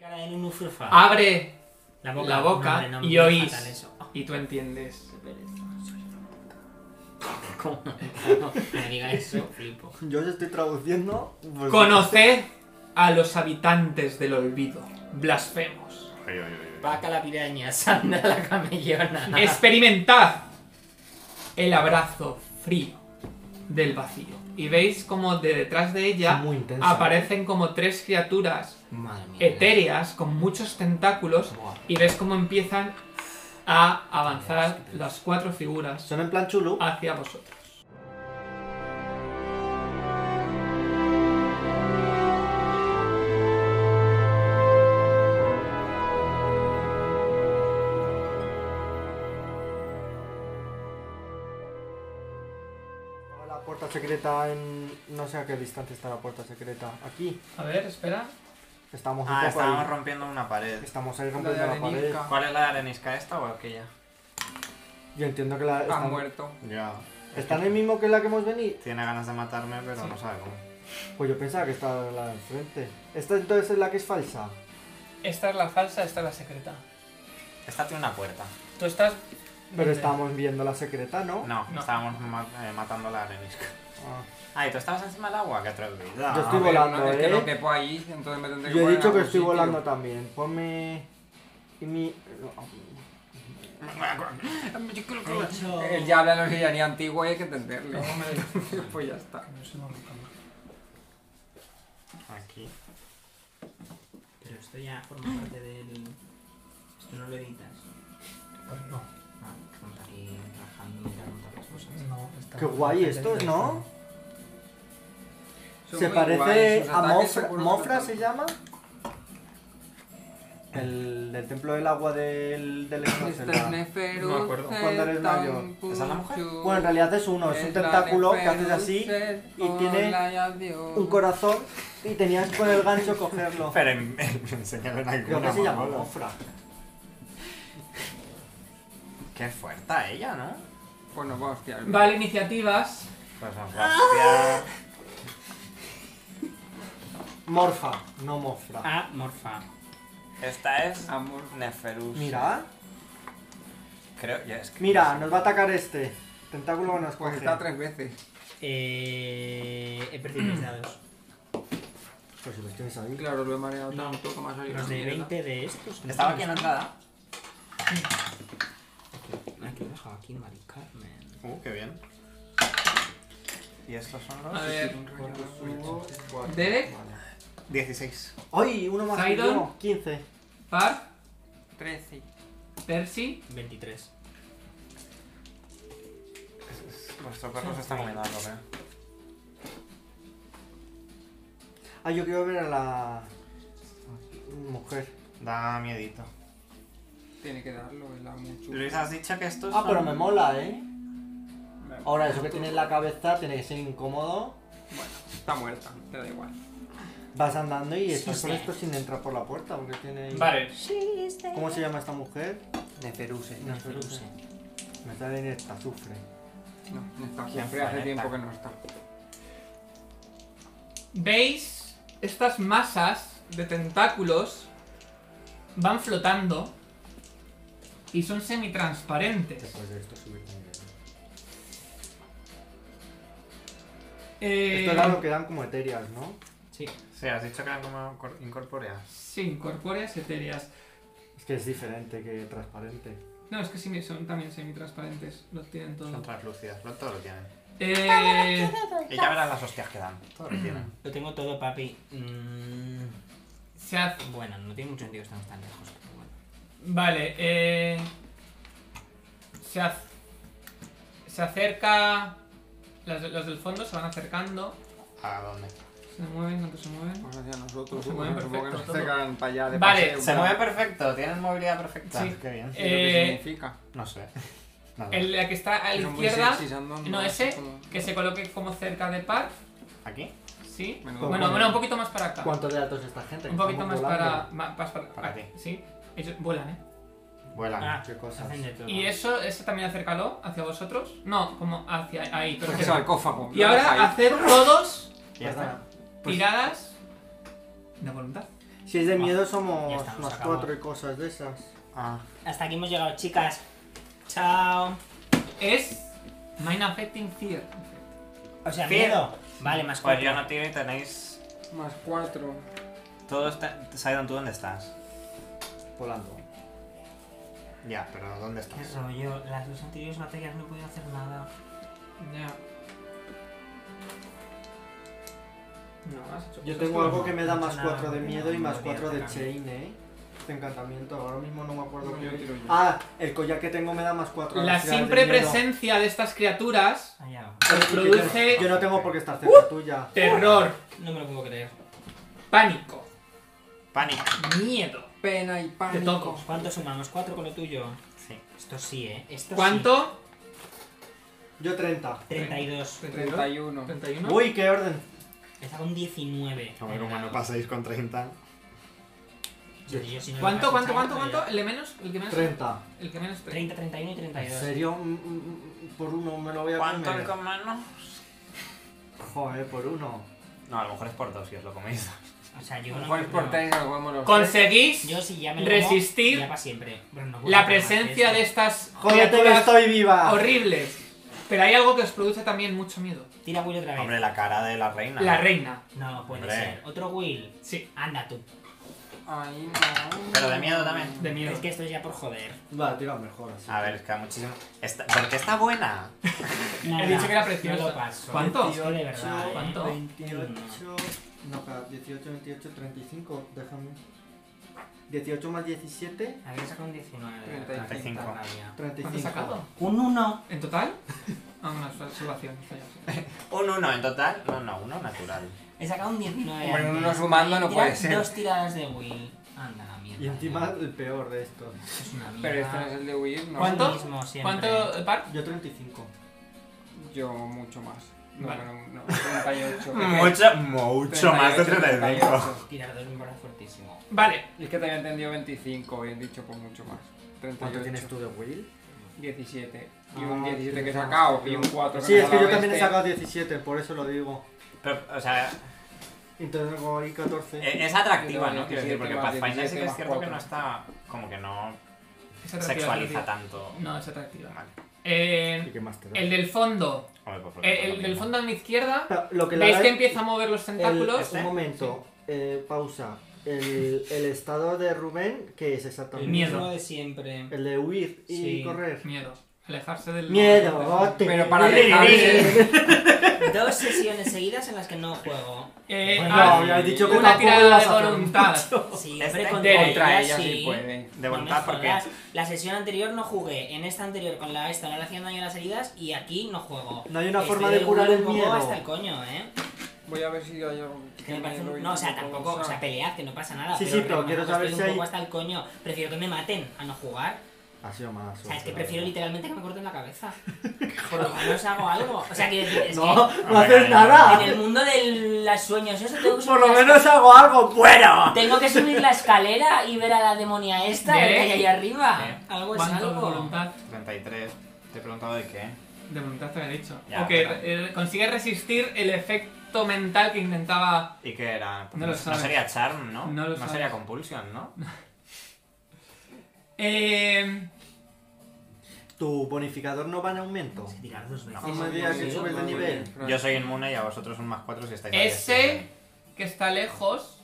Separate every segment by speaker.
Speaker 1: cara en un ufrufa.
Speaker 2: Abre
Speaker 1: la
Speaker 2: Ah, la boca
Speaker 1: hombre, me
Speaker 2: y
Speaker 1: viene
Speaker 2: oís.
Speaker 1: fatal eso.
Speaker 2: y tú entiendes.
Speaker 3: Qué
Speaker 1: Pues
Speaker 3: pereza.
Speaker 1: ¿Cómo? Me diga eso, flipo.
Speaker 4: Yo ya estoy traduciendo. pues-
Speaker 2: Conoced a los habitantes del olvido, blasfemos.
Speaker 5: Ay, ay, ay, ay.
Speaker 1: Vaca la piraña, sanda la camellona.
Speaker 2: Experimentad el abrazo frío del vacío. Y veis como de detrás de ella
Speaker 4: Muy intensa.
Speaker 2: aparecen como tres criaturas
Speaker 1: Madre mía.
Speaker 2: etéreas con muchos tentáculos
Speaker 1: Buah.
Speaker 2: y ves cómo empiezan a avanzar las cuatro figuras
Speaker 4: Son en plan chulu.
Speaker 2: hacia vosotros.
Speaker 4: La puerta secreta en. No sé a qué distancia está la puerta secreta. Aquí.
Speaker 2: A ver, espera.
Speaker 4: Estamos un
Speaker 3: Ah,
Speaker 4: poco ahí.
Speaker 3: estábamos rompiendo una pared.
Speaker 4: Estamos
Speaker 2: La
Speaker 4: ahí
Speaker 2: de
Speaker 4: rompiendo la, pared.
Speaker 2: Arenilca.
Speaker 3: ¿Cuál es la de arenisca esta o aquella?
Speaker 4: Yo entiendo que
Speaker 6: Ah,
Speaker 4: la.
Speaker 2: Ha
Speaker 4: Están,
Speaker 2: muerto.
Speaker 5: Ya.
Speaker 4: ¿Está en el mismo que la que hemos venido?
Speaker 3: Tiene ganas de matarme, pero
Speaker 2: Sí.
Speaker 3: no sabe cómo.
Speaker 4: Pues yo pensaba que estaba la de enfrente. ¿Esta entonces es la que es falsa?
Speaker 2: Esta es la falsa, esta es la secreta.
Speaker 3: Esta tiene una puerta.
Speaker 2: Tú estás.
Speaker 4: Pero estamos viendo la secreta, ¿no?
Speaker 3: No,
Speaker 2: No.
Speaker 3: estábamos ma- eh, matando a la arenisca.
Speaker 4: Ah.
Speaker 3: Ah, ¿y tú estabas encima del agua? ¡Qué atrevido!
Speaker 4: Yo estoy
Speaker 6: Ah, Pero
Speaker 4: volando,
Speaker 6: no, es
Speaker 4: ¿eh?
Speaker 6: que no quepo ahí, entonces me tendré que
Speaker 4: Yo he
Speaker 6: poner
Speaker 4: dicho
Speaker 6: en
Speaker 4: que
Speaker 6: algún
Speaker 4: estoy
Speaker 6: sitio.
Speaker 4: volando también. Ponme. Y mi.
Speaker 6: El ya habla en oceanía antiguo y hay que entenderlo. pues ya está.
Speaker 3: Aquí.
Speaker 1: Pero esto ya forma parte del. Esto no lo editas.
Speaker 2: no,
Speaker 1: Ah, estamos aquí trabajando y mirando todas las cosas.
Speaker 2: no. está-
Speaker 4: Qué guay estos, ¿no?
Speaker 6: Son
Speaker 4: Se
Speaker 6: muy
Speaker 4: parece
Speaker 6: guays, sus
Speaker 4: a
Speaker 6: ataques
Speaker 4: Mofra.
Speaker 6: seguro que
Speaker 4: ¿Mofra
Speaker 6: están-
Speaker 4: se llama? El del templo del agua del. del
Speaker 6: Este Esta
Speaker 4: Escocela.
Speaker 6: Neferu,
Speaker 2: No me acuerdo.
Speaker 4: Cuando eres mayor.
Speaker 6: Tancu,
Speaker 3: ¿Esa es la mujer?
Speaker 6: Chu,
Speaker 4: Bueno, en realidad es uno, es un
Speaker 6: Esla
Speaker 4: tentáculo que haces
Speaker 6: Neferu,
Speaker 4: así
Speaker 6: Sed,
Speaker 4: y tiene
Speaker 6: hola y adiós.
Speaker 4: un corazón y tenías con el gancho cogerlo.
Speaker 3: Pero en- me enseñaron
Speaker 4: Creo
Speaker 3: alguna
Speaker 4: que se llama
Speaker 3: mamada.
Speaker 4: Mofra.
Speaker 3: Qué fuerte ella, ¿no?
Speaker 6: Pues nos vamos a hostiar.
Speaker 2: Vale, iniciativas.
Speaker 3: Pues nos va a hostiar.
Speaker 4: Morfa, no Mofra.
Speaker 1: Ah, morfa.
Speaker 3: Esta es
Speaker 6: Amor.
Speaker 3: Neferus.
Speaker 4: Mira,
Speaker 3: Creo, ya es que...
Speaker 4: mira, nos va a atacar este. Tentáculo que nos
Speaker 6: Pues
Speaker 4: coge.
Speaker 6: está tres veces.
Speaker 1: Eh. He perdido mis dados.
Speaker 4: Pues si los tienes ahí.
Speaker 6: Claro, lo he mareado tanto como ha salido.
Speaker 1: Los
Speaker 6: una
Speaker 1: de
Speaker 6: mierda.
Speaker 1: 20 de estos. ¿no?
Speaker 3: Estaba aquí en la entrada.
Speaker 1: Aquí Ah, lo he dejado aquí en Mari Carmen.
Speaker 3: Uh, qué bien. Y estos son
Speaker 2: A
Speaker 3: los...
Speaker 2: ver.
Speaker 4: Uno, cuatro,
Speaker 2: Derek.
Speaker 4: vale.
Speaker 3: 16.
Speaker 4: ¡Ay! Uno más que
Speaker 2: Sidon.
Speaker 4: yo. 15.
Speaker 2: Par,
Speaker 6: Trece.
Speaker 2: Percy,
Speaker 1: 23.
Speaker 3: Nuestro perro se está comiendo algo, creo.
Speaker 4: Ah, yo quiero ver a la. mujer.
Speaker 3: Da miedito.
Speaker 6: Tiene que darlo, el amo chulo.
Speaker 3: Luis, has dicho que estos
Speaker 4: Ah, pero
Speaker 3: son-
Speaker 4: me mola, ¿eh? Ahora, eso que tiene en la cabeza tiene que ser incómodo.
Speaker 6: Bueno, está muerta, te da igual.
Speaker 4: Vas andando y
Speaker 1: Sí,
Speaker 4: estás con
Speaker 1: sí.
Speaker 4: esto sin entrar por la puerta porque tiene.
Speaker 2: Vale.
Speaker 4: ¿Cómo se llama esta mujer?
Speaker 6: Neferuse.
Speaker 4: No, Me sale en esta, sufre.
Speaker 6: No, no está.
Speaker 3: ¿Quién
Speaker 6: Siempre
Speaker 3: fue
Speaker 6: hace
Speaker 3: neta?
Speaker 6: tiempo que no está.
Speaker 2: ¿Veis? Estas masas de tentáculos van flotando y son semitransparentes.
Speaker 4: de esto subir nivel.
Speaker 2: Eh,
Speaker 1: Eh,
Speaker 4: Esto era lo que dan como etéreas, ¿no?
Speaker 2: Sí,
Speaker 3: Sí, has dicho que eran como cor- incorpóreas.
Speaker 2: sí, corpóreas etéreas.
Speaker 4: Es que es diferente que transparente.
Speaker 2: No, es que sí, son también semitransparentes. Los tienen
Speaker 3: Son
Speaker 2: todos.
Speaker 3: translúcidas, lo- todo lo tienen.
Speaker 2: Eh,
Speaker 3: Y Pues ya verás las hostias que dan. Todo lo tienen.
Speaker 1: Lo tengo todo, papi. Mm,
Speaker 2: se hace.
Speaker 1: Bueno, no tiene mucho sentido que estemos tan lejos. pero bueno.
Speaker 2: Vale, eh. Se, ac- se acerca. Los, los del fondo se van acercando.
Speaker 3: ¿A dónde?
Speaker 2: Se mueven, no se mueven.
Speaker 6: Pues hacia nosotros.
Speaker 2: Se mueven
Speaker 6: supongo que
Speaker 2: perfecto,
Speaker 6: nos
Speaker 2: todo.
Speaker 6: acercan para allá de
Speaker 2: Vale,
Speaker 6: paseo,
Speaker 3: Se
Speaker 6: ¿no?
Speaker 3: mueve perfecto, tienen movilidad perfecta.
Speaker 2: Sí.
Speaker 3: Qué bien.
Speaker 2: Eh,
Speaker 6: ¿Y lo que significa?
Speaker 3: No sé. Nada.
Speaker 2: El la que está a la
Speaker 6: Son muy
Speaker 2: izquierda.
Speaker 6: sexys, andan,
Speaker 2: No, ese
Speaker 6: Como-
Speaker 2: que se coloque como cerca de par.
Speaker 3: ¿Aquí?
Speaker 2: Sí.
Speaker 6: Menudo
Speaker 2: Bueno,
Speaker 6: coño.
Speaker 2: bueno, un poquito más para acá.
Speaker 4: ¿Cuánto de altos es esta gente?
Speaker 2: Un poquito más
Speaker 4: Estamos
Speaker 2: para,
Speaker 4: volando.
Speaker 2: ma- más para.
Speaker 3: Para
Speaker 2: ah,
Speaker 3: ti.
Speaker 2: Sí. Ellos vuelan, eh.
Speaker 3: Vuelan.
Speaker 1: Ah,
Speaker 4: qué cosas.
Speaker 1: Hacen de todo.
Speaker 2: Y eso, eso también acércalo hacia vosotros. No, como hacia ahí.
Speaker 6: Pues Ese
Speaker 2: Perfecto.
Speaker 6: sarcófago.
Speaker 2: Y ahora hacer todos
Speaker 3: Ya está.
Speaker 4: Pues-
Speaker 2: tiradas de voluntad.
Speaker 4: Si es de
Speaker 1: Va.
Speaker 4: miedo
Speaker 1: Ah, Ya
Speaker 4: somos
Speaker 1: está, nos
Speaker 4: más
Speaker 1: acabó.
Speaker 4: cuatro y cosas de esas. Ah.
Speaker 1: Hasta aquí hemos llegado, chicas. Chao.
Speaker 2: Es Mind Affecting Fear.
Speaker 1: O sea,
Speaker 3: Bien.
Speaker 1: miedo. Vale, más
Speaker 3: Pues
Speaker 1: cuatro.
Speaker 3: ya no tiene, tenéis.
Speaker 6: Más cuatro.
Speaker 3: Todo está. Sidon, ¿tú dónde estás?
Speaker 4: Volando.
Speaker 3: Ya, pero ¿dónde
Speaker 1: Qué
Speaker 3: estás?
Speaker 1: rollo. Las dos anteriores batallas no he podido hacer nada.
Speaker 2: Ya. No, has hecho
Speaker 4: Yo
Speaker 2: cosas
Speaker 4: tengo
Speaker 2: que
Speaker 4: algo
Speaker 2: no.
Speaker 4: que me da
Speaker 1: no
Speaker 4: más
Speaker 1: pasa nada,
Speaker 4: 4 de
Speaker 1: no,
Speaker 4: miedo y
Speaker 1: no
Speaker 4: más
Speaker 1: podía
Speaker 4: 4 de
Speaker 1: atacarme.
Speaker 4: chain, eh. Este encantamiento, ahora mismo no me acuerdo
Speaker 6: No,
Speaker 4: qué
Speaker 6: yo
Speaker 4: es.
Speaker 6: tiro yo.
Speaker 4: Ah, el collar que tengo me da más 4
Speaker 2: La simple presencia de estas criaturas
Speaker 1: Allá abajo.
Speaker 2: produce ¡Uh!
Speaker 4: Yo no tengo por qué estar cerca tuya.
Speaker 2: terror,
Speaker 1: No me lo puedo creer.
Speaker 2: pánico,
Speaker 3: Pánico.
Speaker 2: miedo.
Speaker 6: Pena y pánico.
Speaker 2: toco.
Speaker 1: Pues, ¿Cuánto sumamos? ¿Cuatro con lo tuyo?
Speaker 3: Sí.
Speaker 1: Esto sí, ¿eh? Esto
Speaker 2: ¿Cuánto?
Speaker 4: Yo 30.
Speaker 1: Sí. 32.
Speaker 6: 31.
Speaker 2: 31.
Speaker 4: Uy, qué orden.
Speaker 1: Está con 19.
Speaker 3: Joder, como no pasáis con 30.
Speaker 1: Yo- yo si no lo
Speaker 2: ¿Cuánto,
Speaker 1: paso,
Speaker 2: cuánto,
Speaker 1: chaval,
Speaker 2: cuánto,
Speaker 1: pero
Speaker 2: cuánto? El de menos, el que menos.
Speaker 4: 30.
Speaker 2: El que menos
Speaker 1: yo-
Speaker 2: 30.
Speaker 1: 30, 31 y
Speaker 4: ¿En
Speaker 1: 32.
Speaker 4: serio? Mm, mm, mm, Por uno me lo voy a
Speaker 3: ¿Cuánto le
Speaker 4: comer.
Speaker 3: comano?
Speaker 4: Joder, por uno.
Speaker 3: No, a lo mejor es por dos si os lo coméis.
Speaker 1: O sea, yo
Speaker 6: A lo
Speaker 1: no.
Speaker 6: mejor es por
Speaker 1: no.
Speaker 6: tres, nos vamos los tres.
Speaker 2: Conseguís
Speaker 1: Yo si ya me lo
Speaker 2: Resistir
Speaker 1: como, ya para siempre. Pero no puedo
Speaker 2: la
Speaker 1: hacer más que
Speaker 2: presencia
Speaker 1: esto.
Speaker 2: de estas
Speaker 4: Joder, que
Speaker 2: criaturas
Speaker 4: estoy viva.
Speaker 2: horribles. Pero hay algo que os produce también mucho miedo.
Speaker 1: Tira Will otra vez.
Speaker 3: Hombre, la cara de la reina.
Speaker 2: La reina.
Speaker 1: No, puede
Speaker 3: Hombre.
Speaker 1: ser. Otro Will.
Speaker 2: Sí,
Speaker 1: Anda tú.
Speaker 6: Ahí no.
Speaker 3: Pero de miedo también.
Speaker 2: de miedo.
Speaker 1: Es que esto es ya por joder.
Speaker 4: Vale, tira mejor así.
Speaker 3: A ver, es que da muchísimo. Está... ¿Por qué está buena?
Speaker 1: Nada,
Speaker 2: He dicho que era
Speaker 1: No
Speaker 2: preciosa.
Speaker 1: lo paso.
Speaker 2: ¿Cuánto?
Speaker 1: Es que de verdad. ¿eh?
Speaker 2: ¿Cuánto?
Speaker 4: 28. No, espera, 18, 28, 35. Déjame. 18 más 17,
Speaker 1: Había sacado un 19. de verdad,
Speaker 3: 35.
Speaker 1: qué rabia.
Speaker 2: ¿Cuánto
Speaker 4: 35.
Speaker 2: has sacado?
Speaker 1: Un 1.
Speaker 2: ¿En total? Ah, una sal- salvación. esto ya sé.
Speaker 3: Un 1 en total. Oh, No, no, uno natural.
Speaker 1: He sacado un 19.
Speaker 6: Hombre,
Speaker 1: antes.
Speaker 6: uno sumando no
Speaker 1: Tira
Speaker 6: puede ser.
Speaker 1: Dos tiradas de Will. Anda, la mierda.
Speaker 4: Y encima
Speaker 1: Esto
Speaker 4: el peor de estos.
Speaker 1: Es una mierda.
Speaker 6: Pero este no es el de huir, no.
Speaker 2: ¿Cuánto?
Speaker 1: Es lo mismo siempre.
Speaker 2: ¿Cuánto, eh, par?
Speaker 4: Yo 35.
Speaker 6: Yo mucho más. No,
Speaker 2: Vale.
Speaker 6: no, no, 38.
Speaker 3: Mucho, mucho más de 35.
Speaker 1: Tirar dos me parece fuertísimo.
Speaker 2: Vale,
Speaker 6: Es que te había entendido 25 y he dicho pues mucho más. 38.
Speaker 4: de Will?
Speaker 6: 17. Y un
Speaker 4: Ah,
Speaker 6: 17 que he
Speaker 4: tienes
Speaker 6: sacado
Speaker 4: más.
Speaker 6: y un 4 que
Speaker 4: Sí,
Speaker 6: me
Speaker 4: es
Speaker 6: ha
Speaker 4: que
Speaker 6: dado
Speaker 4: yo también he
Speaker 6: este.
Speaker 4: sacado 17, por eso lo digo.
Speaker 3: Pero, o sea,
Speaker 4: Entonces tengo ahí 14.
Speaker 3: e- es atractiva,
Speaker 6: Pero,
Speaker 3: ¿no? Quiero
Speaker 6: sí,
Speaker 3: decir, porque
Speaker 6: más
Speaker 3: Pathfinder sí que
Speaker 6: 17
Speaker 3: es
Speaker 6: más
Speaker 3: cierto que
Speaker 6: cuatro.
Speaker 3: no está. Como que no
Speaker 2: es atractiva.
Speaker 3: sexualiza
Speaker 2: atractiva.
Speaker 3: tanto.
Speaker 2: No, es atractiva.
Speaker 3: Vale.
Speaker 2: Eh,
Speaker 4: qué más te
Speaker 2: el del fondo.
Speaker 3: Hombre, pues, porque
Speaker 2: eh, El,
Speaker 3: es lo
Speaker 2: del
Speaker 3: mismo.
Speaker 2: fondo a mi izquierda.
Speaker 4: Lo que le
Speaker 2: ¿Veis
Speaker 4: haga
Speaker 2: que
Speaker 4: el-
Speaker 2: empieza a mover los
Speaker 4: el-
Speaker 2: tentáculos?
Speaker 4: Un momento, eh, pausa. El, el estado de Rubén, ¿qué es
Speaker 1: El
Speaker 4: exactamente?
Speaker 2: miedo.
Speaker 1: mismo de siempre.
Speaker 4: El de huir y
Speaker 1: Sí.
Speaker 4: correr.
Speaker 2: Miedo. Alejarse del...
Speaker 4: Miedo,
Speaker 6: Pero para
Speaker 4: dejar.
Speaker 6: alejarse.
Speaker 1: Dos sesiones seguidas en las que no juego.
Speaker 2: Eh,
Speaker 1: Bueno,
Speaker 2: haz
Speaker 4: No, ya he dicho que
Speaker 2: una
Speaker 4: tampoco
Speaker 2: tirada
Speaker 4: ibas
Speaker 2: de
Speaker 4: a hacer
Speaker 2: voluntad.
Speaker 1: Siempre
Speaker 3: Este-
Speaker 1: contra,
Speaker 6: Contra ella sí
Speaker 1: sí
Speaker 6: puede.
Speaker 3: De
Speaker 1: No
Speaker 3: voluntad,
Speaker 1: me
Speaker 3: porque.
Speaker 1: jodas. La sesión anterior no jugué, en esta anterior con la esta no le hacían daño a las heridas y aquí no juego.
Speaker 4: No hay una
Speaker 1: Estoy
Speaker 4: forma de curar
Speaker 1: un
Speaker 4: el
Speaker 1: poco
Speaker 4: miedo.
Speaker 1: hasta el coño, ¿eh.
Speaker 6: Voy a ver si hay algo
Speaker 1: Que me
Speaker 6: me
Speaker 1: parece un-
Speaker 6: lo
Speaker 1: No, o sea,
Speaker 6: intento
Speaker 1: tampoco, o sea,
Speaker 6: usar.
Speaker 1: pelead, que no pasa nada.
Speaker 4: Sí, sí, pero
Speaker 1: realmente
Speaker 4: quiero
Speaker 1: estoy
Speaker 4: saber
Speaker 1: un
Speaker 4: si hay-
Speaker 1: poco hasta el coño. Prefiero que me maten a no jugar.
Speaker 4: Ha sido más
Speaker 1: O sea, es que prefiero literalmente que me corten la cabeza. Por lo menos hago algo. O sea, quiero decir, es
Speaker 4: No, no
Speaker 3: Hombre,
Speaker 4: haces
Speaker 3: ya, ya,
Speaker 1: que en
Speaker 4: nada.
Speaker 1: el mundo de los sueños, eso tengo que
Speaker 4: Por
Speaker 1: subir
Speaker 4: lo
Speaker 1: la
Speaker 4: menos hago algo. ¡Bueno!
Speaker 1: Tengo que subir la escalera y ver a la demonia esta, a ver
Speaker 2: ¿Eh?
Speaker 1: qué hay ahí arriba.
Speaker 3: ¿Eh?
Speaker 1: Algo es
Speaker 2: ¿Cuánto de
Speaker 1: Pues algo.
Speaker 2: voluntad?
Speaker 3: 33. Te he preguntado de qué.
Speaker 2: De voluntad te había dicho.
Speaker 3: Ya,
Speaker 2: ok,
Speaker 3: pero-
Speaker 2: eh, consigues resistir el efecto mental que intentaba...
Speaker 3: ¿Y qué era? Porque
Speaker 2: No lo
Speaker 3: no,
Speaker 2: sabes.
Speaker 3: sería Charm, ¿no?
Speaker 2: No lo sabes.
Speaker 3: sería Compulsion, ¿no?
Speaker 2: Eh,
Speaker 4: ¿Tu bonificador no va en aumento?
Speaker 1: Es que tirar dos veces.
Speaker 4: No me digas que subes de nivel.
Speaker 3: Yo soy inmune y a vosotros un más 4 si estáis ahí.
Speaker 2: ese que está lejos...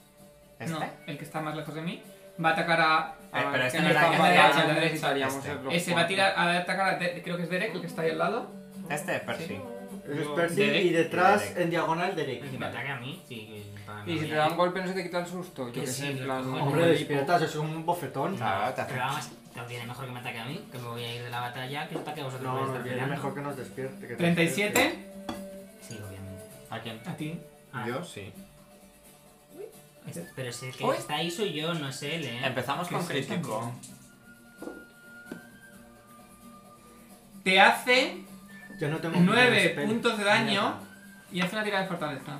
Speaker 3: ¿Este?
Speaker 2: No, el que está más lejos de mí. Va a atacar a...
Speaker 3: Eh, pero este
Speaker 6: que
Speaker 3: no
Speaker 2: es
Speaker 6: no
Speaker 3: era
Speaker 2: la
Speaker 6: está
Speaker 2: que
Speaker 6: fatal,
Speaker 2: está
Speaker 6: no
Speaker 2: derecha.
Speaker 6: necesitaríamos
Speaker 3: Este.
Speaker 6: el block
Speaker 2: Ese va a
Speaker 6: cuatro.
Speaker 2: tirar a atacar a... De- creo que es Derek, el que está ahí al lado.
Speaker 3: Este, Percy.
Speaker 2: Sí.
Speaker 4: Eres
Speaker 2: Yo-
Speaker 4: Percy
Speaker 2: Derek.
Speaker 4: y
Speaker 3: Y
Speaker 4: detrás
Speaker 3: Derek.
Speaker 4: en diagonal
Speaker 1: El
Speaker 4: Derek.
Speaker 1: que me ataque a mí, sí. que para mí
Speaker 6: Y si te
Speaker 1: ya.
Speaker 6: da un golpe no se te quita el susto.
Speaker 1: Que
Speaker 6: Yo que
Speaker 1: sí,
Speaker 6: sé, en
Speaker 1: que
Speaker 6: plan.
Speaker 1: cojones.
Speaker 4: Hombre, despiertas, es un bofetón.
Speaker 3: Claro, Ah, te hace-
Speaker 1: Pero
Speaker 2: Ah.
Speaker 1: vamos, te viene mejor que me ataque a mí, que me voy a ir de la batalla, que os ataque a vosotros.
Speaker 4: No,
Speaker 1: vais a
Speaker 4: no,
Speaker 1: estar
Speaker 4: viene
Speaker 1: peleando.
Speaker 4: mejor que nos despierte. que te despierte.
Speaker 2: 37.
Speaker 1: Sí, obviamente.
Speaker 3: ¿A quién?
Speaker 2: A ti.
Speaker 1: Ah,
Speaker 3: Yo sí.
Speaker 1: es- Pero si el que
Speaker 2: Uy.
Speaker 1: está ahí soy yo, no es él, ¿eh?
Speaker 3: Empezamos
Speaker 2: ¿Qué
Speaker 3: con
Speaker 2: es
Speaker 3: crítico.
Speaker 2: Te hace
Speaker 4: Yo no tengo
Speaker 2: 9
Speaker 4: spell.
Speaker 2: puntos de daño y hace una tirada de fortaleza.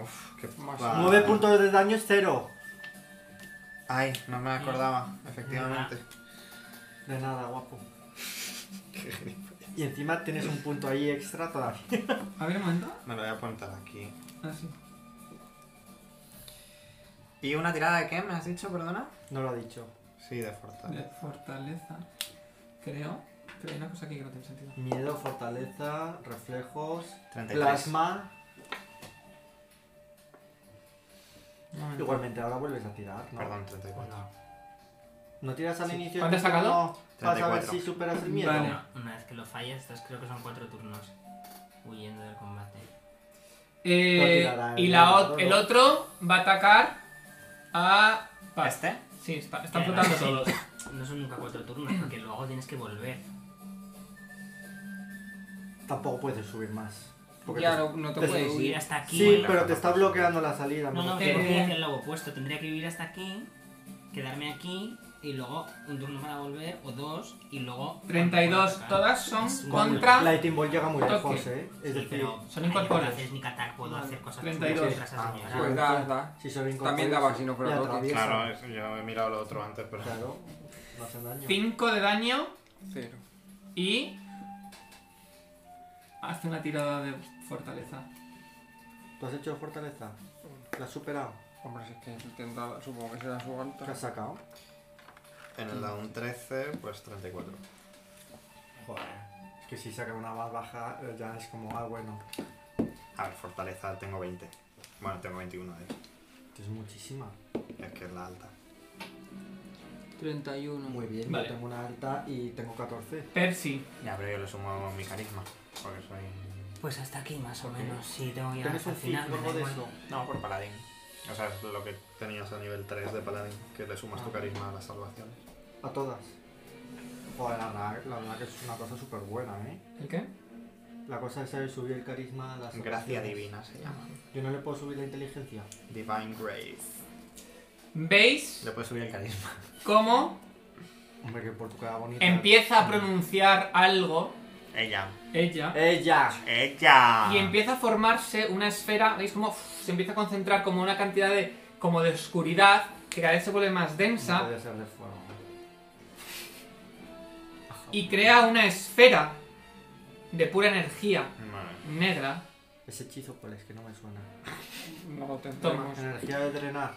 Speaker 3: Uf, qué
Speaker 6: Más-
Speaker 3: va.
Speaker 4: 9 puntos de daño es 0.
Speaker 3: Ay, no me acordaba, efectivamente.
Speaker 4: De nada, guapo. Y encima tienes un punto ahí extra todavía.
Speaker 2: A ver, un momento.
Speaker 3: Me lo voy a apuntar aquí.
Speaker 2: Ah, sí.
Speaker 3: Y ¿Y una tirada de qué me has dicho, perdona?
Speaker 4: No lo ha dicho.
Speaker 3: Sí, de fortaleza.
Speaker 2: De fortaleza. Creo. Pero hay una cosa aquí que no tiene sentido.
Speaker 4: Miedo, fortaleza, reflejos,
Speaker 3: 33.
Speaker 4: plasma.
Speaker 2: Un momento.
Speaker 4: Igualmente, ahora vuelves a tirar, ¿no?
Speaker 3: Perdón, 34.
Speaker 1: Pues No.
Speaker 4: ¿No tiras al inicio?
Speaker 2: ¿Cuánto has
Speaker 4: del turno Para saber
Speaker 3: 34.
Speaker 4: si superas el miedo.
Speaker 2: Vale.
Speaker 1: No, una vez que lo fallas, estás, creo que son cuatro turnos huyendo del combate.
Speaker 2: Eh,
Speaker 4: No tirará el
Speaker 2: y la
Speaker 4: dado,
Speaker 2: ot-
Speaker 4: ¿no?
Speaker 2: el otro va a atacar a. Paz.
Speaker 3: ¿Este?
Speaker 2: Sí, está- están
Speaker 1: Que
Speaker 2: flotando
Speaker 1: además,
Speaker 2: todos.
Speaker 1: No son nunca cuatro turnos, porque luego tienes que volver.
Speaker 4: Tampoco puedes subir más. Porque
Speaker 6: Ya
Speaker 4: te-
Speaker 6: no, no te
Speaker 4: te-
Speaker 6: puedes
Speaker 1: Huir
Speaker 6: ir.
Speaker 1: hasta aquí.
Speaker 4: Sí,
Speaker 3: la
Speaker 4: pero
Speaker 3: forma
Speaker 4: te está
Speaker 3: posible.
Speaker 4: bloqueando la salida.
Speaker 1: No, no,
Speaker 4: me
Speaker 1: pero
Speaker 4: refiero.
Speaker 1: tendría que hacer lo opuesto. Tendría que vivir hasta aquí, quedarme aquí y luego un turno para volver o dos y luego.
Speaker 2: 32
Speaker 1: atacar.
Speaker 2: todas son
Speaker 1: Es un-
Speaker 2: contra.
Speaker 4: Lighting Ball llega muy
Speaker 2: Toque.
Speaker 4: lejos, ¿eh?
Speaker 1: Sí,
Speaker 4: Es decir,
Speaker 1: pero
Speaker 2: son
Speaker 1: ahí
Speaker 2: incorpóreos.
Speaker 1: puedo hacer sneak attack, puedo hacer cosas
Speaker 2: 32.
Speaker 1: chulas contra esas
Speaker 4: Ah,
Speaker 1: señoras.
Speaker 6: Pues da, da.
Speaker 4: si son
Speaker 6: También daba si no fuera
Speaker 4: le
Speaker 6: toque.
Speaker 4: atraviesa.
Speaker 3: Claro, es- yo he mirado lo otro antes, pero.
Speaker 4: Claro, no hace daño.
Speaker 2: 5 de daño
Speaker 6: Cero.
Speaker 2: y. Hace una tirada de fortaleza.
Speaker 4: ¿Tú has hecho fortaleza? ¿La has superado?
Speaker 6: Hombre, si es que intentaba, supongo que será su
Speaker 4: ¿La has
Speaker 6: alta.
Speaker 4: sacado?
Speaker 3: En el down 13, pues 34.
Speaker 4: Joder. Es que si saca una más baja, eh, ya es como, ah, bueno.
Speaker 3: A ver, fortaleza tengo 20. Bueno, tengo 21 de hecho.
Speaker 4: Es muchísima.
Speaker 3: Es que es la alta.
Speaker 6: 31.
Speaker 4: Muy bien,
Speaker 2: Vale.
Speaker 4: yo tengo una alta y tengo 14.
Speaker 2: Percy.
Speaker 3: Ya, pero yo le sumo mi carisma. Porque soy.
Speaker 1: Pues hasta aquí más o menos, sí, tengo que ir
Speaker 4: ¿Tienes
Speaker 1: hasta
Speaker 4: un
Speaker 1: el final.
Speaker 4: flip
Speaker 1: me da
Speaker 4: luego de
Speaker 1: igual.
Speaker 4: eso?
Speaker 3: No, por paladín. O sea, es lo que tenías a nivel 3 de paladín, que le sumas tu carisma a las salvaciones.
Speaker 4: A todas. Joder, la verdad, la verdad que es una cosa súper buena, ¿eh?
Speaker 2: ¿El qué?
Speaker 4: La cosa es saber subir el carisma a las
Speaker 3: Gracia
Speaker 4: ocasiones.
Speaker 3: divina se llama.
Speaker 4: Yo no le puedo subir la inteligencia.
Speaker 3: Divine Grace.
Speaker 2: ¿Veis
Speaker 3: Le puedes subir el carisma.
Speaker 2: cómo
Speaker 4: Hombre, que por tu cara bonita.
Speaker 2: empieza a pronunciar algo
Speaker 3: Ella.
Speaker 2: ella?
Speaker 4: ¡Ella!
Speaker 3: ¡Ella!
Speaker 2: Y empieza a formarse una esfera, veis como se empieza a concentrar como una cantidad de, como de oscuridad que cada vez se vuelve más
Speaker 4: No
Speaker 2: densa
Speaker 4: podía ser de fuego.
Speaker 2: y crea una esfera de pura energía
Speaker 3: Vale.
Speaker 2: negra.
Speaker 4: Ese hechizo, ¿cuál es? Que no me suena.
Speaker 6: No lo tendremos.
Speaker 4: Energía de drenar.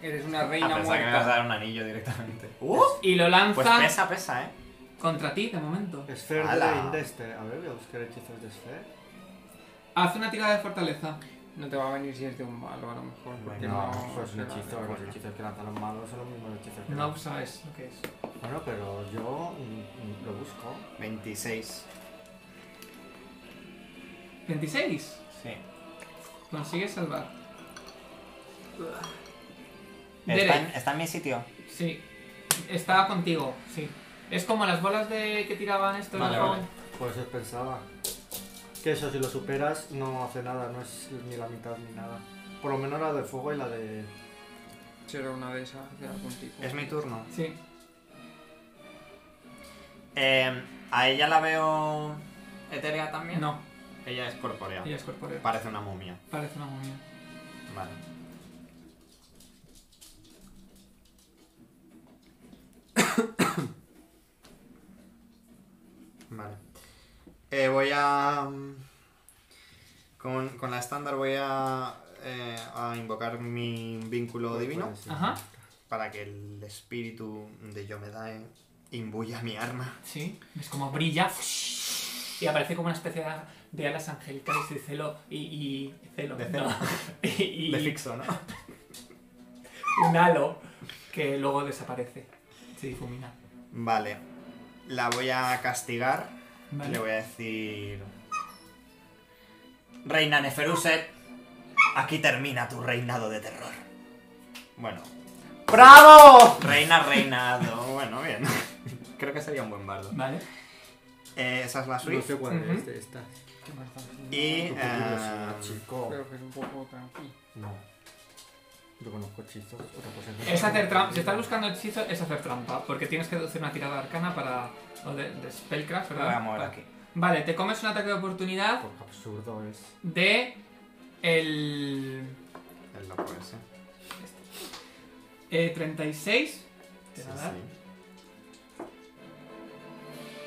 Speaker 6: Eres una
Speaker 3: Ah,
Speaker 6: reina
Speaker 3: pensaba que me ibas a
Speaker 6: muerta.
Speaker 3: dar un anillo directamente. ¡Uh!
Speaker 2: Y lo
Speaker 3: Pues
Speaker 2: lanza
Speaker 3: pesa, pesa, ¿eh?
Speaker 2: contra ti de momento.
Speaker 4: Esfer de
Speaker 3: ¡Hala!
Speaker 4: Drain de este. A ver, voy a buscar hechizos de Esfer.
Speaker 2: Haz una tirada de fortaleza.
Speaker 6: No te va a venir si es de un malo, a lo mejor. Porque
Speaker 3: No,
Speaker 6: no,
Speaker 4: eso es un
Speaker 6: será de-
Speaker 4: hechizo. Los
Speaker 3: bueno.
Speaker 4: hechizos que lanzan los malos son los mismos hechizos que
Speaker 2: No
Speaker 4: lanzan.
Speaker 2: sabes lo que es.
Speaker 4: Bueno, pero yo mm, mm, lo busco.
Speaker 3: 26.
Speaker 2: 26.
Speaker 3: Sí.
Speaker 2: Consigues salvar.
Speaker 3: ¿Está en,
Speaker 2: Derek,
Speaker 3: está en mi sitio.
Speaker 2: sí. Estaba contigo, sí. Es como las bolas de que tiraban estos.
Speaker 3: Vale,
Speaker 2: ¿no?
Speaker 3: vale.
Speaker 4: Por eso Pues pensaba. Que eso, si lo superas, no hace nada. No es ni la mitad ni nada. Por lo menos la de fuego y la de...
Speaker 6: Será una de esas de algún tipo.
Speaker 3: Es mi turno.
Speaker 2: Sí.
Speaker 3: Eh, ¿A ella la veo etérea también?
Speaker 2: No,
Speaker 3: Ella es corpórea.
Speaker 2: ella es corpórea.
Speaker 3: Parece una momia.
Speaker 2: Parece una momia.
Speaker 3: Vale. vale. Eh, voy a... mm, Con, con la estándar voy a, eh, a invocar mi vínculo
Speaker 2: Pues
Speaker 3: divino
Speaker 4: Puede ser.
Speaker 2: Ajá,
Speaker 3: para que el espíritu de Yomedae imbuya mi arma.
Speaker 2: sí. Es como brilla. Y aparece como una especie de, de alas angelicales y celo. Y. y celo.
Speaker 3: De celo.
Speaker 2: no. y, y-
Speaker 3: Le fixo, ¿no?
Speaker 2: un halo que luego desaparece. Se difumina.
Speaker 3: Vale. La voy a castigar. Le
Speaker 2: Vale.
Speaker 3: voy a decir. Reina Neferuset, aquí termina tu reinado de terror. Bueno.
Speaker 6: ¡Bravo!
Speaker 3: Reina, reinado. Bueno, bien. Creo que sería un buen bardo.
Speaker 2: Vale.
Speaker 3: Eh, esa es la
Speaker 4: No
Speaker 3: Swift.
Speaker 4: sé cuál
Speaker 2: Ujú.
Speaker 4: es de estas.
Speaker 6: ¿Qué más da?
Speaker 3: Y.
Speaker 4: Tú qué
Speaker 3: eh,
Speaker 4: curiosidad, chico.
Speaker 6: Creo que es un poco tranquilo.
Speaker 4: No. Yo conozco hechizos. Otra cosa es-
Speaker 2: Es hacer trampa. Si estás buscando hechizo, es hacer trampa. Porque tienes que hacer una tirada arcana para. O de, de Spellcraft,
Speaker 3: me
Speaker 2: ¿verdad?
Speaker 3: voy a mover aquí.
Speaker 2: Vale, te comes un ataque de oportunidad
Speaker 4: Porque absurdo es.
Speaker 2: de. El.
Speaker 3: El loco ese.
Speaker 2: eh, 36. Te
Speaker 3: Sí,
Speaker 2: va a dar.
Speaker 3: sí.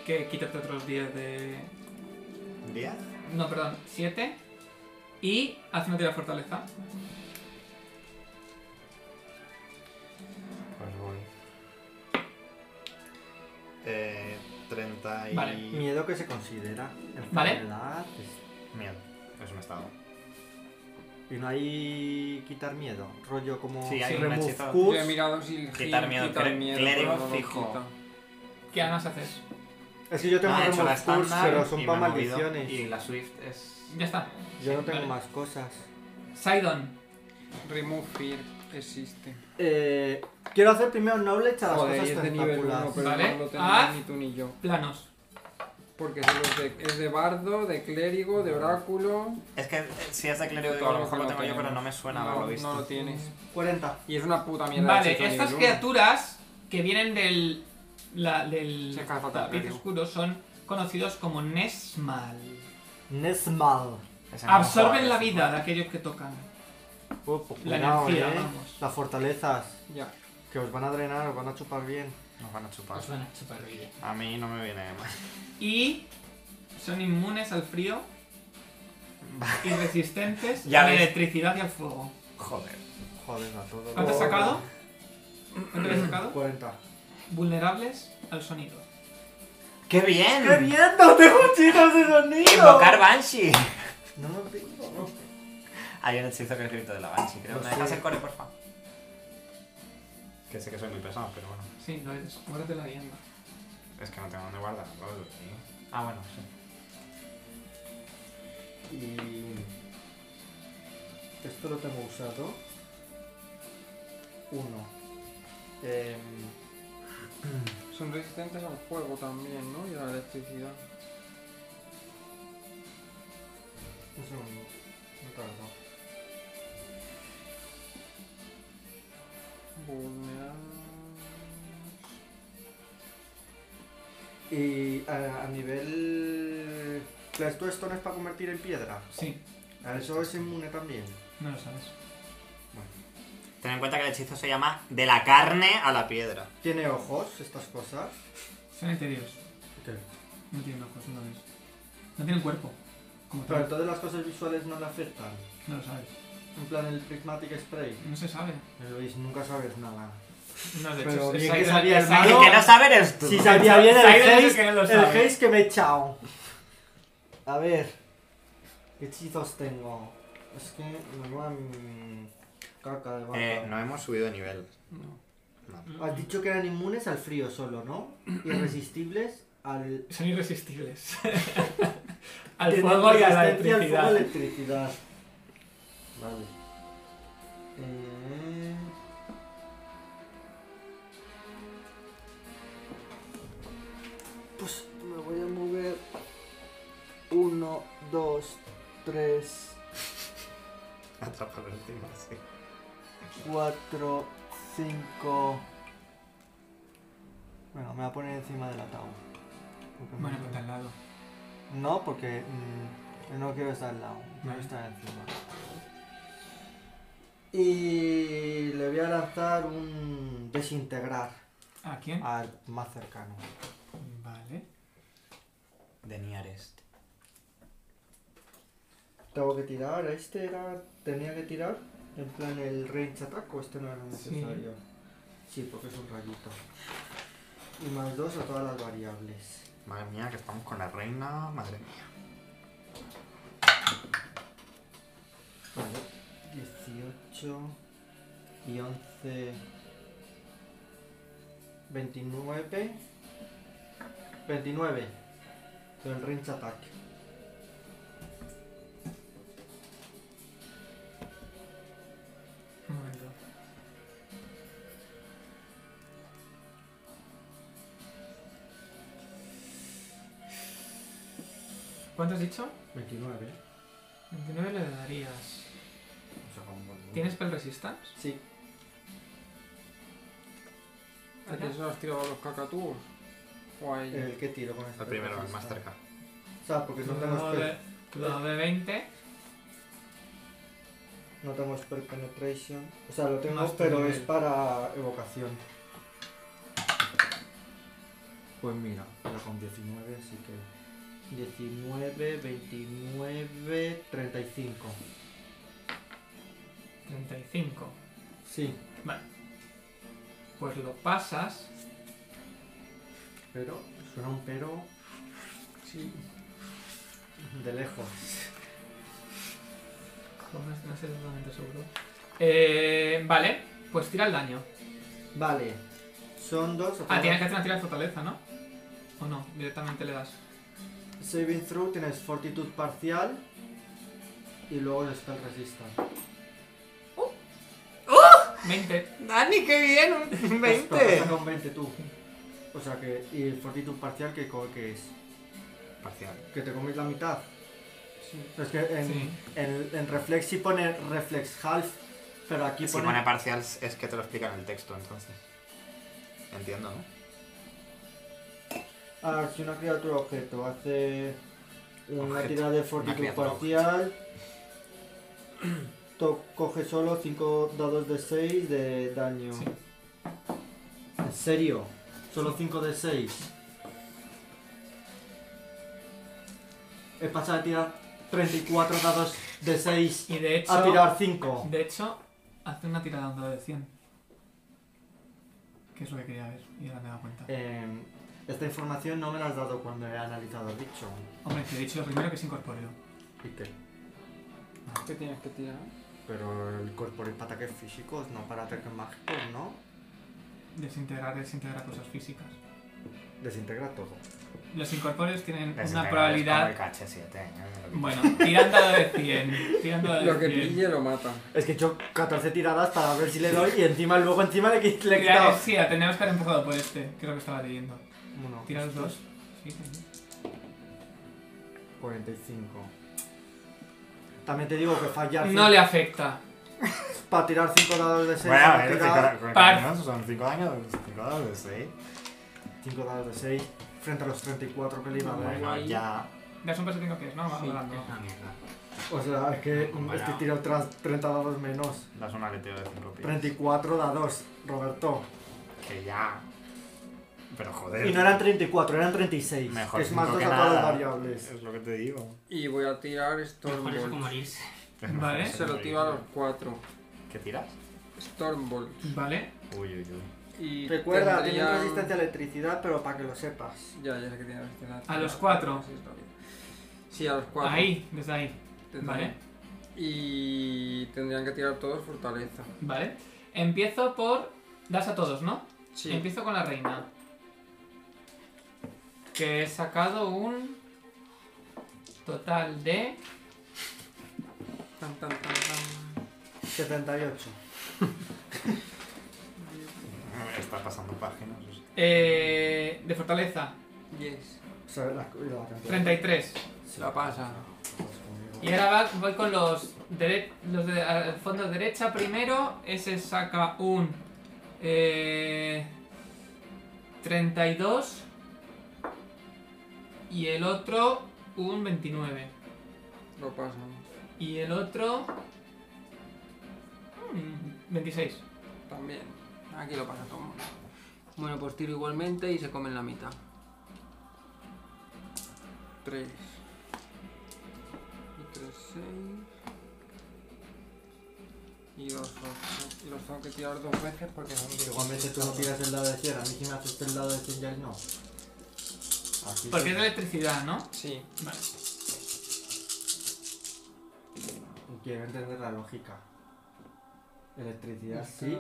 Speaker 2: Que quítate otros 10 de.
Speaker 3: ¿Diez?
Speaker 2: No, perdón, 7. Y haz una tira de fortaleza.
Speaker 3: 40 Eh, y.
Speaker 2: Vale.
Speaker 4: Miedo que se considera
Speaker 2: Vale.
Speaker 4: enfermedad. es-
Speaker 3: Miedo. Es un estado.
Speaker 4: Y no hay quitar miedo. Rollo como
Speaker 3: Sí, hay
Speaker 2: un
Speaker 4: remove
Speaker 3: machetazo.
Speaker 6: Yo
Speaker 4: curse.
Speaker 6: he mirado si el
Speaker 3: Quitar
Speaker 6: heal
Speaker 3: miedo,
Speaker 6: quita el
Speaker 3: clé-
Speaker 6: miedo,
Speaker 3: clérigo
Speaker 6: pero no lo
Speaker 3: fijo.
Speaker 6: quita.
Speaker 2: ¿Qué además haces?
Speaker 4: Es que yo tengo
Speaker 3: Ah, he hecho la
Speaker 4: remove curse,
Speaker 3: estándar
Speaker 4: pero son
Speaker 3: y
Speaker 4: para
Speaker 3: me he movido,
Speaker 4: maldiciones.
Speaker 3: Y la Swift es.
Speaker 2: Ya está.
Speaker 4: Yo no tengo
Speaker 2: Vale.
Speaker 4: más cosas.
Speaker 2: Sidon.
Speaker 6: Remove fear existe.
Speaker 4: Eh, quiero hacer primero knowledge a las
Speaker 6: Joder, y es
Speaker 4: cosas
Speaker 6: de nivel 1,
Speaker 4: tentaculares.
Speaker 2: Vale. ¿Ah?
Speaker 6: pero no lo tenemos
Speaker 2: Haz.
Speaker 6: ni tú ni yo.
Speaker 2: Planos.
Speaker 6: Porque son los de- es de bardo, de clérigo, de oráculo.
Speaker 3: Es que eh, si es de clérigo, digo, a
Speaker 6: Todo
Speaker 3: lo mejor lo tengo yo,
Speaker 6: tenemos.
Speaker 3: pero no me suena
Speaker 6: no,
Speaker 3: haberlo visto.
Speaker 6: No lo tienes.
Speaker 4: 40.
Speaker 6: Y es una puta mierda.
Speaker 2: Vale,
Speaker 6: de hechizo
Speaker 2: estas
Speaker 6: nivel uno.
Speaker 2: criaturas que vienen del. La, del.
Speaker 6: Se escapa,
Speaker 2: tapiz
Speaker 6: claro.
Speaker 2: oscuro son conocidos como Nesmal.
Speaker 4: Nesmal.
Speaker 3: Ese no
Speaker 2: Absorben
Speaker 3: joder,
Speaker 2: la
Speaker 3: ese
Speaker 2: vida de aquellos que tocan.
Speaker 4: Oh, pues
Speaker 2: Uh, La
Speaker 4: cuidado,
Speaker 2: energía,
Speaker 4: eh.
Speaker 2: vamos.
Speaker 4: Las fortalezas.
Speaker 6: Ya.
Speaker 4: Que os van a drenar, os van a chupar bien.
Speaker 3: no- Nos van a chupar.
Speaker 1: Os van a chupar vida.
Speaker 3: A mí no me viene mal.
Speaker 2: Y son inmunes al frío y resistentes
Speaker 3: Ya
Speaker 2: a la
Speaker 3: ves.
Speaker 2: electricidad y al fuego.
Speaker 3: Joder.
Speaker 4: Joder, a todo.
Speaker 2: ¿Cuánto has
Speaker 3: Oh.
Speaker 2: sacado? ¿Cuánto has sacado?
Speaker 4: 40.
Speaker 2: Vulnerables al sonido.
Speaker 3: ¡Qué bien!
Speaker 4: bien! ¡No tengo chicas de sonido!
Speaker 3: ¡Invocar Banshee!
Speaker 4: No lo tengo.
Speaker 3: Hay un hechizo que he escrito de la Banshee, creo.
Speaker 4: No
Speaker 3: ¿Me
Speaker 4: sé.
Speaker 3: dejas el core, porfa? Pues Que sé que soy muy pesado, pero bueno.
Speaker 2: Sí, lo eres. Guárdate la vianda.
Speaker 3: Es que no tengo dónde guardarlo. ¿sí? Ah, bueno,
Speaker 4: Y.
Speaker 3: sí.
Speaker 4: Esto lo tengo usado. Uno. Em,
Speaker 6: Son resistentes al fuego también, ¿no? Y a la electricidad.
Speaker 4: un segundo. No tardo.
Speaker 6: Vulnerables.
Speaker 4: Y a, a nivel. ¿Las dos esto no es para convertir en piedra?
Speaker 2: Sí,
Speaker 4: ¿A eso es inmune también?
Speaker 2: no lo sabes.
Speaker 3: Ten en cuenta que el hechizo se llama De la carne a la piedra.
Speaker 4: ¿Tiene ojos estas cosas?
Speaker 2: Son etéreos. No tienen ojos, no lo ves. No tienen cuerpo. Como
Speaker 4: Pero
Speaker 2: tal.
Speaker 4: entonces las cosas visuales no le afectan.
Speaker 2: No lo sabes.
Speaker 4: En plan el prismatic spray.
Speaker 2: No se sabe.
Speaker 4: Pero veis, nunca sabes nada.
Speaker 2: No, de
Speaker 4: Pero
Speaker 2: hecho,
Speaker 4: bien
Speaker 2: es
Speaker 4: que
Speaker 2: Sidon-
Speaker 4: sabía el
Speaker 2: es
Speaker 4: mago.
Speaker 3: El
Speaker 2: Sidon-
Speaker 4: No.
Speaker 3: que no sabe eres tú.
Speaker 4: Si sabía bien el
Speaker 2: Sidon es el
Speaker 4: haze,
Speaker 2: que no lo
Speaker 4: el
Speaker 2: sabe.
Speaker 4: haze que me he echado. A ver, ¿qué hechizos tengo? Es que me van caca de vaca.
Speaker 3: Eh, no hemos subido de nivel.
Speaker 6: No.
Speaker 3: No.
Speaker 4: Has dicho que eran inmunes al frío solo, ¿no? Irresistibles al...
Speaker 2: Son irresistibles. al
Speaker 4: Tienen
Speaker 2: fuego y a la
Speaker 4: resistencia al fuego y
Speaker 2: electricidad.
Speaker 4: electricidad. Vale. Eh, Pues me voy a mover. Uno, dos, tres,
Speaker 3: Atrapar encima, sí.
Speaker 4: cuatro, cinco. Bueno, me voy a poner encima del ataúd. Porque me-
Speaker 2: Bueno, ponte al lado.
Speaker 4: No, porque mm, no quiero estar al lado, quiero
Speaker 2: Vale.
Speaker 4: estar encima. Y le voy a lanzar un desintegrar
Speaker 2: ¿A quién?
Speaker 4: al más cercano.
Speaker 2: Vale.
Speaker 3: De Niarest.
Speaker 4: Tengo que tirar, este era. tenía que tirar. En plan el range attack o este no era necesario. Sí, porque es un rayito. Y más dos a todas las variables.
Speaker 3: Madre mía, que estamos con la reina. Madre mía.
Speaker 4: Vale. 18 y 11. 29. 29. Del range attack.
Speaker 2: Un momento. ¿Cuánto has dicho?
Speaker 4: 29.
Speaker 2: 29 le darías.
Speaker 4: O sea, como-
Speaker 2: ¿Tienes spell resistance?
Speaker 4: Sí.
Speaker 6: ¿A quién se los has tirado a los cacatúos? O a
Speaker 3: Eh,
Speaker 6: ellos.
Speaker 4: El que tiro con este.
Speaker 3: El primero, el más cerca.
Speaker 4: O sea, porque Pues no tengo
Speaker 2: Cuidado de,
Speaker 4: spell,
Speaker 2: cuidado de 20.
Speaker 4: no tengo spell penetration. O sea, lo tengo,
Speaker 2: Más tu
Speaker 4: pero
Speaker 2: nivel.
Speaker 4: es para evocación. Pues mira, pero con 19 sí que. 19, 29, 35.
Speaker 2: 35.
Speaker 4: Sí.
Speaker 2: Vale. Pues lo pasas.
Speaker 4: Pero, suena un pero
Speaker 2: Sí.
Speaker 4: de lejos.
Speaker 2: Bueno, Pues No sé totalmente seguro. Eh, vale, pues tira el daño.
Speaker 4: Vale, son dos. a
Speaker 2: Ah,
Speaker 4: todas
Speaker 2: tienes que
Speaker 4: las-
Speaker 2: hacer una tira de fortaleza, ¿no? O no, directamente le das.
Speaker 4: Saving throw, tienes fortitud parcial y luego el spell resistance.
Speaker 2: 20.
Speaker 6: Dani, qué bien, un
Speaker 4: Pues,
Speaker 6: 20.
Speaker 4: saca un 20 tú. O sea que, y fortitud parcial, que, co- que es?
Speaker 3: Parcial.
Speaker 4: ¿Que te comes la mitad? Es que en,
Speaker 2: Sí.
Speaker 4: en, en Reflex sí pone Reflex Half, pero aquí
Speaker 3: si
Speaker 4: pone...
Speaker 3: pone parcial es que te lo explican en el texto, entonces. Entiendo, ¿no?
Speaker 4: Ah, si una criatura objeto hace una
Speaker 3: Objeto,
Speaker 4: tirada de
Speaker 3: una
Speaker 4: fortitud
Speaker 3: criatura
Speaker 4: parcial, to- coge solo 5 dados de 6 de daño.
Speaker 2: Sí.
Speaker 4: ¿En serio? Solo 5 de 6. He pasado de tirar 34 dados de 6
Speaker 2: Y de hecho.
Speaker 4: a tirar 5.
Speaker 2: De hecho, hace una tirada de un dado de 100. Que es lo que quería ver, y ahora me he dado cuenta.
Speaker 4: Eh, esta información no me la has dado cuando he analizado el bicho.
Speaker 2: Hombre, que he dicho lo primero que es incorpóreo.
Speaker 4: ¿Y qué?
Speaker 6: ¿Qué tienes que tirar?
Speaker 4: Pero el cuerpo es para ataques físicos, no para ataques mágicos, ¿no?
Speaker 2: Desintegrar, desintegrar cosas físicas.
Speaker 4: Desintegra todo.
Speaker 2: Los incorpóreos tienen una
Speaker 3: Desintegrar es como el
Speaker 2: probabilidad.
Speaker 3: caché 7. ¿eh?
Speaker 2: Bueno, tirando dado de 100. Tirando dado
Speaker 6: Lo que
Speaker 2: de 100.
Speaker 6: pille lo mata.
Speaker 4: Es que he hecho 14 tiradas para ver si le doy y encima luego encima le, qui- le he
Speaker 2: Tirar-
Speaker 4: quitado.
Speaker 2: Sí, tenemos que haber empezado por este, que es lo que estaba leyendo.
Speaker 4: Uno,
Speaker 2: Tirar los dos. Sí, también.
Speaker 4: 45. También te digo que fallar
Speaker 2: No le afecta.
Speaker 4: para tirar 5 dados de 6.
Speaker 3: Bueno, a ver, 5
Speaker 2: Par-
Speaker 3: años, son 5 años, 5 años de 6.
Speaker 4: 5 dados de 6 frente a los 34 que le iba a dar.
Speaker 3: Bueno,
Speaker 6: ahí.
Speaker 3: ya.
Speaker 2: Das un paso tengo pies, no, vamos
Speaker 1: Sí,
Speaker 2: hablando.
Speaker 1: es una Ah, mierda.
Speaker 4: O sea, es que, es que
Speaker 3: Comparado.
Speaker 4: tiro otras 30 dados menos.
Speaker 3: Das un aleteo de 5 pies.
Speaker 4: 34 dados, Roberto.
Speaker 3: Que ya. Pero joder.
Speaker 4: Y no eran 34, eran 36.
Speaker 3: Mejor
Speaker 4: que es más 2
Speaker 3: cinco que
Speaker 4: a todas las
Speaker 3: nada.
Speaker 4: variables.
Speaker 3: Es lo que te digo.
Speaker 6: Y voy a tirar
Speaker 1: Mejor eso que
Speaker 6: Stormbolt.
Speaker 1: morirse.
Speaker 2: Vale.
Speaker 6: Se lo tiro a los cuatro.
Speaker 3: ¿Qué tiras?
Speaker 6: Stormbolt.
Speaker 2: Vale,
Speaker 3: Uy, uy, uy.
Speaker 6: Y
Speaker 4: Recuerda, tiene
Speaker 6: tendría-
Speaker 4: resistencia a electricidad, pero para que lo sepas.
Speaker 6: Ya, ya sé que tiene resistencia.
Speaker 2: ¿A los cuatro?
Speaker 6: Sí, está bien. Sí, a los cuatro.
Speaker 2: ahí, desde ahí.
Speaker 6: Tendrán-
Speaker 2: Vale,
Speaker 6: Y tendrían que tirar todos fortaleza.
Speaker 2: vale. Empiezo por. Das a todos, ¿no?
Speaker 6: Sí.
Speaker 2: Empiezo con la reina. Que he sacado un total de
Speaker 6: Tan, tan, tan, tan.
Speaker 4: 78.
Speaker 3: Está pasando páginas. o sea.
Speaker 2: eh, de fortaleza
Speaker 6: Yes.
Speaker 4: O sea, la, la Pues, cantidad.
Speaker 2: 33.
Speaker 6: Se la pasa.
Speaker 2: Y ahora va- voy con los, dere- los de al fondo derecha primero. Ese saca un eh, 32 y el otro un 29.
Speaker 6: Lo pasan.
Speaker 2: Y el otro mm, 26.
Speaker 6: También. Aquí lo pasa todo. el mundo. Bueno, pues tiro igualmente y se comen la mitad. Tres. Y tres, seis. Y los ocho. Y los tengo que tirar dos veces porque son diez.
Speaker 4: pues, Igualmente tú no tiras el dado de 100, a mí sí me haces el dado de 100 y a él no. Así
Speaker 2: Porque es de
Speaker 4: que-
Speaker 2: electricidad, ¿no?
Speaker 6: Sí.
Speaker 2: Vale.
Speaker 4: Quiero entender la lógica. Electricidad sí,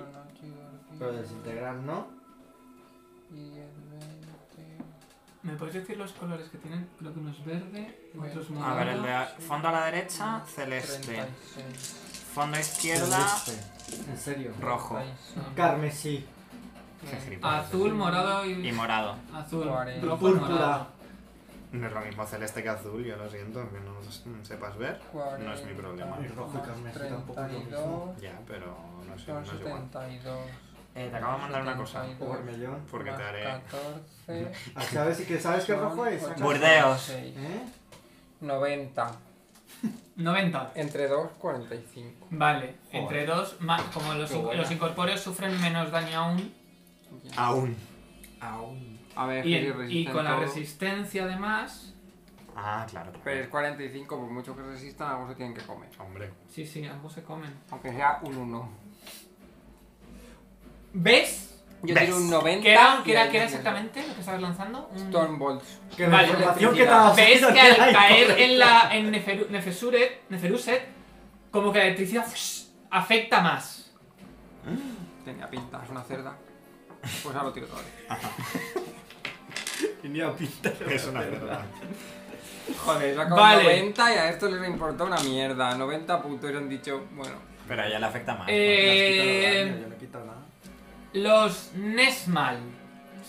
Speaker 4: pero desintegrar no.
Speaker 6: Y el veinte.
Speaker 2: ¿Me podéis decir los colores que tienen? Creo que uno es verde, otro es
Speaker 6: A
Speaker 2: morado.
Speaker 3: A ver, el de fondo a la derecha, celeste.
Speaker 6: Treinta y seis.
Speaker 3: Fondo izquierda,
Speaker 4: Celeste. En serio.
Speaker 3: rojo.
Speaker 6: Treinta y seis.
Speaker 4: Carmesí.
Speaker 3: Qué gilipollas.
Speaker 2: Azul, morado y...
Speaker 3: Y morado.
Speaker 2: Azul,
Speaker 6: Cuarenta.
Speaker 2: rojo y morado.
Speaker 4: Púrpura.
Speaker 3: No es lo mismo celeste que azul, yo lo siento, aunque no lo sepas ver. No es mi problema.
Speaker 4: Y rojo y carmesí tampoco es lo mismo.
Speaker 6: 32,
Speaker 3: Ya, pero no sé, no
Speaker 6: son
Speaker 3: es igual.
Speaker 6: 72.
Speaker 3: Eh, te acabo de mandar una cosa.
Speaker 4: O vermellón.
Speaker 3: Porque te haré.
Speaker 6: 14.
Speaker 4: Ah, ¿Sabes, que, ¿Sabes qué rojo es?
Speaker 6: son
Speaker 3: Burdeos.
Speaker 6: 86.
Speaker 4: ¿Eh?
Speaker 6: 90.
Speaker 2: 90.
Speaker 6: Entre 2, 45.
Speaker 2: Vale, entre dos, más, como los,
Speaker 6: Qué
Speaker 2: in-
Speaker 6: buena.
Speaker 2: los incorpóreos sufren menos daño aún
Speaker 6: Ya.
Speaker 3: Aún.
Speaker 6: Aún. A ver,
Speaker 2: y,
Speaker 6: que
Speaker 2: en- y
Speaker 6: resisten
Speaker 2: con la
Speaker 6: todo.
Speaker 2: resistencia además...
Speaker 3: Ah, claro. claro.
Speaker 6: Pero es 45, por mucho que resistan, algo se tienen que comer.
Speaker 3: Hombre.
Speaker 2: Sí, sí, ambos se comen.
Speaker 6: Aunque sea un 1.
Speaker 2: ¿Ves?
Speaker 6: Yo
Speaker 3: ¿Ves?
Speaker 6: tiro un 90.
Speaker 2: ¿Qué era,
Speaker 6: y
Speaker 2: qué era,
Speaker 6: ahí
Speaker 2: qué era
Speaker 6: me-
Speaker 2: exactamente lo que estabas lanzando? Un-
Speaker 6: Storm Bolts.
Speaker 4: Que
Speaker 2: Vale,
Speaker 4: la información que te ha
Speaker 6: electricidad.
Speaker 4: dado
Speaker 2: Ves
Speaker 4: Sofía
Speaker 2: que al
Speaker 4: era
Speaker 2: caer
Speaker 4: incorrecta.
Speaker 2: en, la, en Neferu- Nefesuret, Neferuset, como que la electricidad ¡fush! afecta más.
Speaker 6: Tenía pinta, es una cerda. Pues ahora lo tiro todo.
Speaker 5: Tenía pinta.
Speaker 3: Es una verdad.
Speaker 6: Joder, he sacado un
Speaker 2: Vale.
Speaker 6: 90 y a esto les importa una mierda. 90 puntos y han dicho, bueno,
Speaker 5: Pero a ella le afecta más.
Speaker 4: Quita la
Speaker 2: Eh,
Speaker 4: daño, Yo no he quitado nada.
Speaker 2: los Nesmal.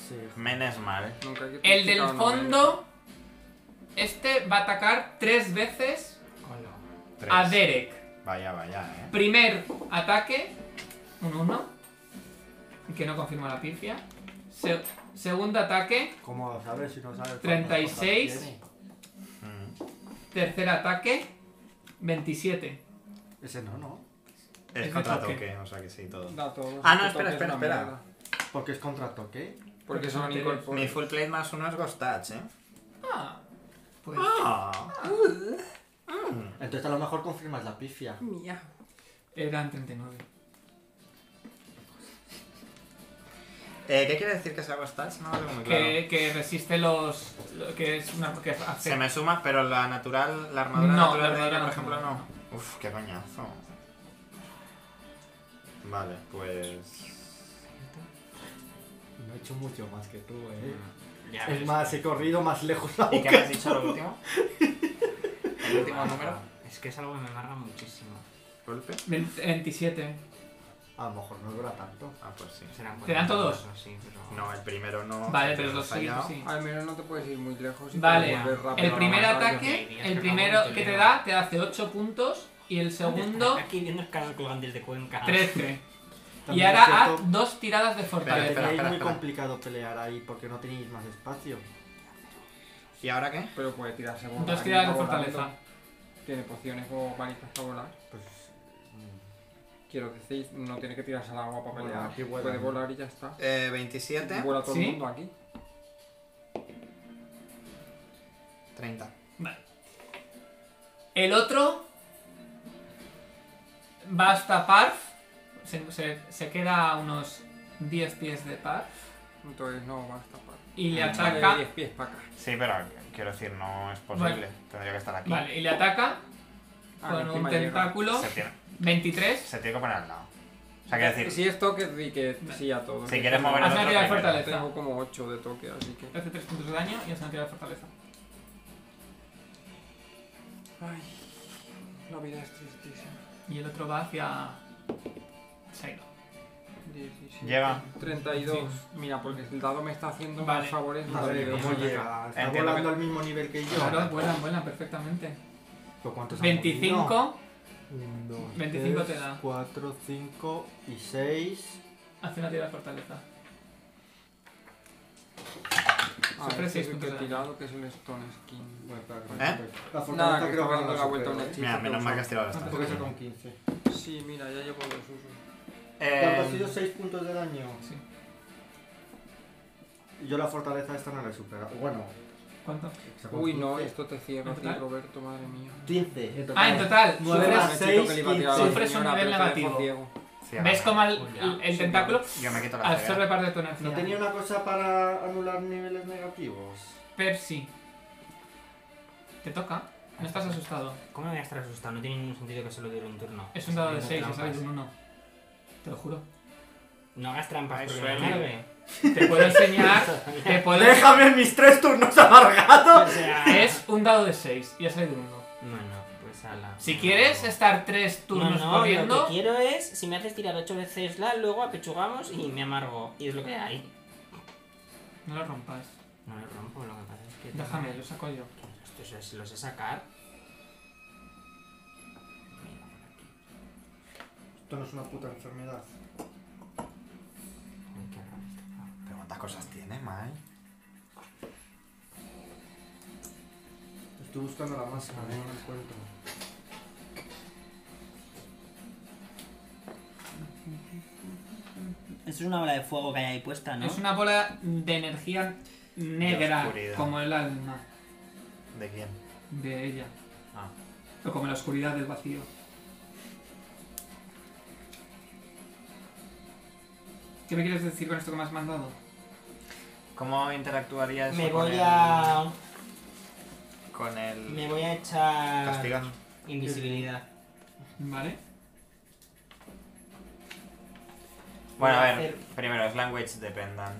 Speaker 4: Sí.
Speaker 5: Menos mal.
Speaker 6: nunca he
Speaker 2: El del
Speaker 6: quitado un
Speaker 2: fondo, este va a atacar tres veces
Speaker 3: Tres.
Speaker 2: a Derek.
Speaker 3: Vaya, vaya, eh.
Speaker 2: Primer ataque, un 1, que no confirma la pifia. Se- segundo ataque,
Speaker 4: ¿Cómo lo sabes si no sabes? cuántas
Speaker 2: 36.
Speaker 4: cosas tiene?
Speaker 3: Mm.
Speaker 2: tercer ataque, 27.
Speaker 4: Ese no, ¿no?
Speaker 3: Es,
Speaker 2: de
Speaker 3: contratoque, o sea que sí, todo.
Speaker 6: Da todo.
Speaker 3: Ah, no,
Speaker 6: Todo
Speaker 3: espera,
Speaker 6: que es
Speaker 3: espera,
Speaker 6: una
Speaker 3: espera.
Speaker 6: mierda.
Speaker 4: Porque es contratoque.
Speaker 6: Porque son
Speaker 2: Mi
Speaker 3: Mi
Speaker 6: incorporados.
Speaker 3: full plate más uno es Ghost Touch, eh.
Speaker 2: Ah, pues.
Speaker 3: Ah.
Speaker 4: Entonces a lo mejor confirmas la pifia.
Speaker 6: Mía.
Speaker 2: Eran 39.
Speaker 3: Eh, ¿Qué quiere decir que sea Ghost Touch? No lo tengo muy claro.
Speaker 2: Que, que resiste los. lo- que es una. que hace-
Speaker 3: Se me suma, pero la natural, la armadura
Speaker 2: No, la
Speaker 3: natural de ella,
Speaker 2: armadura
Speaker 3: por
Speaker 2: no
Speaker 3: ejemplo,
Speaker 2: se
Speaker 3: no. Uf, qué coñazo. Vale, pues.
Speaker 4: No he hecho mucho más que tú, eh.
Speaker 1: Mm,
Speaker 3: Ya
Speaker 4: Es
Speaker 3: ves.
Speaker 4: más, he corrido más lejos la
Speaker 1: ¿Y qué
Speaker 4: boca.
Speaker 1: me has dicho lo último?
Speaker 3: El último número.
Speaker 1: Es que es algo que me amarga muchísimo.
Speaker 3: Golpe.
Speaker 2: 20 27.
Speaker 4: A lo mejor no dura tanto.
Speaker 3: Ah, pues sí.
Speaker 1: Serán
Speaker 2: ¿Te dan todos?
Speaker 1: cuatro, Sí, pero...
Speaker 3: No, el primero no.
Speaker 2: Vale,
Speaker 3: el
Speaker 2: pero los
Speaker 3: fallado.
Speaker 2: siguientes sí.
Speaker 6: Al menos no te puedes ir muy lejos. y
Speaker 2: Vale,
Speaker 6: te vuelves rápido
Speaker 2: el
Speaker 6: a
Speaker 2: primer
Speaker 6: matar.
Speaker 2: ataque,
Speaker 1: Dios mío,
Speaker 2: el
Speaker 1: es que
Speaker 2: primero
Speaker 1: acabo de
Speaker 2: que te
Speaker 1: leer.
Speaker 2: da, te hace 8 puntos. Y el segundo,
Speaker 1: Aquí viendo escalas colgantes de cuenca.
Speaker 2: 13. Y
Speaker 4: También es
Speaker 2: ahora ah, haz
Speaker 4: cierto
Speaker 2: dos tiradas de
Speaker 4: que
Speaker 3: Espera,
Speaker 2: fortaleza.
Speaker 3: espera,
Speaker 4: teníais
Speaker 3: espera,
Speaker 4: muy
Speaker 3: espera.
Speaker 4: complicado pelear ahí porque no teníais más espacio.
Speaker 3: ¿Y ahora qué?
Speaker 6: Pero puede tirarse por
Speaker 2: Dos tiradas de fortaleza.
Speaker 6: Tiene pociones o varitas para volar.
Speaker 4: Pues.
Speaker 6: Quiero decir, no tiene que tirarse al agua para
Speaker 4: Bueno,
Speaker 6: pelear.
Speaker 4: aquí vuela.
Speaker 6: puede volar y ya está.
Speaker 3: Eh, 27.
Speaker 6: Vuela todo
Speaker 2: ¿Sí?
Speaker 6: el mundo aquí.
Speaker 3: 30.
Speaker 2: El otro va hasta Parf. Se, se- se queda a unos 10 pies de Parf.
Speaker 6: Entonces no va a escapar.
Speaker 2: Y le
Speaker 6: Vale,
Speaker 2: ataca.
Speaker 6: 10 pies para acá.
Speaker 3: Sí, pero quiero decir, no es posible. Tendría que estar aquí.
Speaker 2: Vale, y le ataca
Speaker 6: Ah,
Speaker 2: con un
Speaker 6: encima llega.
Speaker 2: tentáculo.
Speaker 3: Se tiene,
Speaker 2: 23.
Speaker 3: se tiene que poner al lado. O sea, quiero decir,
Speaker 6: Si es toque, di que sí a todos.
Speaker 3: Si quieres mover el
Speaker 2: Haz
Speaker 3: otro
Speaker 2: una tirada de
Speaker 3: primero.
Speaker 2: fortaleza.
Speaker 6: Tengo como 8 de toque, así que.
Speaker 2: Le hace 3 puntos de daño y hace una tirada de fortaleza.
Speaker 6: Ay, la vida es tristísima.
Speaker 2: Y el otro va hacia. Sairo.
Speaker 6: 17,
Speaker 3: Lleva.
Speaker 6: 32. Mira, porque el dado me está haciendo
Speaker 2: Vale.
Speaker 6: más favores.
Speaker 4: A ver
Speaker 6: Madre
Speaker 4: cómo
Speaker 6: mía.
Speaker 4: llega. Está
Speaker 3: Entiendo
Speaker 4: volando
Speaker 3: que-
Speaker 4: al mismo nivel que yo.
Speaker 2: Claro, vuelan, vuelan perfectamente.
Speaker 4: ¿Pero cuántos han
Speaker 2: 25
Speaker 4: movido? Un, dos,
Speaker 2: 25 te
Speaker 4: tres,
Speaker 2: da.
Speaker 4: 4, 5 y 6.
Speaker 2: hace una tirada de fortaleza.
Speaker 6: A
Speaker 2: Sufre seis
Speaker 6: ver, este es el que
Speaker 2: puntos
Speaker 6: he
Speaker 2: de
Speaker 6: tirado, que es el Stone Skin.
Speaker 4: Bueno, espera, con
Speaker 3: ¿Eh?
Speaker 4: el- La fortaleza
Speaker 6: Nada, que
Speaker 4: creo
Speaker 6: está
Speaker 4: que no
Speaker 6: dando la
Speaker 4: la
Speaker 6: vuelta a
Speaker 4: supero,
Speaker 6: una
Speaker 4: ¿eh?
Speaker 6: hechizo.
Speaker 3: Mira,
Speaker 6: que
Speaker 3: menos
Speaker 6: usa.
Speaker 3: mal que has
Speaker 2: Ah,
Speaker 3: tirado esta.
Speaker 4: Porque eso con 15.
Speaker 6: Sí, mira, ya llevo dos usos.
Speaker 4: ¿Cuánto ha sido
Speaker 3: Eh,
Speaker 4: 6 puntos de daño?
Speaker 2: Sí.
Speaker 4: Yo la fortaleza esta no la he superado. Bueno,
Speaker 2: ¿Cuánto?
Speaker 4: sacó
Speaker 6: Uy, no,
Speaker 4: 15.
Speaker 6: esto te cierra,
Speaker 2: ¿En
Speaker 6: tío,
Speaker 2: total?
Speaker 6: Roberto, madre mía.
Speaker 4: 15 en total.
Speaker 2: Ah, en total.
Speaker 4: Nueve
Speaker 2: sufres-
Speaker 4: más
Speaker 6: Pobrecito que
Speaker 4: seis,
Speaker 6: le iba a tirar a la
Speaker 4: quince.
Speaker 2: Sufres un
Speaker 6: señora,
Speaker 2: nivel
Speaker 6: pero te dejo
Speaker 2: negativo.
Speaker 6: ciego.
Speaker 3: sí,
Speaker 2: ¿Ves
Speaker 3: ahora.
Speaker 2: cómo
Speaker 1: Uy,
Speaker 2: el,
Speaker 1: ya.
Speaker 2: el tentáculo
Speaker 3: Yo me quito la ceguera.
Speaker 2: absorbe parte de tu energía?
Speaker 4: ¿No tenía una cosa para anular niveles negativos?
Speaker 2: Pepsi. Te toca. No estás asustado.
Speaker 1: ¿Cómo me voy a estar asustado? No tiene ningún sentido que solo dure un turno.
Speaker 2: Es un dado de
Speaker 1: Tengo
Speaker 2: 6,
Speaker 1: trampas.
Speaker 2: sabes, un 1. Te lo juro.
Speaker 1: No hagas trampas,
Speaker 3: Ay,
Speaker 1: porque
Speaker 3: suerte.
Speaker 1: me amargue.
Speaker 2: Te puedo enseñar. te puedo
Speaker 5: ¡Déjame mis tres turnos amargados!
Speaker 1: O sea...
Speaker 2: Es un dado de 6 y ha salido un 1.
Speaker 1: Bueno, pues ala.
Speaker 2: Si quieres estar 3
Speaker 1: No,
Speaker 2: turnos
Speaker 1: no, Lo
Speaker 2: corriendo.
Speaker 1: que quiero es, si me haces tirar 8 veces la, luego apechugamos y me amargo. Y es lo que hay.
Speaker 2: No lo rompas.
Speaker 1: No lo rompo, lo que pasa es que.
Speaker 2: Déjame, lo saco yo.
Speaker 1: Esto se- si lo sé sacar. Mira, por aquí.
Speaker 4: Esto no es una puta enfermedad.
Speaker 1: Ay, qué raro está.
Speaker 3: Pero cuántas cosas tiene, Mai.
Speaker 4: Estoy buscando la máscara, no la encuentro.
Speaker 1: Esto es una bola de fuego que hay ahí puesta, ¿no?
Speaker 2: Es una bola de energía
Speaker 3: De
Speaker 2: negra,
Speaker 3: oscuridad.
Speaker 2: como el alma
Speaker 3: ¿De quién?
Speaker 2: de ella.
Speaker 3: Ah.
Speaker 2: O como la oscuridad del vacío. ¿Qué me quieres decir con esto que me has mandado?
Speaker 5: ¿Cómo interactuarías
Speaker 1: Me
Speaker 5: con
Speaker 1: voy
Speaker 5: el-
Speaker 1: a.
Speaker 5: con el
Speaker 1: Me voy a echar.
Speaker 5: castigar?
Speaker 1: Invisibilidad.
Speaker 2: ¿Vale?
Speaker 5: Bueno, a
Speaker 1: voy a
Speaker 5: ver,
Speaker 1: hacer-
Speaker 5: primero es language dependent.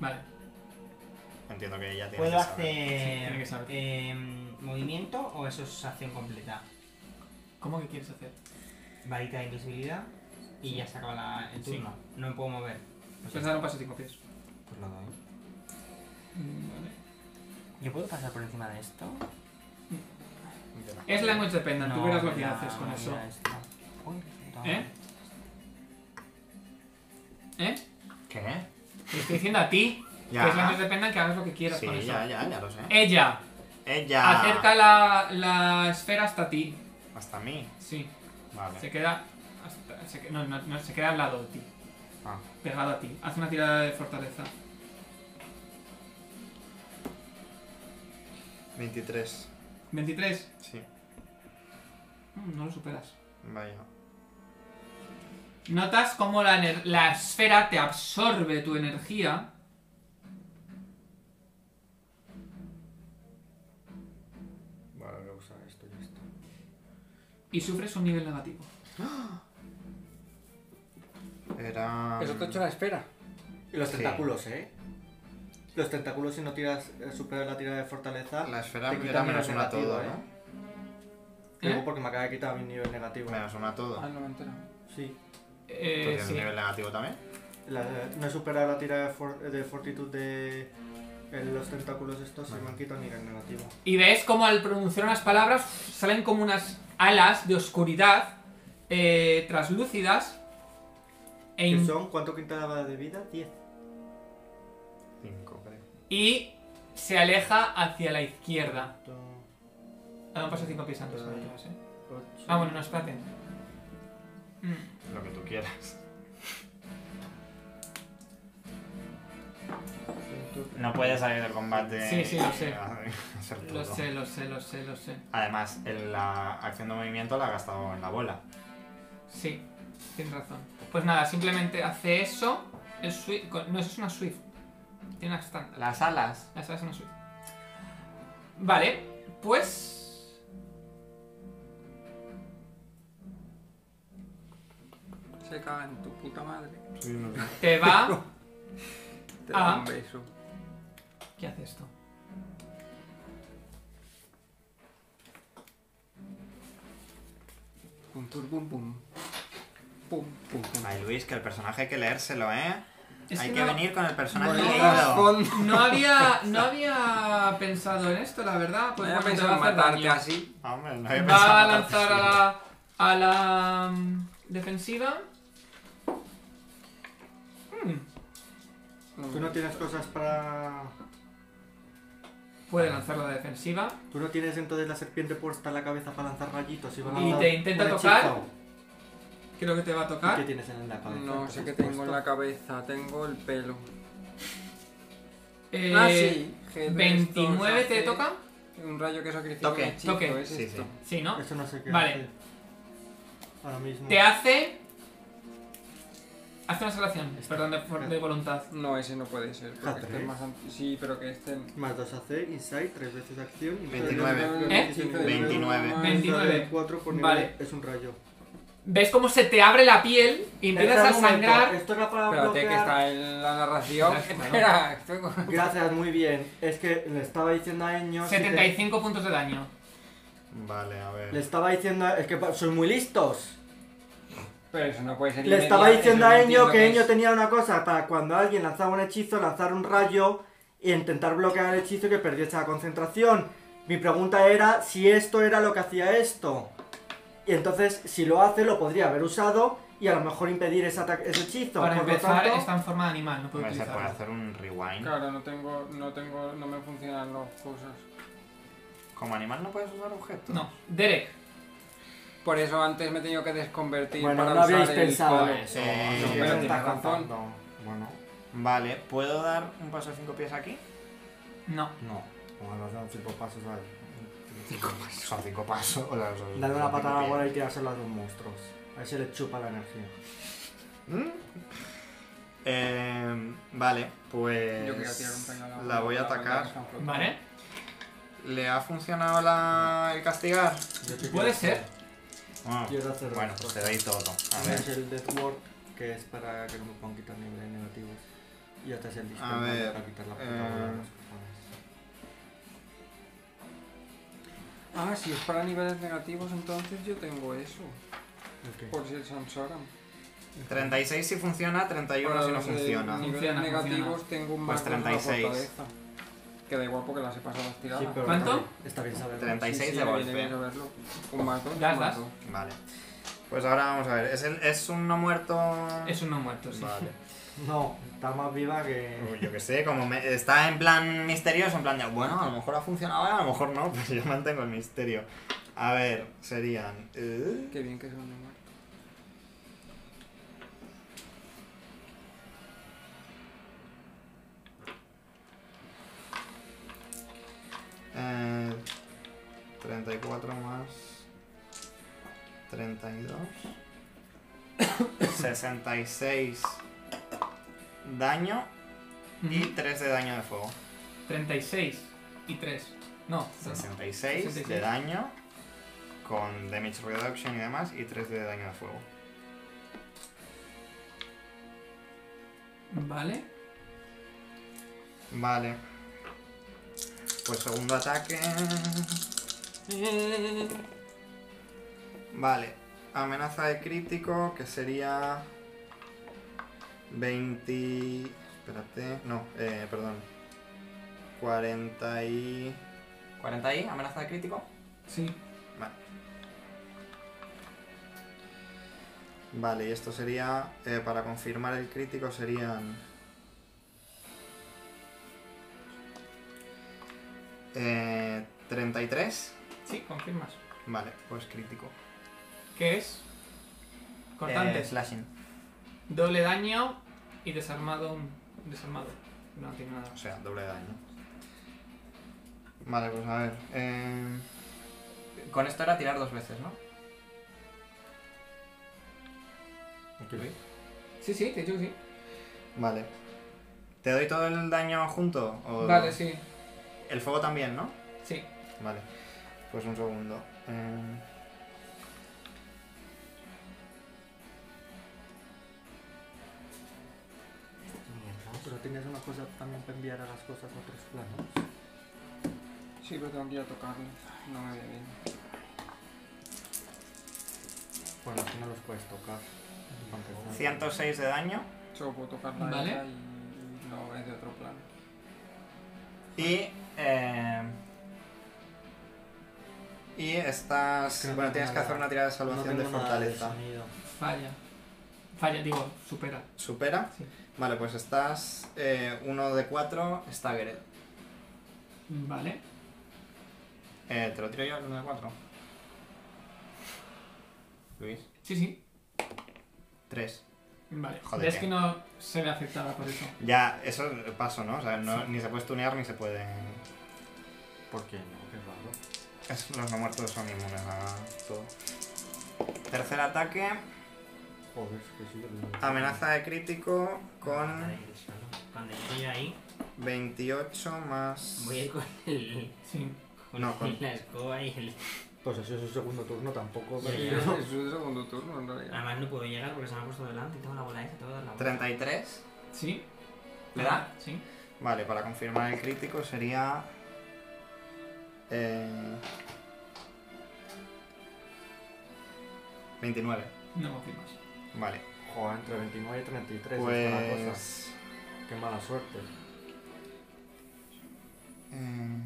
Speaker 2: Vale.
Speaker 5: Entiendo que ella tiene
Speaker 1: ¿Puedo
Speaker 5: que saber.
Speaker 1: hacer.
Speaker 2: tiene que saber.
Speaker 1: em, movimiento o eso es acción completa?
Speaker 2: ¿Cómo que quieres hacer?
Speaker 1: Varita de invisibilidad y ya se acaba la- el
Speaker 2: Sí.
Speaker 1: turno. No me puedo mover.
Speaker 2: Puedes dar un paso cinco pies.
Speaker 5: Pues lo doy.
Speaker 2: Mm, Vale.
Speaker 1: ¿Yo puedo pasar por encima de esto?
Speaker 2: Es language dependent, tú verás lo que haces
Speaker 3: Ah,
Speaker 2: con eso. ¿Eh? ¿Eh?
Speaker 5: ¿Qué?
Speaker 2: Te estoy diciendo a ti que es language
Speaker 3: Ya.
Speaker 2: dependent que hagas lo que quieras con
Speaker 3: Sí,
Speaker 2: eso.
Speaker 3: ya, ya, ya lo sé.
Speaker 2: Ella
Speaker 3: Ella.
Speaker 2: acerca la, la esfera hasta ti.
Speaker 3: Hasta mí.
Speaker 2: Sí,
Speaker 3: Vale.
Speaker 2: se queda. Hasta, se que- no, no, no, se queda al lado de ti.
Speaker 3: Ah.
Speaker 2: Pegado a ti. Haz una tirada de fortaleza.
Speaker 3: 23.
Speaker 2: 23.
Speaker 3: Sí.
Speaker 2: Mm, no lo superas.
Speaker 3: Vaya.
Speaker 2: Notas cómo la, ener- la esfera te absorbe tu energía.
Speaker 4: Vale, voy a usar esto y ya está.
Speaker 2: Y sufres un nivel negativo.
Speaker 3: Era.
Speaker 6: Eso te echa la espera.
Speaker 4: Y los
Speaker 3: Sí.
Speaker 4: tentáculos, ¿eh? Los tentáculos, si no tiras, eh, superas la tirada de fortaleza,
Speaker 3: La esfera
Speaker 4: Te quita
Speaker 3: era menos
Speaker 4: menos
Speaker 3: una a
Speaker 4: negativo,
Speaker 3: todo,
Speaker 4: ¿eh?
Speaker 3: ¿no?
Speaker 4: luego
Speaker 2: ¿Eh?
Speaker 4: porque me acaba de quitar mi nivel negativo.
Speaker 3: Menos una a todo.
Speaker 6: Ah, no me he enterado.
Speaker 4: Sí.
Speaker 3: ¿Tú
Speaker 2: Eh,
Speaker 3: tienes
Speaker 2: sí.
Speaker 3: nivel negativo también?
Speaker 4: La- no he superado la tirada de, for- de fortitud de eh, los tentáculos estos y me han quitado nivel negativo.
Speaker 2: Y ves como al pronunciar unas palabras salen como unas alas de oscuridad eh, translúcidas e
Speaker 4: ¿Qué
Speaker 2: in-
Speaker 4: son? ¿Cuánto quitaba de vida? 10.
Speaker 3: 5, creo.
Speaker 2: y se aleja hacia la izquierda.
Speaker 4: 8.
Speaker 2: Ah, no, pasa cinco pies antes. ahora ya vas, eh. Ah, bueno, no, espérate. Mm,
Speaker 3: Lo que tú quieras.
Speaker 5: No puede salir del combate.
Speaker 2: Sí, sí, lo sé.
Speaker 5: y hacer
Speaker 2: Lo
Speaker 5: todo.
Speaker 2: sé, lo sé, lo sé, lo sé.
Speaker 5: Además, el- la acción de movimiento la ha gastado en la bola.
Speaker 2: Sí, tienes razón. Pues nada, simplemente hace eso. el swi- con- no, eso es una Swift. Tiene una estándar.
Speaker 5: Las alas.
Speaker 2: Esa es una suite. Vale, pues.
Speaker 6: Se caga en tu puta madre.
Speaker 2: Te va.
Speaker 6: Te da
Speaker 2: Ah.
Speaker 6: un beso.
Speaker 2: ¿Qué hace esto?
Speaker 6: Pum, pum, pum, pum. Pum, pum, pum.
Speaker 5: Ay, Luis, que el personaje hay que leérselo, ¿eh?
Speaker 2: Es
Speaker 5: hay
Speaker 2: que
Speaker 5: que
Speaker 2: no-
Speaker 5: venir con el personaje
Speaker 6: Por el
Speaker 5: leído.
Speaker 6: trasfondo.
Speaker 2: No había, no había pensado en esto, la verdad. Pues
Speaker 6: No había
Speaker 2: bueno, te
Speaker 6: pensado
Speaker 2: va a hacer
Speaker 6: en matarte
Speaker 2: daño.
Speaker 6: así.
Speaker 5: Hombre, no había pensado
Speaker 2: Va a
Speaker 5: tanto.
Speaker 2: lanzar a la, a la mm, defensiva. Mm,
Speaker 6: Mm.
Speaker 4: ¿Tú no tienes cosas para...?
Speaker 2: Puede lanzar la defensiva.
Speaker 4: ¿Tú no tienes entonces la serpiente puesta en la cabeza para lanzar rayitos? Y, va a
Speaker 2: Y
Speaker 4: lanzar
Speaker 2: te intenta
Speaker 4: un
Speaker 2: tocar. ¿ah?
Speaker 4: hechizo?
Speaker 2: Creo que te va a
Speaker 4: ¿Y ¿Qué
Speaker 2: tocar.
Speaker 4: tienes en la cabeza?
Speaker 6: No sé qué tengo en la cabeza, tengo el pelo.
Speaker 2: Eh,
Speaker 6: ah, sí. G3,
Speaker 2: 29 te
Speaker 6: hace
Speaker 2: toca.
Speaker 6: Un rayo que sacrifica
Speaker 5: Toque,
Speaker 6: un hechizo,
Speaker 2: toque.
Speaker 6: es
Speaker 3: Sí,
Speaker 6: esto.
Speaker 3: sí.
Speaker 2: Sí, ¿no?
Speaker 4: Eso no sé qué
Speaker 2: Vale.
Speaker 4: hace. Ahora mismo.
Speaker 2: Te hace. Hace una salvación, perdón, de, for-
Speaker 4: Ah.
Speaker 2: de voluntad.
Speaker 6: No, ese no puede ser,
Speaker 3: Ah,
Speaker 6: porque este es
Speaker 4: G3.
Speaker 6: más antiguo. Sí, pero que este...
Speaker 4: Más 2 AC, Insight, 3 veces acción y
Speaker 3: 29.
Speaker 2: ¿Eh?
Speaker 3: 29.
Speaker 2: 29.
Speaker 4: 4 por nivel
Speaker 2: Vale.
Speaker 4: es un rayo.
Speaker 2: ¿Ves cómo se te abre la piel y empiezas
Speaker 4: Espera
Speaker 2: a
Speaker 4: un momento,
Speaker 2: sangrar?
Speaker 4: Esto era para
Speaker 6: Espérate, que
Speaker 4: bloquear.
Speaker 6: está en la narración.
Speaker 2: Espera,
Speaker 6: Espera, estoy con...
Speaker 4: Gracias, muy bien. Es que le estaba diciendo a Eño... si te-
Speaker 2: 75 puntos de daño.
Speaker 3: Vale, a
Speaker 4: Le
Speaker 3: ver.
Speaker 4: estaba diciendo... a- Es que pa- sois muy listos.
Speaker 6: Pero eso no puede ser.
Speaker 4: Le
Speaker 6: inmediato,
Speaker 4: estaba diciendo
Speaker 6: eso
Speaker 4: a
Speaker 6: no
Speaker 4: Eño
Speaker 6: entiendo
Speaker 4: que
Speaker 6: qué
Speaker 4: Eño
Speaker 6: es.
Speaker 4: tenía una cosa para cuando alguien lanzaba un hechizo, lanzar un rayo e intentar bloquear el hechizo que perdiese la concentración. Mi pregunta era si esto era lo que hacía esto. Y entonces, si lo hace, lo podría haber usado y a lo mejor impedir ese, ataque- ese hechizo.
Speaker 2: Para
Speaker 4: Por lo
Speaker 2: empezar,
Speaker 4: tanto,
Speaker 2: está en forma de animal, no puedo
Speaker 5: Hombre, se puede
Speaker 2: utilizarlo.
Speaker 5: hacer un rewind.
Speaker 6: Claro, no tengo, no tengo, no me funcionan las cosas.
Speaker 5: Como animal no puedes usar objetos.
Speaker 2: No, Derek,
Speaker 6: Por eso antes me he tenido que desconvertir
Speaker 4: Bueno,
Speaker 6: para
Speaker 4: no
Speaker 6: usar
Speaker 4: habíais
Speaker 6: el
Speaker 4: pensado
Speaker 6: poder.
Speaker 4: eso.
Speaker 5: Eh,
Speaker 4: no,
Speaker 5: sí,
Speaker 4: pero
Speaker 5: no
Speaker 6: tiene
Speaker 4: está
Speaker 6: razón.
Speaker 4: contando. Bueno,
Speaker 5: Vale, ¿puedo dar un paso de cinco pies aquí?
Speaker 2: no.
Speaker 3: No.
Speaker 4: como nos dan cinco pasos ahí.
Speaker 5: Cinco pasos. Son cinco pasos.
Speaker 4: Dale una patada a la bola y tirársela a los monstruos. A ver si le chupa la energía.
Speaker 3: Mm. Eh, vale, pues.
Speaker 6: Yo quería tirar un cañón a
Speaker 3: La voy a
Speaker 6: a
Speaker 3: atacar.
Speaker 2: Vale.
Speaker 3: ¿Le ha funcionado la... el castigar?
Speaker 2: Puede ser.
Speaker 5: Ah,
Speaker 4: Quiero hacer
Speaker 3: Bueno, pues te doy todo. A
Speaker 4: Este es
Speaker 3: ver.
Speaker 4: el Death Ward, que es para que no me puedan quitar niveles negativos. Y este es el Dispel
Speaker 3: A ver, eh,
Speaker 4: Magic para quitar la puta bola de los cojones.
Speaker 6: Ah, si es para niveles negativos, entonces yo tengo eso.
Speaker 4: ¿El qué?
Speaker 6: Por si el Samsara.
Speaker 3: 36 si funciona, 31 si no funciona.
Speaker 6: niveles
Speaker 2: Funciona,
Speaker 6: negativos
Speaker 2: funciona.
Speaker 6: tengo un
Speaker 3: Pues
Speaker 6: más dos de la
Speaker 3: 36.
Speaker 6: fortaleza. Que da igual porque las he pasado las tiradas.
Speaker 4: Sí, pero
Speaker 2: ¿Cuánto?
Speaker 4: Está bien saberlo.
Speaker 3: 36 de
Speaker 6: viene
Speaker 3: golpe.
Speaker 6: bien saberlo. Un más dos,
Speaker 2: ¿Das,
Speaker 6: un más
Speaker 2: das?
Speaker 6: dos.
Speaker 3: Vale. Pues ahora vamos a ver. ¿Es, el- es un no muerto?
Speaker 4: Ah.
Speaker 2: Es un no muerto, sí.
Speaker 3: Vale.
Speaker 4: No, está más viva que.
Speaker 3: Uy, Yo que sé, como me- está en plan misterioso, en plan de, bueno, a lo mejor ha funcionado, a lo mejor no, pues yo mantengo el misterio. A ver, serían... eh,
Speaker 6: Qué bien que sea un no muerto.
Speaker 3: eh, 34 más 32. 66 daño y
Speaker 2: Y
Speaker 3: 3 de daño de fuego.
Speaker 2: 36 y 3. No,
Speaker 3: 66 de
Speaker 2: 66.
Speaker 3: daño con damage reduction y demás y 3 de daño de fuego.
Speaker 2: Vale.
Speaker 3: Vale. Pues segundo ataque. Vale. Amenaza de crítico que sería 20... Espérate. No, eh, perdón. 40 y... 40 y amenaza de crítico.
Speaker 2: Sí.
Speaker 3: Vale. Vale, y esto sería, eh, para confirmar el crítico serían... Eh, 33.
Speaker 2: Sí, confirmas.
Speaker 3: Vale, pues crítico.
Speaker 2: ¿Qué es? Cortante.
Speaker 3: Eh, slashing.
Speaker 2: Doble daño y desarmado. Desarmado. No tiene nada.
Speaker 3: O sea, doble daño. Vale, pues a ver. eh, Con esto era tirar dos veces, ¿no?
Speaker 2: Sí, sí, te he dicho que sí.
Speaker 3: Vale. ¿Te doy todo el daño junto? o-
Speaker 2: Vale, sí.
Speaker 3: El fuego también, ¿no?
Speaker 2: Sí.
Speaker 3: Vale, pues un segundo. Eh,
Speaker 4: Pero tienes una cosa también para enviar a las cosas a otros planos.
Speaker 6: Sí, pero tengo que ir a tocarlo. No me viene bien.
Speaker 4: Bueno, aquí no los puedes tocar. para empezar.
Speaker 3: 106 de daño
Speaker 6: Solo puedo tocar la
Speaker 2: Vale.
Speaker 6: esta y no es de otro plano.
Speaker 3: y... eh, y estás...
Speaker 4: Creo que
Speaker 3: bueno,
Speaker 4: no
Speaker 3: tienes que
Speaker 4: tengo
Speaker 3: hacer
Speaker 4: nada.
Speaker 3: una tirada de
Speaker 4: No
Speaker 3: salvación de
Speaker 4: tengo nada de
Speaker 3: fortaleza.
Speaker 4: sonido.
Speaker 2: Falla. Falla, digo, supera.
Speaker 3: ¿Supera?
Speaker 2: Sí.
Speaker 3: Vale, pues estás... eh, uno de cuatro, staggered.
Speaker 2: Vale.
Speaker 3: Eh, ¿Te lo tiro yo el uno de cuatro? Luis.
Speaker 2: Sí, sí.
Speaker 3: Tres.
Speaker 2: Vale.
Speaker 3: Joder,
Speaker 2: es
Speaker 3: qué.
Speaker 2: que no se ve afectada por eso.
Speaker 3: Ya, eso paso, ¿no? O sea, no- ni se puede tunear ni se puede...
Speaker 5: ¿Por qué no? Qué raro.
Speaker 3: Es- los no muertos son inmunes a todo. Tercer ataque.
Speaker 4: Joder, es que sí, el-
Speaker 3: Amenaza de crítico con
Speaker 1: Cuando llegue ahí,
Speaker 3: 28 más.
Speaker 1: voy a ir con el.
Speaker 2: Sí.
Speaker 1: Con
Speaker 3: No, con-
Speaker 1: la escoba y el.
Speaker 4: Pues eso es su segundo turno tampoco.
Speaker 1: Sí,
Speaker 4: pero-
Speaker 6: Es su segundo turno en realidad.
Speaker 1: Además, no puedo llegar porque se me ha puesto delante y tengo la bola esa, tengo que dar la bola.
Speaker 3: 33.
Speaker 2: Sí.
Speaker 3: ¿Le da?
Speaker 2: Sí.
Speaker 3: Vale, para confirmar el crítico sería. Eh, 29.
Speaker 2: No confirmas.
Speaker 3: Vale.
Speaker 4: Joder, entre 29 y 33 es mala cosa.
Speaker 3: Pues.
Speaker 4: Qué mala suerte.
Speaker 3: eh,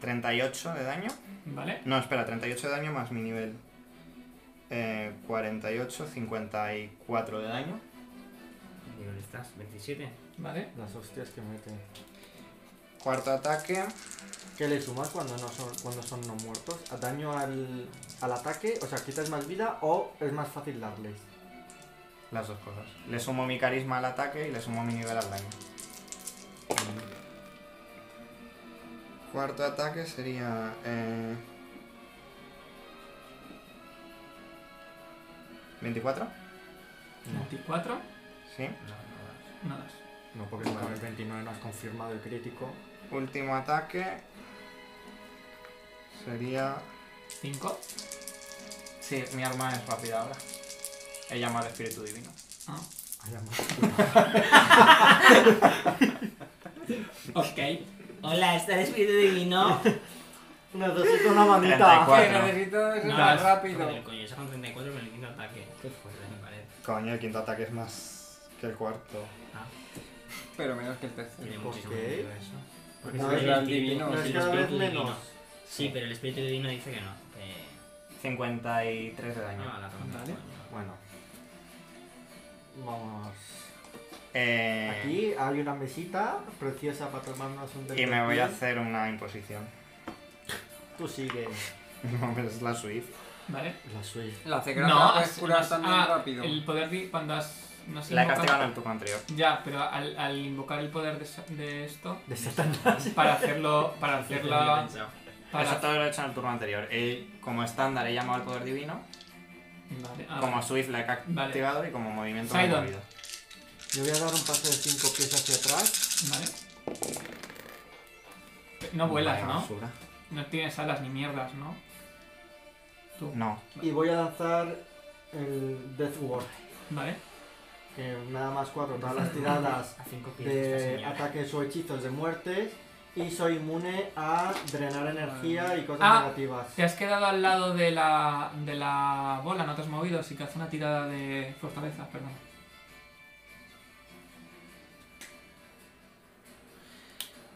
Speaker 3: 38 de daño.
Speaker 2: Vale.
Speaker 3: No, espera, 38 de daño más mi nivel. Eh, 48, 54 de daño.
Speaker 1: ¿Y dónde estás? ¿27?
Speaker 2: Vale.
Speaker 4: Las hostias que mete.
Speaker 3: Cuarto ataque.
Speaker 4: ¿Qué le sumas cuando no son, cuando son no muertos? ¿A daño al, al ataque? O sea, quitas más vida o es más fácil darles.
Speaker 3: Las dos cosas. Le sumo mi carisma al ataque y le sumo mi nivel al daño. Cuarto ataque sería... eh, ¿24?
Speaker 2: 24.
Speaker 3: Sí.
Speaker 2: No das.
Speaker 4: No, porque con el 29 no has confirmado el crítico.
Speaker 3: Último ataque. Sería.
Speaker 2: 5.
Speaker 3: Sí, mi arma es rápida ahora. He llamado espíritu divino.
Speaker 2: Ah.
Speaker 4: Ay, amor.
Speaker 1: Ok. Hola, está el espíritu divino.
Speaker 4: Necesito una manita.
Speaker 3: 34.
Speaker 6: Que necesito eso
Speaker 1: No,
Speaker 6: tan
Speaker 1: es-
Speaker 6: rápido.
Speaker 1: joder, coño, eso con 34 con el quinto ataque. Qué fuerte, me parece.
Speaker 3: Coño, el quinto ataque es más que el cuarto.
Speaker 1: Ah,
Speaker 6: Pero menos que el tercero.
Speaker 1: tiene muchísimo
Speaker 4: Ok.
Speaker 1: sentido eso. Porque
Speaker 4: No,
Speaker 1: si
Speaker 4: es
Speaker 1: el
Speaker 6: gran
Speaker 1: espíritu-
Speaker 6: divino,
Speaker 1: si
Speaker 4: No es
Speaker 1: el
Speaker 4: cada vez
Speaker 1: espíritu divino-
Speaker 4: menos.
Speaker 1: Sí, pero el espíritu divino dice que no. Que...
Speaker 5: 53 de daño.
Speaker 2: Ah.
Speaker 1: No, la toma.
Speaker 2: Vale.
Speaker 5: Bueno,
Speaker 4: Vamos.
Speaker 3: Eh,
Speaker 4: Aquí hay una mesita preciosa para tomarnos un
Speaker 3: Y me voy a
Speaker 4: despertar.
Speaker 3: hacer una imposición.
Speaker 4: Tú sigue.
Speaker 3: No, es la Swift.
Speaker 2: Pues Vale.
Speaker 4: La Swift.
Speaker 6: La cegra
Speaker 2: No,
Speaker 6: es
Speaker 2: has,
Speaker 6: Eh, curar
Speaker 2: has-
Speaker 6: también
Speaker 2: ah,
Speaker 6: rápido.
Speaker 2: El poder de, cuando has. No sé.
Speaker 3: La he
Speaker 2: invocas-
Speaker 3: castigado en el turno anterior.
Speaker 2: Ya, pero al, al invocar el poder de, sa- de esto,
Speaker 4: De Satanás.
Speaker 2: para hacerlo. Para
Speaker 1: Lo he
Speaker 2: hacerla.
Speaker 1: pensado.
Speaker 3: Eso
Speaker 2: Para...
Speaker 3: todo lo he hecho en el turno anterior. He- como estándar he llamado al poder divino,
Speaker 2: Vale. ah,
Speaker 3: como Swift la he
Speaker 2: Vale.
Speaker 3: activado y como movimiento me he
Speaker 2: Sidon.
Speaker 3: movido.
Speaker 4: Yo voy a dar un paso de 5 pies hacia atrás.
Speaker 2: Vale. Pe- No vuelas,
Speaker 3: Vaya
Speaker 2: ¿no?
Speaker 3: basura.
Speaker 2: No tienes alas ni mierdas, ¿no? Tú.
Speaker 3: No.
Speaker 4: Y voy a lanzar el Death Ward.
Speaker 2: Vale.
Speaker 4: Que nada más 4 todas las tiradas
Speaker 1: A 5 pies de esta
Speaker 4: de
Speaker 1: señora.
Speaker 4: ataques o hechizos de muertes. Y soy inmune a drenar energía y cosas
Speaker 2: Ah.
Speaker 4: negativas.
Speaker 2: Te has quedado al lado de la, de la bola, no te has movido, así que haz una tirada de fortaleza, perdón.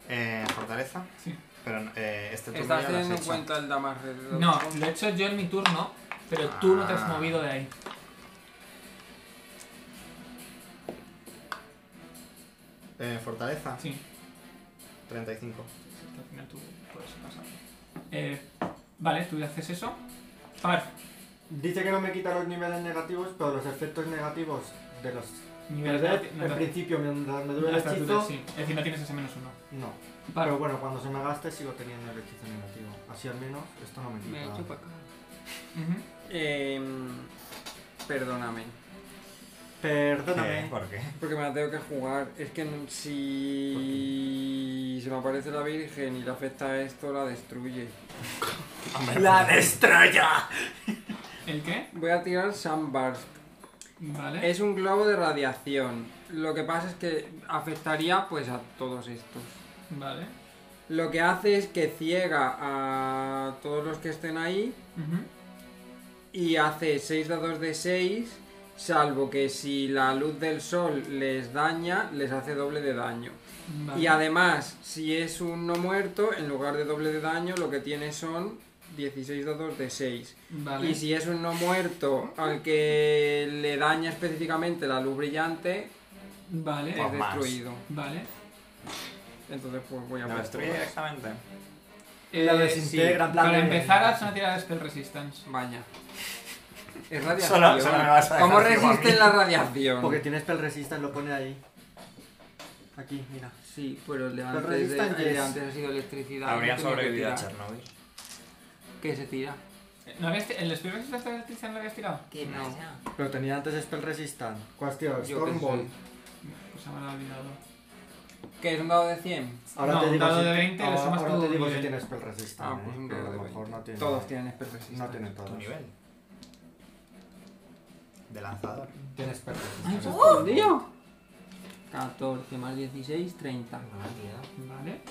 Speaker 3: Eh, fortaleza.
Speaker 2: Sí.
Speaker 3: Pero eh, este turno ya
Speaker 6: ¿Estás
Speaker 3: lo has
Speaker 6: teniendo en
Speaker 3: hecho.
Speaker 6: cuenta el damage reduction?
Speaker 2: No, lo he hecho yo en mi turno, pero tú no te has
Speaker 3: Ah.
Speaker 2: movido de ahí.
Speaker 3: Eh, fortaleza.
Speaker 2: Sí.
Speaker 3: 35.
Speaker 2: Al final tú puedes pasar. Eh, vale, tú haces eso. Parf,
Speaker 4: Dice que no me quita los niveles negativos, pero los efectos negativos de los
Speaker 2: nivel
Speaker 4: niveles
Speaker 2: de...
Speaker 4: en
Speaker 2: no te-
Speaker 4: principio mientras me dure el
Speaker 2: hasta tú te-
Speaker 4: hechizo,
Speaker 2: sí. Es decir, no tienes ese menos uno.
Speaker 4: no. Pero
Speaker 2: Parf,
Speaker 4: bueno, cuando se me gaste sigo teniendo el hechizo negativo. Así al menos esto no me
Speaker 6: Me he
Speaker 4: quita.
Speaker 6: hecho para acá.
Speaker 2: ujú.
Speaker 6: Em, perdóname.
Speaker 4: Perdóname.
Speaker 3: Eh, ¿Por qué?
Speaker 6: Porque me la tengo que jugar. Es que n- si se me aparece la Virgen y le afecta esto, la destruye.
Speaker 4: ¡La
Speaker 2: pues, eh.
Speaker 4: destroya!
Speaker 2: ¿El qué?
Speaker 6: Voy a tirar Sunburst.
Speaker 2: Vale.
Speaker 6: Es un globo de radiación. Lo que pasa es que afectaría pues a todos estos.
Speaker 2: Vale.
Speaker 6: Lo que hace es que ciega a todos los que estén ahí
Speaker 2: Ujú.
Speaker 6: y hace 6 dados de 6, salvo que si la luz del sol les daña, les hace doble de daño.
Speaker 2: Vale.
Speaker 6: Y además, si es un no muerto, en lugar de doble de daño, lo que tiene son 16 dados de 6.
Speaker 2: Vale.
Speaker 6: Y si es un no muerto al que le daña específicamente la luz brillante,
Speaker 2: Vale.
Speaker 6: es
Speaker 3: Pues más.
Speaker 6: destruido.
Speaker 2: Vale.
Speaker 6: Entonces pues voy a
Speaker 3: ¿La
Speaker 6: por
Speaker 3: destruye
Speaker 6: todas.
Speaker 3: directamente?
Speaker 4: La
Speaker 2: Eh,
Speaker 4: desintegra, en plan
Speaker 2: Para
Speaker 4: de-
Speaker 2: empezar, haz una tirada de Spell Resistance.
Speaker 6: Vaya. Es
Speaker 3: Solo-
Speaker 6: radiación.
Speaker 3: solo me vas a dejar
Speaker 6: ¿Cómo
Speaker 3: ciego a
Speaker 6: resisten
Speaker 3: mí?
Speaker 6: la radiación?
Speaker 4: Porque tiene spell resistance, lo pone ahí. Aquí, mira.
Speaker 6: Sí, pero el de
Speaker 4: Pero
Speaker 6: antes, de-
Speaker 4: resistan
Speaker 6: el de
Speaker 4: yes.
Speaker 6: antes ha sido electricidad.
Speaker 3: Habría
Speaker 6: no tenía que
Speaker 3: sobrevivido a
Speaker 6: tirar.
Speaker 3: Chernobyl.
Speaker 6: ¿Qué se tira?
Speaker 2: Eh, ¿No habías ti- ¿El Spell Resistance de Christian lo habías tirado?
Speaker 1: ¿Qué
Speaker 6: No.
Speaker 1: pasa?
Speaker 4: Pero tenía antes spell resistance. ¿Cuál has tirado?
Speaker 6: Yo qué
Speaker 4: Stormball.
Speaker 6: sé.
Speaker 2: Pues se me lo he olvidado.
Speaker 6: ¿Qué es un dado de 100?
Speaker 4: Ahora
Speaker 2: No,
Speaker 4: te
Speaker 2: un
Speaker 4: digo
Speaker 2: dado
Speaker 4: si,
Speaker 2: de 20 le
Speaker 4: ahora-
Speaker 2: sumas
Speaker 4: ahora
Speaker 2: todo
Speaker 4: te
Speaker 2: el
Speaker 4: digo si
Speaker 2: nivel.
Speaker 4: tiene spell resistance. ¿eh?
Speaker 6: Ah, pues un
Speaker 4: pero
Speaker 6: dado
Speaker 4: a
Speaker 6: de
Speaker 4: lo mejor
Speaker 6: 20.
Speaker 4: no tiene.
Speaker 6: Todos tienen especial resistance.
Speaker 4: No tiene todos.
Speaker 3: ¿Tu nivel? De lanzador.
Speaker 4: Tiene spell
Speaker 6: ¡Ay,
Speaker 4: resistance.
Speaker 6: se ha escondido! 14 más 16, 30.
Speaker 5: Ah,
Speaker 2: Vale.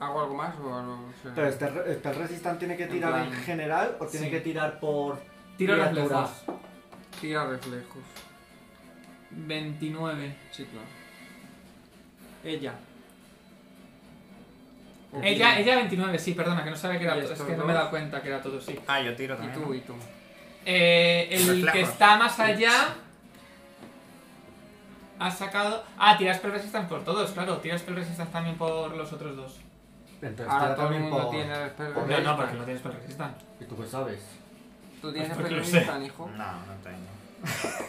Speaker 6: ¿Hago algo más o algo? o sea,
Speaker 4: Pero este re- spell resistance tiene que
Speaker 6: En
Speaker 4: tirar en
Speaker 6: plan-
Speaker 4: general o tiene
Speaker 2: Sí.
Speaker 4: que tirar por
Speaker 2: Tiro
Speaker 4: Criaturas.
Speaker 2: reflejos.
Speaker 6: Tira reflejos.
Speaker 2: 29.
Speaker 6: Sí, claro. Ella.
Speaker 2: Ella, ella 29, sí, perdona, que no sabe que era
Speaker 6: Y
Speaker 2: todo. Es
Speaker 6: estos
Speaker 2: que no
Speaker 6: dos.
Speaker 2: me he dado cuenta que era todo, sí.
Speaker 3: Ah, yo tiro
Speaker 6: Y
Speaker 3: también.
Speaker 6: tú, y tú.
Speaker 2: Eh, el
Speaker 3: Reflejos.
Speaker 2: que está más allá. Ha sacado. Ah, tiras Spell Resistance por todos, claro. Tiras Spell Resistance también por los otros dos.
Speaker 4: Entonces
Speaker 6: Ahora
Speaker 4: tira
Speaker 6: todo el
Speaker 4: también
Speaker 6: mundo
Speaker 4: por-
Speaker 6: tiene especial
Speaker 4: por-
Speaker 2: No, no, porque no tienes Spell Resistance.
Speaker 4: ¿Y tú qué sabes?
Speaker 6: Tú tienes
Speaker 2: Porque
Speaker 6: especial
Speaker 2: lo sé.
Speaker 6: resistance, hijo.
Speaker 3: No, no tengo.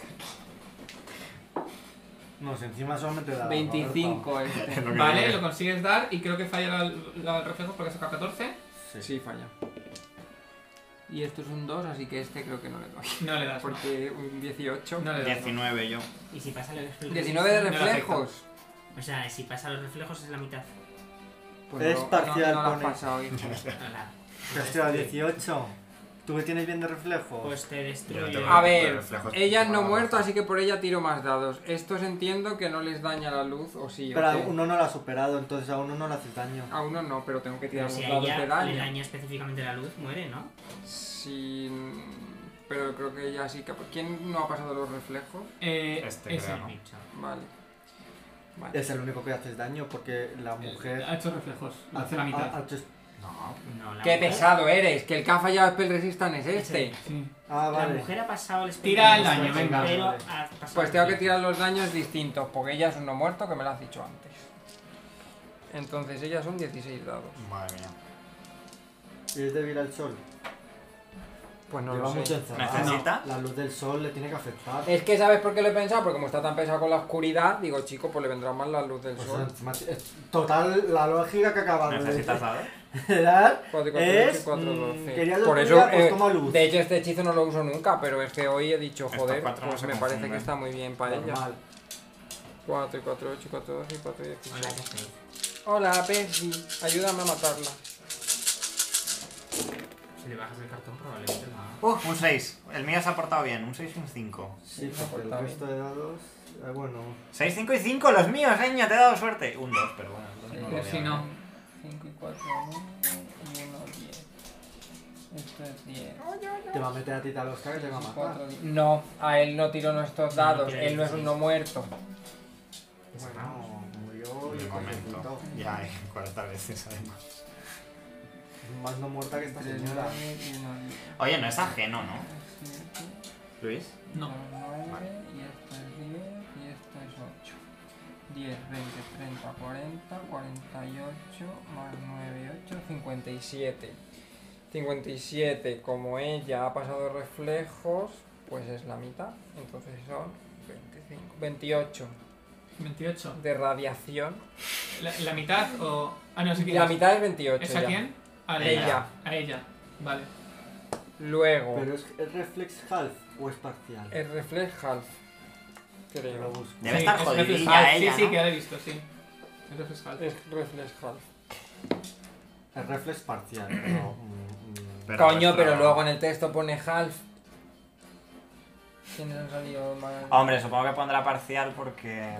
Speaker 4: No, si encima solamente da.
Speaker 6: 25 este.
Speaker 3: Lo que
Speaker 2: Vale,
Speaker 3: digo.
Speaker 2: lo consigues dar y creo que falla la- la- el reflejo porque ha sacado 14.
Speaker 4: Sí.
Speaker 6: Sí, falla. Y esto es un 2, así que este creo que no le doy.
Speaker 2: No le das. no.
Speaker 6: Porque un 18.
Speaker 2: No le das. no.
Speaker 5: 19 yo.
Speaker 1: Y si pasa los reflejos.
Speaker 6: 19 de
Speaker 2: No le
Speaker 6: reflejos.
Speaker 1: O sea, si pasa los reflejos es la mitad.
Speaker 6: Pues
Speaker 4: Es
Speaker 6: no,
Speaker 4: parcial,
Speaker 6: No, no lo has
Speaker 4: pone.
Speaker 6: pasado, hijo.
Speaker 1: Ala.
Speaker 4: Hostia, 18. ¿Tú me tienes bien de reflejo?
Speaker 1: Pues te
Speaker 5: Yo no
Speaker 1: destruye.
Speaker 5: tengo-
Speaker 6: A
Speaker 5: Pero
Speaker 6: ver,
Speaker 5: reflejos
Speaker 6: ella no ha
Speaker 5: para-
Speaker 6: muerto, así que por ella tiro más dados. Estos entiendo que no les daña la luz, o sí, o
Speaker 4: Pero a
Speaker 6: qué.
Speaker 4: uno no lo ha superado, entonces a uno no le haces daño.
Speaker 6: A uno no, pero tengo que tirar
Speaker 1: Pero si
Speaker 6: los
Speaker 1: a
Speaker 6: dados de
Speaker 1: ella le
Speaker 6: daño.
Speaker 1: daña específicamente la luz, muere, ¿no?
Speaker 6: Sí, pero creo que ella sí que... ¿Quién no ha pasado los reflejos?
Speaker 2: Eh,
Speaker 5: Este
Speaker 2: ese.
Speaker 5: creo, ¿no?
Speaker 1: Bicho.
Speaker 6: Vale. Vale.
Speaker 4: Es el único que haces daño porque la mujer Ah,
Speaker 2: Ha hecho reflejos.
Speaker 4: ha-
Speaker 2: Hace la
Speaker 4: ha-
Speaker 2: mitad.
Speaker 4: ha hecho-
Speaker 5: No.
Speaker 1: No, la
Speaker 6: ¡Qué
Speaker 1: mujer-
Speaker 6: pesado eres! Que el que ha fallado Spell Resistant es este.
Speaker 2: Sí.
Speaker 1: La
Speaker 4: Ah, vale.
Speaker 1: mujer ha pasado el
Speaker 2: Tira el
Speaker 1: espectro,
Speaker 2: daño, venga.
Speaker 1: Pero
Speaker 4: Vale.
Speaker 1: ha pasado
Speaker 6: Pues tengo que
Speaker 1: el-
Speaker 6: tirar los daños distintos, porque ella es uno muerto, que me lo has dicho antes. Entonces ella son 16 dados.
Speaker 5: Madre mía.
Speaker 4: Y es débil al sol.
Speaker 6: Pues no
Speaker 4: Lleva
Speaker 6: lo
Speaker 4: mucho
Speaker 6: sé.
Speaker 4: encerrado.
Speaker 5: ¿Necesita?
Speaker 4: La luz del sol le tiene que afectar.
Speaker 6: Es que ¿sabes por qué lo he pensado? Porque como está tan pesado con la oscuridad, digo, chico, pues le vendrá más la luz del
Speaker 4: Pues
Speaker 6: sol.
Speaker 4: encima- es- total, la lógica que acabas
Speaker 5: ¿Necesitas
Speaker 4: de
Speaker 5: dados?
Speaker 4: dar
Speaker 6: Cuatro, cuatro,
Speaker 4: es...
Speaker 6: ocho, cuatro,
Speaker 4: mm,
Speaker 6: doce.
Speaker 4: querías
Speaker 6: Por
Speaker 4: luz,
Speaker 6: eso,
Speaker 4: pues
Speaker 6: eh,
Speaker 4: toma luz.
Speaker 6: de hecho, este hechizo no lo uso nunca, pero es que hoy he dicho,
Speaker 5: Estos
Speaker 6: joder,
Speaker 5: cuatro no
Speaker 6: pues
Speaker 5: se
Speaker 6: me parece
Speaker 5: confunden.
Speaker 6: que está muy bien para ella.
Speaker 4: Normal.
Speaker 6: 4, 4, 8, 4, 12, 4, 10.
Speaker 1: Hola, ¿qué hacéis?
Speaker 6: Hola, Percy, ayúdame a matarla.
Speaker 1: Si le bajas el cartón probablemente no.
Speaker 5: Un 6. El mío se ha portado bien. Un 6 y un 5.
Speaker 4: Sí,
Speaker 6: está
Speaker 4: porque el
Speaker 6: bien.
Speaker 4: resto de dados... eh, bueno...
Speaker 5: 6, 5 y 5. Los míos, Eña. Te he dado suerte. Un 2, pero bueno. el dos lo
Speaker 2: Pero
Speaker 5: voy a
Speaker 2: si
Speaker 5: ver.
Speaker 2: no.
Speaker 6: 5 y 4, 1, 10. Esto es 10.
Speaker 4: Te va a meter a ti Talosca que te va Ah, a matar.
Speaker 6: No, a él no tiró nuestros
Speaker 1: No,
Speaker 6: dados,
Speaker 1: tira
Speaker 6: él no es
Speaker 1: dieciséis.
Speaker 6: uno muerto.
Speaker 4: Bueno, murió y
Speaker 5: De momento.
Speaker 4: cogió el
Speaker 5: Ya hay 40 veces además.
Speaker 4: punto. Más no muerta que esta
Speaker 6: Tres,
Speaker 4: señora.
Speaker 6: nueve y uno, diez.
Speaker 5: Oye, no es ajeno, ¿no?
Speaker 6: Siete,
Speaker 5: Luis.
Speaker 2: No.
Speaker 6: nueve,
Speaker 5: Vale.
Speaker 6: Y esto es 10 y esto es 8. 10, 20, 30, 40, 48, más 9, 8, 57. 57, como ella ha pasado reflejos, pues es la mitad. Entonces son 25, 28
Speaker 2: 28.
Speaker 6: de radiación.
Speaker 2: La, la mitad o. Ah, no, sí que.
Speaker 6: La mitad es 28.
Speaker 2: ¿Es a
Speaker 6: ya.
Speaker 2: quién? A
Speaker 5: Ella.
Speaker 2: ella. A ella. Vale.
Speaker 6: Luego,
Speaker 4: Pero es, es reflex half o es parcial.
Speaker 6: el reflex half.
Speaker 4: Yo lo
Speaker 6: Creo.
Speaker 4: busco.
Speaker 5: Debe
Speaker 2: Sí,
Speaker 5: estar
Speaker 2: es reflex
Speaker 5: jodidilla
Speaker 2: half.
Speaker 5: ella,
Speaker 2: Sí, sí,
Speaker 5: ¿no?
Speaker 2: que la he visto, sí. Es reflex half.
Speaker 6: Es reflex half.
Speaker 4: Es reflex parcial, pero. mm, mm,
Speaker 5: Pero
Speaker 6: Coño,
Speaker 5: vuestra-
Speaker 6: pero luego en el texto pone half. ¿Quiénes han salido mal?
Speaker 5: Hombre, supongo que pondrá parcial porque.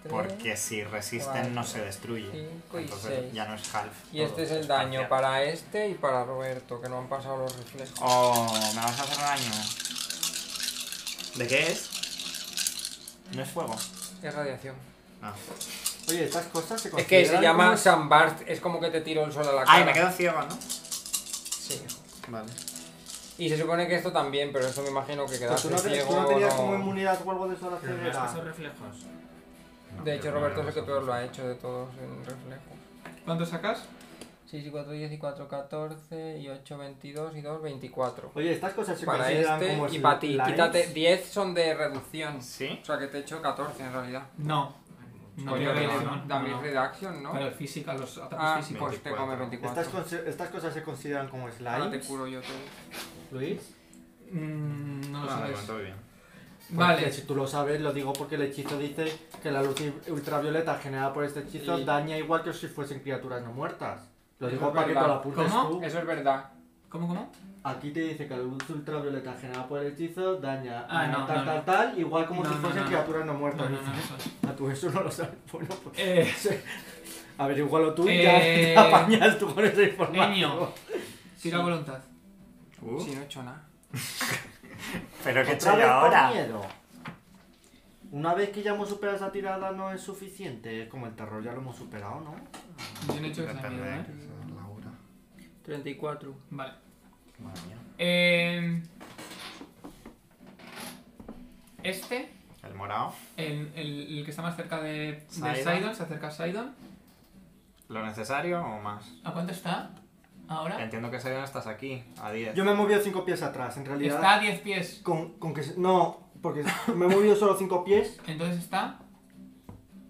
Speaker 6: Tres,
Speaker 5: Porque si resisten no se destruye.
Speaker 6: cinco y
Speaker 5: Entonces
Speaker 6: seis.
Speaker 5: ya no es half.
Speaker 6: Y este es el daño para este y para Roberto, que no han pasado los reflejos.
Speaker 5: Oh, me vas a hacer daño. ¿De qué es? No es fuego.
Speaker 6: Es radiación. Pues
Speaker 5: Ah.
Speaker 4: Oye, estas cosas se
Speaker 6: Es que se
Speaker 4: consideran
Speaker 6: llama
Speaker 4: como-
Speaker 6: Sunburst, es como que te tiro el sol a la cara.
Speaker 5: Ay, me quedo ciego, ¿no?
Speaker 6: Sí.
Speaker 5: Vale.
Speaker 6: Y se supone que esto también, pero esto me imagino que
Speaker 4: Pero
Speaker 6: quedaste
Speaker 4: Pues tú no, tenías-
Speaker 6: ciego
Speaker 4: tú no tenías como
Speaker 6: no.
Speaker 4: inmunidad o algo de eso a la
Speaker 1: Pero no has pasado
Speaker 4: ceguera.
Speaker 1: reflejos.
Speaker 6: De hecho, Roberto es el que peor lo ha hecho de todos en reflejos.
Speaker 2: ¿Cuánto sacas?
Speaker 6: 6 y 4, 10 y 4, 14 y 8, 22 y 2, 24.
Speaker 4: Oye, estas cosas se
Speaker 6: Para
Speaker 4: consideran
Speaker 6: este
Speaker 4: como.
Speaker 6: y para ti.
Speaker 4: slides.
Speaker 6: Quítate, 10 son de reducción.
Speaker 5: ¿Sí?
Speaker 6: O sea que te he hecho 14 en realidad.
Speaker 2: No. No,
Speaker 6: Coño,
Speaker 2: yo creo
Speaker 6: pero
Speaker 2: que no.
Speaker 6: Damage
Speaker 2: no, no.
Speaker 6: Reduction, ¿no?
Speaker 2: Para física, los ataques
Speaker 6: ah,
Speaker 2: físicos.
Speaker 6: pues te come 24.
Speaker 4: Estas, conse- estas cosas se consideran como
Speaker 6: Ahora Ah, te
Speaker 4: slides.
Speaker 6: curo yo todo.
Speaker 4: Luis.
Speaker 2: Mm, no lo
Speaker 5: Vale,
Speaker 2: sabes.
Speaker 5: bueno, todo bien.
Speaker 4: Porque
Speaker 2: Vale.
Speaker 4: Si tú lo sabes, lo digo porque el hechizo dice que la luz i- ultravioleta generada por este hechizo
Speaker 6: Y-
Speaker 4: daña igual que si fuesen criaturas no muertas. Lo
Speaker 6: Eso
Speaker 4: digo
Speaker 6: es
Speaker 4: para que te lo
Speaker 6: verdad.
Speaker 4: apuntes
Speaker 2: ¿Cómo?
Speaker 4: tú.
Speaker 6: Eso es verdad.
Speaker 2: ¿Cómo, cómo?
Speaker 4: Aquí te dice que la luz ultravioleta generada por el hechizo daña
Speaker 2: Ah, no,
Speaker 4: tal,
Speaker 2: no,
Speaker 4: tal,
Speaker 2: no.
Speaker 4: tal, igual como
Speaker 2: No,
Speaker 4: si
Speaker 2: no,
Speaker 4: fuesen
Speaker 2: no, no.
Speaker 4: criaturas no
Speaker 2: No,
Speaker 4: muertas.
Speaker 2: no, no, eso es.
Speaker 4: A tú eso no lo sabes. Bueno, pues.
Speaker 2: Eh,
Speaker 4: Averígualo tú y
Speaker 2: Eh.
Speaker 4: ya te apañas tú con esa información.
Speaker 2: Niño. Tira voluntad.
Speaker 5: Uh,
Speaker 6: Si no he hecho nada.
Speaker 5: ¿Pero qué he
Speaker 4: Otra
Speaker 5: hecho yo
Speaker 4: vez por
Speaker 5: ahora?
Speaker 4: miedo. Una vez que ya hemos superado esa tirada no es suficiente. Es como el terror, ya lo hemos superado, ¿no?
Speaker 2: Yo no he hecho esa
Speaker 5: Depende
Speaker 2: mierda,
Speaker 5: de
Speaker 2: ¿eh?
Speaker 5: que sea Laura.
Speaker 6: 34.
Speaker 2: Vale.
Speaker 5: Madre mía.
Speaker 2: Eh, este,
Speaker 5: El morado.
Speaker 2: el, el- el que está más cerca de, de
Speaker 5: Sidon.
Speaker 2: Sidon, se acerca a Sidon.
Speaker 5: ¿Lo necesario o más?
Speaker 2: ¿A cuánto está ahora?
Speaker 5: Entiendo que Sayon estás aquí, a 10.
Speaker 4: Yo me he movido cinco pies atrás, en realidad.
Speaker 2: Está a 10 pies.
Speaker 4: Con, con que. se- No, porque me he movido solo cinco pies.
Speaker 2: Entonces está...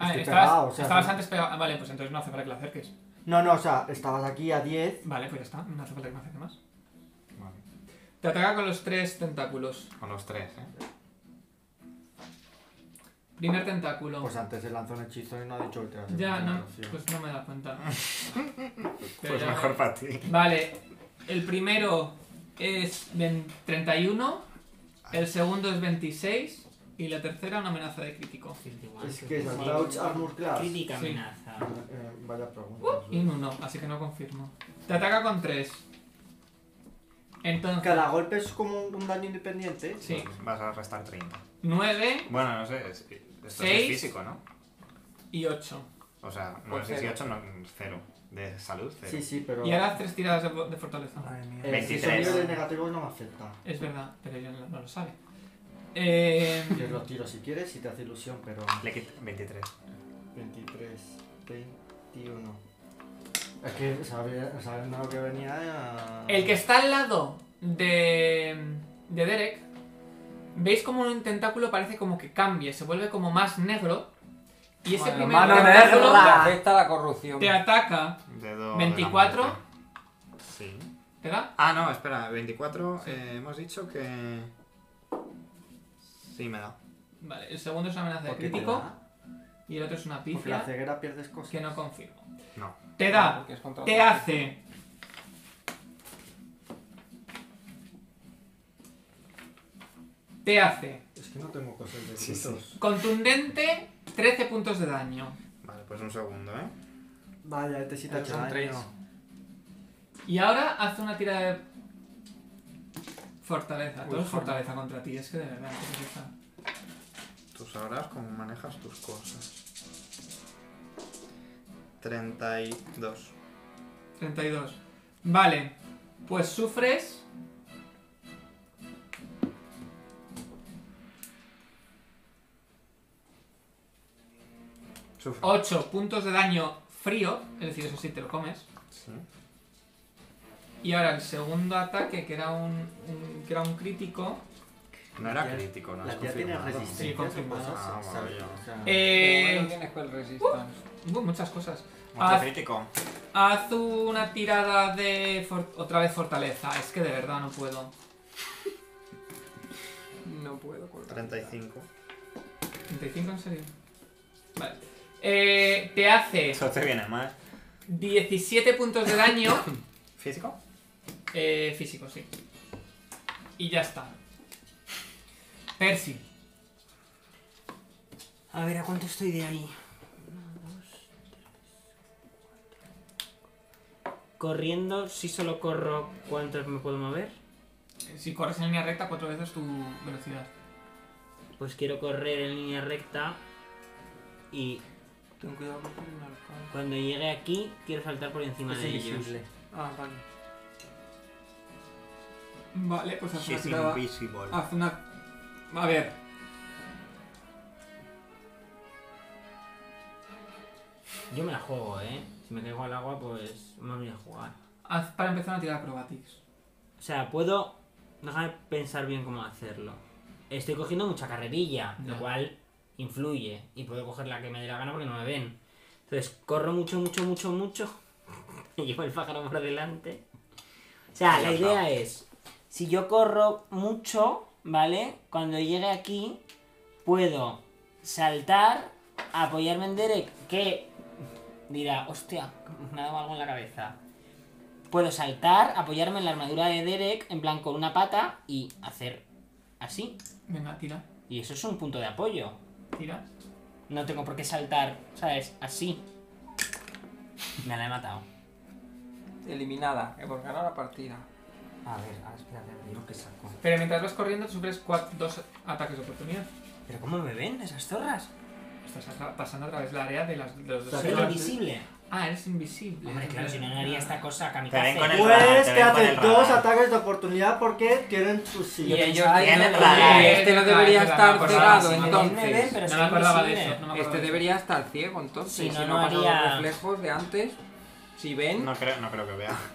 Speaker 2: Ah,
Speaker 4: Estoy
Speaker 2: estabas,
Speaker 4: pegado, o sea,
Speaker 2: estabas
Speaker 4: sí.
Speaker 2: antes pegado. Ah, Vale, pues entonces no hace falta que lo acerques.
Speaker 4: No, no, o sea, estabas aquí a 10.
Speaker 2: Vale, pues ya está. No hace falta que me acerque más.
Speaker 5: Vale.
Speaker 2: Te ataca con los tres tentáculos.
Speaker 3: Con los tres, ¿eh?
Speaker 2: Primer tentáculo.
Speaker 4: Pues antes se lanzó un hechizo y no ha dicho ultra.
Speaker 2: ya, no, pues no me da cuenta. Pero
Speaker 3: Pues
Speaker 2: ya-
Speaker 3: mejor para ti.
Speaker 2: Vale, el primero es 20 31, el segundo es 26 y la tercera una amenaza de crítico. pues,
Speaker 4: Es que es Crouch Armor Class.
Speaker 1: Crítica
Speaker 2: Sí.
Speaker 1: amenaza.
Speaker 4: Eh, vaya pregunta.
Speaker 2: pues, Uh, Y un 1, así que no confirmo. Te ataca con 3. Entonces,
Speaker 4: Cada golpe es como un, un daño independiente.
Speaker 2: sí,
Speaker 3: Vas a restar 30.
Speaker 2: 9
Speaker 3: Bueno, no sé, es- esto
Speaker 2: Seis.
Speaker 3: es físico, ¿no?
Speaker 2: y 8.
Speaker 3: O sea, no
Speaker 2: Pues
Speaker 3: es
Speaker 2: cero.
Speaker 3: 18, no, cero. De salud, cero.
Speaker 4: Sí, sí, pero.
Speaker 2: Y ahora haz 3 tiradas de, de fortaleza.
Speaker 6: Madre mía.
Speaker 4: eh, si son
Speaker 3: 23.
Speaker 4: niveles negativos no me afecta.
Speaker 2: Es verdad, pero ella no, no lo sabe. Eh,
Speaker 4: Yo lo tiro si quieres, si te hace ilusión, pero.
Speaker 3: Le quito 23.
Speaker 4: 23, 21. Es que sabes no lo que venía. eh,
Speaker 2: el que está al lado de, de Derek, veis como un tentáculo parece como que cambia, se vuelve como más negro. Y ese
Speaker 6: Bueno,
Speaker 2: primer
Speaker 6: mano
Speaker 2: tentáculo
Speaker 6: negra. Le afecta la corrupción.
Speaker 2: te ataca,
Speaker 3: Dedo
Speaker 2: 24.
Speaker 3: de la muerte. Sí.
Speaker 2: ¿te da?
Speaker 3: Ah, no, espera, 24. eh, hemos dicho que. Sí, me da.
Speaker 2: Vale, el segundo es una amenaza de
Speaker 4: porque te
Speaker 2: crítico
Speaker 4: da,
Speaker 2: y el otro es una
Speaker 4: Porque la
Speaker 2: pifia
Speaker 4: ceguera pierdes cosas.
Speaker 2: que no confirmo.
Speaker 3: No.
Speaker 2: Te da,
Speaker 6: Ah, Porque es contra-
Speaker 2: te hace. Te hace
Speaker 4: Es que no tengo cosas de
Speaker 3: Sí, sí.
Speaker 4: gritos.
Speaker 2: contundente 13 puntos de daño.
Speaker 3: Vale, pues un segundo, ¿eh?
Speaker 4: Vaya, este sí te ha hecho
Speaker 6: Son
Speaker 4: daño.
Speaker 6: tres.
Speaker 2: Y ahora hace una tira de. Fortaleza,
Speaker 6: Uy,
Speaker 2: todo es
Speaker 6: joder.
Speaker 2: fortaleza contra ti, es que de verdad, qué pereza.
Speaker 3: Tú sabrás cómo manejas tus cosas. 32.
Speaker 2: 32. Vale, pues sufres.
Speaker 3: Sufre.
Speaker 6: Oh.
Speaker 2: 8 puntos de daño frío, es decir, eso sí te lo comes.
Speaker 3: Sí.
Speaker 2: Y ahora el segundo ataque, que era un, un- que era un crítico.
Speaker 3: No era crítico, no
Speaker 4: La
Speaker 3: es
Speaker 4: tía tiene
Speaker 3: confirmado.
Speaker 4: resistencia.
Speaker 2: Sí, confirmado.
Speaker 4: esas cosas,
Speaker 3: Ah,
Speaker 4: ¿sabes?
Speaker 3: vaya.
Speaker 4: O sea,
Speaker 6: Pero
Speaker 2: Eh,
Speaker 6: bueno, tienes que el resistance.
Speaker 2: uh, muchas cosas.
Speaker 3: Mucho
Speaker 6: Ah.
Speaker 2: Haz,
Speaker 3: crítico.
Speaker 2: haz una tirada de. for- otra vez fortaleza, es que de verdad no puedo.
Speaker 6: No puedo cortar.
Speaker 3: 35.
Speaker 2: 35 en serio. Vale. Eh, te hace
Speaker 3: Eso te viene mal.
Speaker 2: 17 puntos de daño
Speaker 3: ¿Físico?
Speaker 2: eh, físico, sí. Y ya está. Percy.
Speaker 1: A ver, ¿a cuánto estoy de ahí? Corriendo, si solo corro, ¿cuánto me puedo mover?
Speaker 2: Si corres en línea recta, cuatro veces tu velocidad.
Speaker 1: Pues quiero correr en línea recta y
Speaker 6: Ten cuidado con el arcano.
Speaker 1: cuando llegue aquí quiero saltar por encima
Speaker 4: es
Speaker 1: de ellos.
Speaker 4: invisible.
Speaker 6: Ah, vale.
Speaker 2: Vale, pues haz una
Speaker 3: Es
Speaker 2: tirada.
Speaker 3: invisible.
Speaker 6: Ah,
Speaker 2: Haz una. A ver.
Speaker 1: Yo me la juego, ¿eh? Si me caigo al agua, pues me voy a jugar.
Speaker 2: Haz para empezar una tirada acrobatics.
Speaker 1: O sea, puedo... Déjame pensar bien cómo hacerlo. Estoy cogiendo mucha carrerilla,
Speaker 2: Ya.
Speaker 1: lo cual influye. Y puedo coger la que me dé la gana porque no me ven. Entonces, corro mucho, mucho, mucho, mucho. y llevo el pájaro por delante. O sea, la idea es... Si yo corro mucho, ¿vale? Cuando llegue aquí, puedo saltar, apoyarme en Derek, que dirá, hostia, me ha dado algo en la cabeza. Puedo saltar, apoyarme en la armadura de Derek, en plan con una pata, y hacer así.
Speaker 2: Venga, tira.
Speaker 1: Y eso es un punto de apoyo.
Speaker 2: Tira.
Speaker 1: No tengo por qué saltar, ¿sabes? Así. Me la he matado.
Speaker 6: Eliminada, eh, por ganar la partida.
Speaker 1: A ver, a ver, espérate, digo que saco.
Speaker 2: Pero mientras vas corriendo, te sufres cuatro, dos ataques de oportunidad.
Speaker 1: ¿Pero cómo me ven esas zorras?
Speaker 2: Estás atra- pasando a través de la área de, las, de los dos.
Speaker 1: Soy
Speaker 2: soldados.
Speaker 1: invisible.
Speaker 2: Ah, eres invisible.
Speaker 1: Hombre, claro, si no, no haría esta cosa,
Speaker 3: Te ven
Speaker 1: kamikaze.
Speaker 3: con el radar,
Speaker 4: Pues
Speaker 3: te
Speaker 4: te
Speaker 3: ven con
Speaker 4: hacen
Speaker 3: el
Speaker 4: dos
Speaker 3: radar.
Speaker 4: ataques de oportunidad porque tienen sus
Speaker 1: Yo
Speaker 4: sillas.
Speaker 1: ellos
Speaker 6: pensaba que
Speaker 3: tienen
Speaker 6: no-
Speaker 3: radar.
Speaker 6: Este no debería
Speaker 2: Ah, es verdad,
Speaker 6: estar
Speaker 2: me acordaba,
Speaker 6: cegado,
Speaker 2: sí, me
Speaker 1: acordaba. Me ven,
Speaker 6: entonces.
Speaker 1: pero
Speaker 2: No
Speaker 1: soy
Speaker 2: me acordaba de
Speaker 1: invisible.
Speaker 2: eso. No me acordaba
Speaker 6: Este
Speaker 2: de eso.
Speaker 6: debería estar ciego, entonces.
Speaker 1: Si
Speaker 6: Si
Speaker 1: no,
Speaker 6: no,
Speaker 1: no
Speaker 6: ha pasado los
Speaker 1: haría-
Speaker 6: reflejos de antes, si ven,
Speaker 3: No creo, no creo que vea.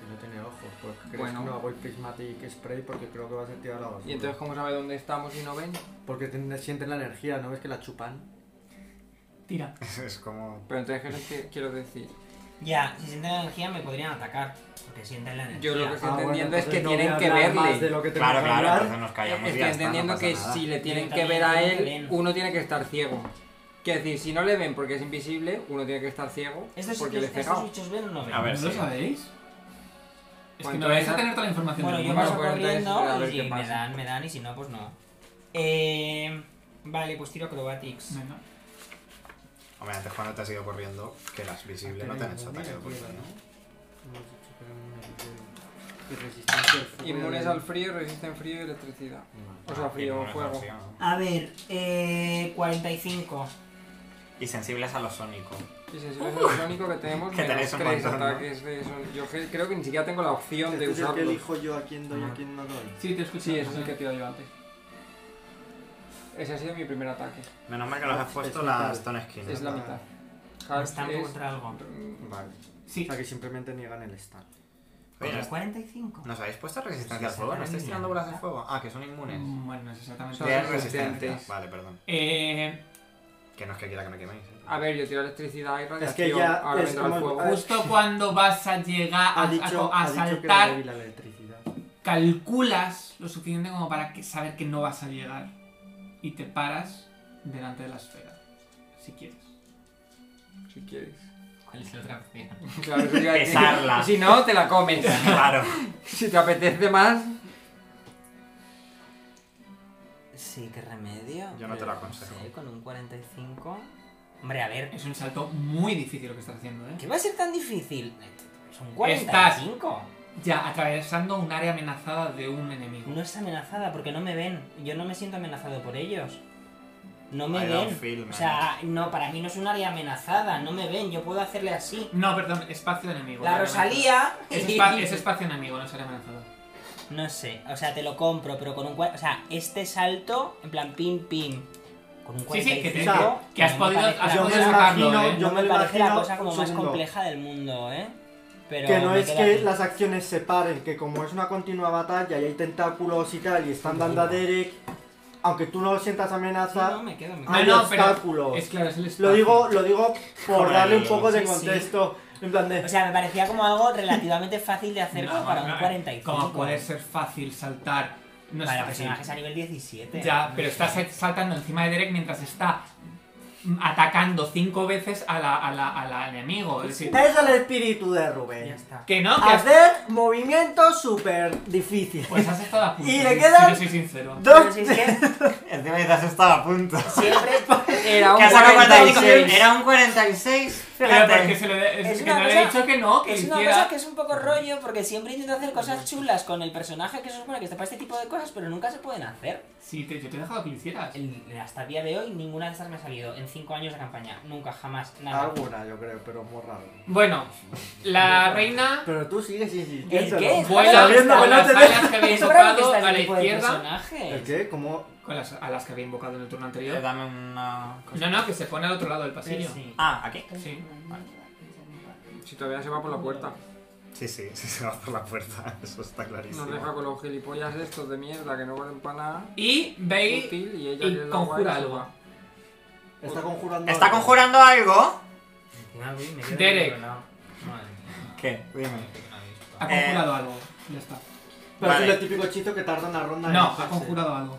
Speaker 4: Si no tiene ojos, pues crees
Speaker 6: Bueno.
Speaker 4: que no hago el Prismatic Spray porque creo que va a sentir la basura.
Speaker 6: y entonces, ¿cómo sabe dónde estamos y no ven?
Speaker 4: Porque tienen- sienten la energía, ¿no ves que la chupan?
Speaker 2: Tira.
Speaker 3: Es como.
Speaker 6: Pero entonces, ¿qué es lo que quiero decir?
Speaker 1: Ya, si sienten la energía me podrían atacar. Porque sienten la energía.
Speaker 6: Yo lo que estoy
Speaker 4: Ah, bueno,
Speaker 6: entendiendo es
Speaker 4: entonces
Speaker 6: que
Speaker 4: no voy a
Speaker 6: tienen que
Speaker 4: hablar más
Speaker 6: verle.
Speaker 4: de lo que tengo
Speaker 5: Claro,
Speaker 4: que
Speaker 5: claro,
Speaker 4: hablar.
Speaker 5: entonces nos callamos y
Speaker 6: Estoy
Speaker 5: pues ya está,
Speaker 6: entendiendo
Speaker 5: no pasa
Speaker 6: que
Speaker 5: nada.
Speaker 6: si le tienen
Speaker 1: Tienen
Speaker 6: que ver a
Speaker 1: también que
Speaker 6: él,
Speaker 1: ven.
Speaker 6: uno tiene que estar ciego. Quiero decir, si no le ven porque es invisible, uno tiene que estar ciego
Speaker 1: ¿Estos,
Speaker 6: porque le he
Speaker 1: estos
Speaker 6: pegado.
Speaker 1: bichos ven o no ven?
Speaker 5: A ver,
Speaker 2: ¿No lo
Speaker 5: sí.
Speaker 2: sabéis? Es que
Speaker 6: ¿Cuánto
Speaker 2: no vais a
Speaker 6: era?
Speaker 2: tener toda la información
Speaker 1: Bueno,
Speaker 2: del
Speaker 1: yo
Speaker 2: mundo.
Speaker 1: paso
Speaker 6: bueno, entonces, a
Speaker 1: corriendo
Speaker 6: ver
Speaker 1: y
Speaker 6: qué
Speaker 1: si me
Speaker 6: pasa.
Speaker 1: dan, me dan y si no, pues no. Eh, vale, pues tiro acrobatics.
Speaker 2: Venga.
Speaker 3: Hombre, antes cuando te has ido corriendo, que las visibles no te han hecho ataque de
Speaker 4: pues.
Speaker 3: oportunidad.
Speaker 6: Inmunes al frío, resisten frío y electricidad.
Speaker 5: Mm.
Speaker 6: O
Speaker 5: Ah,
Speaker 6: sea, frío o fuego.
Speaker 1: A ver, eh, 45.
Speaker 5: Y sensibles a lo sónico.
Speaker 6: Y si es el único que tenemos,
Speaker 5: Que
Speaker 6: menos
Speaker 5: tenéis un
Speaker 6: tres
Speaker 5: montón, ¿no?
Speaker 6: ataques de eso. Yo que- creo que ni siquiera tengo la opción
Speaker 4: Este
Speaker 6: de
Speaker 4: es el que
Speaker 6: usarlo.
Speaker 4: elijo yo a quién doy y a quién no doy.
Speaker 2: Sí, te escucho.
Speaker 6: Sí, eso es
Speaker 2: sí
Speaker 6: el que he tirado yo antes. Ese ha sido mi primer ataque.
Speaker 5: Menos mal que
Speaker 3: Nos
Speaker 5: nos
Speaker 3: has
Speaker 5: has
Speaker 3: puesto
Speaker 5: puesto
Speaker 4: Ah, Es
Speaker 5: la
Speaker 4: brutal.
Speaker 5: Stone Skin.
Speaker 6: Es la
Speaker 4: Ah.
Speaker 6: mitad. Half
Speaker 1: Están
Speaker 6: es-
Speaker 1: contra algo.
Speaker 4: Vale. O
Speaker 2: Sí,
Speaker 4: sea que simplemente niegan el stand.
Speaker 3: Oye,
Speaker 1: ¿Contra 45?
Speaker 3: ¿Nos habéis puesto resistencia
Speaker 1: Sí,
Speaker 3: al fuego?
Speaker 1: sí,
Speaker 3: ¿No estáis
Speaker 1: sí.
Speaker 3: tirando bolas de fuego? Ah, que son inmunes.
Speaker 2: Mm, Bueno, no es exactamente.
Speaker 6: Son
Speaker 3: Que es
Speaker 6: resistentes.
Speaker 3: resistencia. Vale, perdón.
Speaker 2: Eh,
Speaker 3: Que no es que quiera que me queméis. ¿eh?
Speaker 6: A ver, yo tiro electricidad y radiación.
Speaker 4: Es que ya
Speaker 6: ahora
Speaker 4: es
Speaker 6: vendrá el
Speaker 4: como-
Speaker 6: fuego.
Speaker 4: a ver.
Speaker 2: justo cuando vas a llegar a,
Speaker 4: Ha dicho,
Speaker 2: a- a
Speaker 4: ha dicho que era
Speaker 2: saltar,
Speaker 4: débil a la electricidad.
Speaker 2: calculas lo suficiente como para que saber que no vas a llegar y te paras delante de la esfera, si quieres.
Speaker 6: Si quieres.
Speaker 1: ¿Cuál es la otra opción?
Speaker 6: Claro, eso iba a decir.
Speaker 5: Pesarla.
Speaker 6: Si no, te la comes.
Speaker 5: Claro.
Speaker 6: Si te apetece más.
Speaker 1: Sí, qué remedio.
Speaker 3: Yo no te lo
Speaker 1: Pero,
Speaker 3: aconsejo.
Speaker 1: sé, con un 45. Hombre, a ver.
Speaker 2: Es un salto muy difícil lo que estás haciendo, ¿eh?
Speaker 1: ¿Qué va a ser tan difícil? Son 45.
Speaker 2: Ya, atravesando un área amenazada de un enemigo.
Speaker 1: No es amenazada porque no me ven. Yo no me siento amenazado por ellos. No me
Speaker 3: I don't
Speaker 1: ven.
Speaker 3: feel,
Speaker 1: O
Speaker 3: man.
Speaker 1: sea, no, para mí no es un área amenazada. No me ven. Yo puedo hacerle así.
Speaker 2: No, perdón, espacio enemigo.
Speaker 1: La
Speaker 2: área
Speaker 1: Rosalía.
Speaker 2: amenazada. Es, espa- es espacio enemigo, no es área amenazada.
Speaker 1: No sé, o sea, te lo compro, pero con un cua- O sea, este salto, en plan, pim, pim. Con un
Speaker 2: Sí, sí, que,
Speaker 1: 45.
Speaker 2: te-
Speaker 4: O sea,
Speaker 2: que- que has
Speaker 1: no me
Speaker 2: podido,
Speaker 1: parece
Speaker 2: has
Speaker 4: yo
Speaker 2: podido
Speaker 4: me
Speaker 2: sacarlo,
Speaker 4: imagino-
Speaker 2: ¿eh?
Speaker 4: yo-
Speaker 1: no me,
Speaker 4: me
Speaker 1: parece la
Speaker 4: imagino
Speaker 1: cosa como
Speaker 4: un
Speaker 1: más
Speaker 4: segundo.
Speaker 1: compleja del mundo, ¿eh? Pero
Speaker 4: Que no
Speaker 1: me
Speaker 4: es
Speaker 1: queda
Speaker 4: que
Speaker 1: aquí.
Speaker 4: las acciones se paren, que como es una continua batalla y hay tentáculos y tal, y están dando a Derek, aunque tú no sientas
Speaker 1: Sí, no,
Speaker 4: amenaza,
Speaker 1: me quedo, me
Speaker 2: Ah,
Speaker 1: quedo.
Speaker 4: hay
Speaker 2: no, pero-
Speaker 4: obstáculos.
Speaker 2: Es claro, es el espacio.
Speaker 4: Lo digo, lo digo por
Speaker 5: Joder,
Speaker 4: darle un poco de
Speaker 1: sí, sí.
Speaker 4: contexto. En plan de.
Speaker 1: O sea, me parecía como algo relativamente fácil de hacer como
Speaker 2: No,
Speaker 1: para
Speaker 2: no,
Speaker 1: un 45.
Speaker 2: Como puede ser fácil saltar. No es
Speaker 1: ¿eh? para
Speaker 2: fácil.
Speaker 1: personajes a nivel 17.
Speaker 2: Ya, pero estás saltando encima de Derek mientras está atacando cinco veces a la, a la, a la enemigo. Es decir,
Speaker 4: Es el espíritu de
Speaker 1: Ya
Speaker 4: Rubén.
Speaker 1: está.
Speaker 2: que no, que has-
Speaker 4: Hacer movimientos súper difíciles.
Speaker 2: pues has estado a punto.
Speaker 4: Y le
Speaker 2: si- si
Speaker 4: quedan-
Speaker 2: no soy sincero.
Speaker 1: Pero
Speaker 4: Dos.
Speaker 1: si es que
Speaker 5: Encima te has estado a punto.
Speaker 1: siempre
Speaker 6: Era un
Speaker 5: Que has sacado 45.
Speaker 6: 46.
Speaker 5: Era un 46.
Speaker 2: Pero porque
Speaker 5: Fíjate.
Speaker 2: se lo de-
Speaker 1: Es
Speaker 2: que
Speaker 1: una
Speaker 2: no le
Speaker 1: cosa-
Speaker 2: he dicho que no, que
Speaker 1: es una
Speaker 2: hiciera.
Speaker 1: cosa que es un poco rollo porque siempre intento hacer cosas chulas con el personaje que se supone que está para este tipo de cosas, pero nunca se pueden hacer.
Speaker 2: Sí, te, yo te he dejado que lo hicieras.
Speaker 1: El- hasta el día de hoy ninguna de estas me ha salido en 5 años de campaña. Nunca, jamás, nada.
Speaker 4: Alguna, yo creo, pero muy raro.
Speaker 2: Bueno, la reina
Speaker 4: Pero tú sigues
Speaker 1: ¿El
Speaker 4: insistiéndolo.
Speaker 1: qué?
Speaker 2: vuela
Speaker 4: Sabiendo
Speaker 2: con
Speaker 4: que no
Speaker 2: las
Speaker 4: te
Speaker 2: alas que había
Speaker 1: Es raro que
Speaker 2: invocado
Speaker 1: estás
Speaker 2: a la
Speaker 1: este tipo de
Speaker 2: izquierda.
Speaker 4: ¿El
Speaker 1: personajes.
Speaker 4: qué? ¿Cómo?
Speaker 2: Con las alas que había invocado en el turno
Speaker 5: Eh,
Speaker 2: anterior.
Speaker 5: Dame una cosa.
Speaker 2: No, no, que se pone al otro lado del pasillo.
Speaker 1: Sí.
Speaker 5: Ah, aquí.
Speaker 2: Sí.
Speaker 6: Si todavía se va por la puerta.
Speaker 3: Sí, sí, sí, se va por la puerta. Eso está clarísimo.
Speaker 6: Nos deja con los gilipollas de estos de mierda que no valen para nada.
Speaker 2: Y veis.
Speaker 6: Útil y ella
Speaker 2: y
Speaker 6: que es la
Speaker 2: conjura
Speaker 6: guay, se
Speaker 2: algo.
Speaker 6: va.
Speaker 4: Está conjurando.
Speaker 5: ¿Está
Speaker 4: algo.
Speaker 5: conjurando algo?
Speaker 1: Encima, uy, me quedo
Speaker 2: Derek.
Speaker 1: del otro lado. Madre mía,
Speaker 5: ¿Qué? Dime.
Speaker 2: Ha conjurado algo. Ya está.
Speaker 4: Pero
Speaker 5: Vale.
Speaker 4: es el típico hechizo que tarda una ronda en
Speaker 2: No,
Speaker 4: hacerse.
Speaker 2: ha conjurado algo.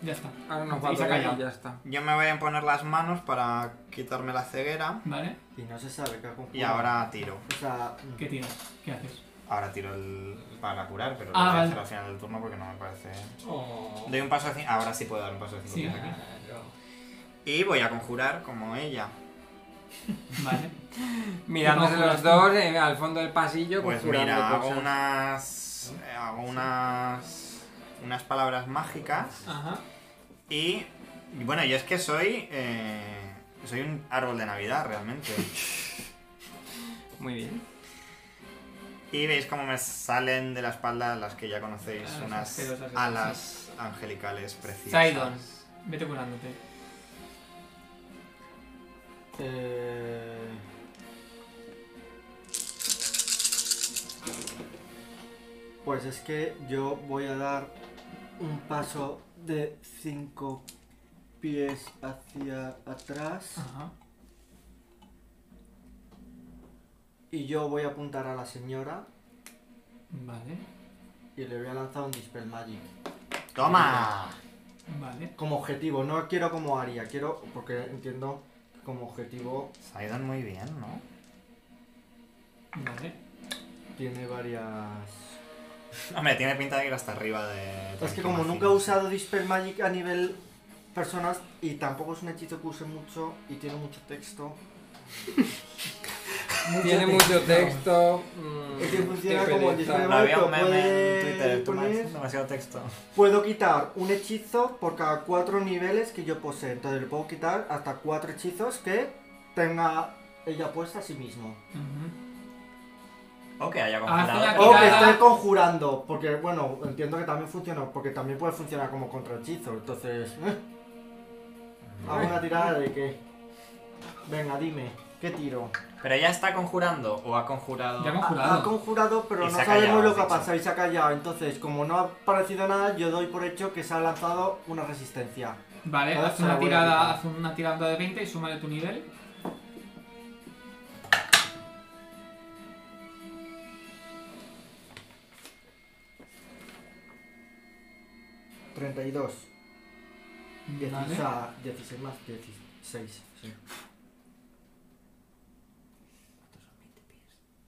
Speaker 2: Ya está.
Speaker 6: Ahora nos va
Speaker 2: Y se ha
Speaker 6: a doler y
Speaker 2: callado.
Speaker 6: ya está.
Speaker 5: Eh, Yo me voy a poner las manos para quitarme la ceguera.
Speaker 2: ¿Vale?
Speaker 4: Y no se sabe qué ha conjurado.
Speaker 5: Y ahora tiro.
Speaker 4: O sea,
Speaker 2: ¿Qué tiras? ¿Qué haces?
Speaker 5: Ahora tiro el. para curar, pero lo
Speaker 2: Ah,
Speaker 5: voy a
Speaker 2: vale.
Speaker 5: hacer al final del turno porque no me parece.
Speaker 1: Oh.
Speaker 5: Doy un paso de cinco. Ahora sí puedo dar un paso de cinco.
Speaker 2: Sí.
Speaker 5: pies aquí. Y voy a conjurar como ella.
Speaker 2: Vale.
Speaker 6: Mirándose los dos eh, al fondo del pasillo,
Speaker 5: Pues
Speaker 6: conjurando
Speaker 5: mira, hago
Speaker 6: cosas.
Speaker 5: unas. eh, hago unas. unas palabras mágicas.
Speaker 2: Ajá.
Speaker 5: Y. y bueno, yo es que soy. eh, soy un árbol de Navidad realmente.
Speaker 6: Muy bien.
Speaker 5: Y veis cómo me salen de la espalda las que ya conocéis,
Speaker 2: Ah,
Speaker 5: unas
Speaker 2: esas asquerosas,
Speaker 5: alas angelicales precisas.
Speaker 2: Sidon, vete curándote.
Speaker 4: eh, Pues es que yo voy a dar un paso de 5 pies hacia atrás.
Speaker 2: Ajá.
Speaker 4: Y yo voy a apuntar a la señora
Speaker 2: Vale,
Speaker 4: y le voy a lanzar un Dispel Magic.
Speaker 3: ¡Toma!
Speaker 2: vale.
Speaker 4: Como objetivo, no quiero como haría, quiero. Porque entiendo que como objetivo
Speaker 3: Sidon muy bien, ¿no?
Speaker 2: Vale.
Speaker 4: tiene varias.
Speaker 3: Hombre, tiene pinta de ir hasta arriba de...
Speaker 4: Es que como nunca he usado Dispel Magic a nivel personas y tampoco es un hechizo que use mucho y tiene mucho texto.
Speaker 6: Tiene mucho texto. mm,
Speaker 4: Es que funciona
Speaker 6: qué
Speaker 4: como el
Speaker 6: pereza.
Speaker 4: disparo.
Speaker 3: No, había un meme en
Speaker 4: Puedes
Speaker 3: Twitter, tú
Speaker 4: poner-
Speaker 3: Max, demasiado texto.
Speaker 4: Puedo quitar un hechizo por cada cuatro niveles que yo posee. Entonces le puedo quitar hasta cuatro hechizos que tenga ella puesta a sí mismo.
Speaker 2: Ujú.
Speaker 3: O que haya
Speaker 2: Haz
Speaker 3: congelado.
Speaker 2: una-
Speaker 4: O Oh, que
Speaker 2: Tirada.
Speaker 4: esté conjurando, porque bueno, entiendo que también funciona, porque también puede funcionar como contrahechizo. Entonces, hago una tirada de que. Venga, dime, ¿qué tiro?
Speaker 3: Pero ya está conjurando o ha conjurado...
Speaker 2: Ya hemos
Speaker 4: Ha, ha
Speaker 2: jurado.
Speaker 4: conjurado, pero
Speaker 3: Y
Speaker 4: no
Speaker 3: se ha
Speaker 4: sabemos
Speaker 3: callado,
Speaker 4: lo
Speaker 3: has
Speaker 4: que ha
Speaker 3: dicho.
Speaker 4: pasado y se ha callado. Entonces, como no ha aparecido nada, yo doy por hecho que se ha lanzado una resistencia.
Speaker 2: Vale,
Speaker 4: Ahora
Speaker 2: haz
Speaker 4: se la
Speaker 2: una
Speaker 4: voy a
Speaker 2: tirada,
Speaker 4: quitar.
Speaker 2: haz una tirada de 20 y súmale tu nivel.
Speaker 4: Vale. 32. Dieci-
Speaker 2: Vale.
Speaker 4: O sea, 16 más 16. Sí.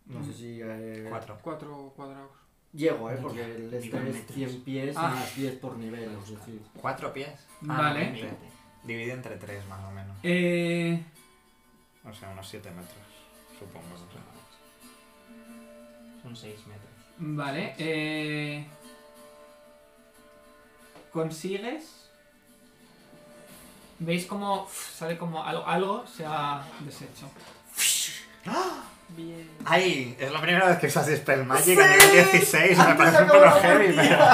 Speaker 4: No sé si. eh,
Speaker 3: Cuatro.
Speaker 6: Cuatro cuadrados.
Speaker 4: Llego, ¿eh? Porque el este es
Speaker 1: metros.
Speaker 4: 100 pies
Speaker 2: Ah.
Speaker 4: más 10 por nivel. Es decir,
Speaker 3: Cuatro pies. Ah,
Speaker 2: Vale.
Speaker 3: no, veinte. Divide entre tres, más o menos.
Speaker 2: Eh.
Speaker 3: O sea, unos siete metros, supongo. o sea.
Speaker 1: Son 6 metros.
Speaker 2: Vale, eh. Consigues. ¿Veis cómo uf, sale como algo, algo se ha deshecho?
Speaker 3: ¡Ay! Es la primera vez que usas Spell Magic a nivel 16. Me parece un
Speaker 4: acabó la
Speaker 3: poco heavy, pero...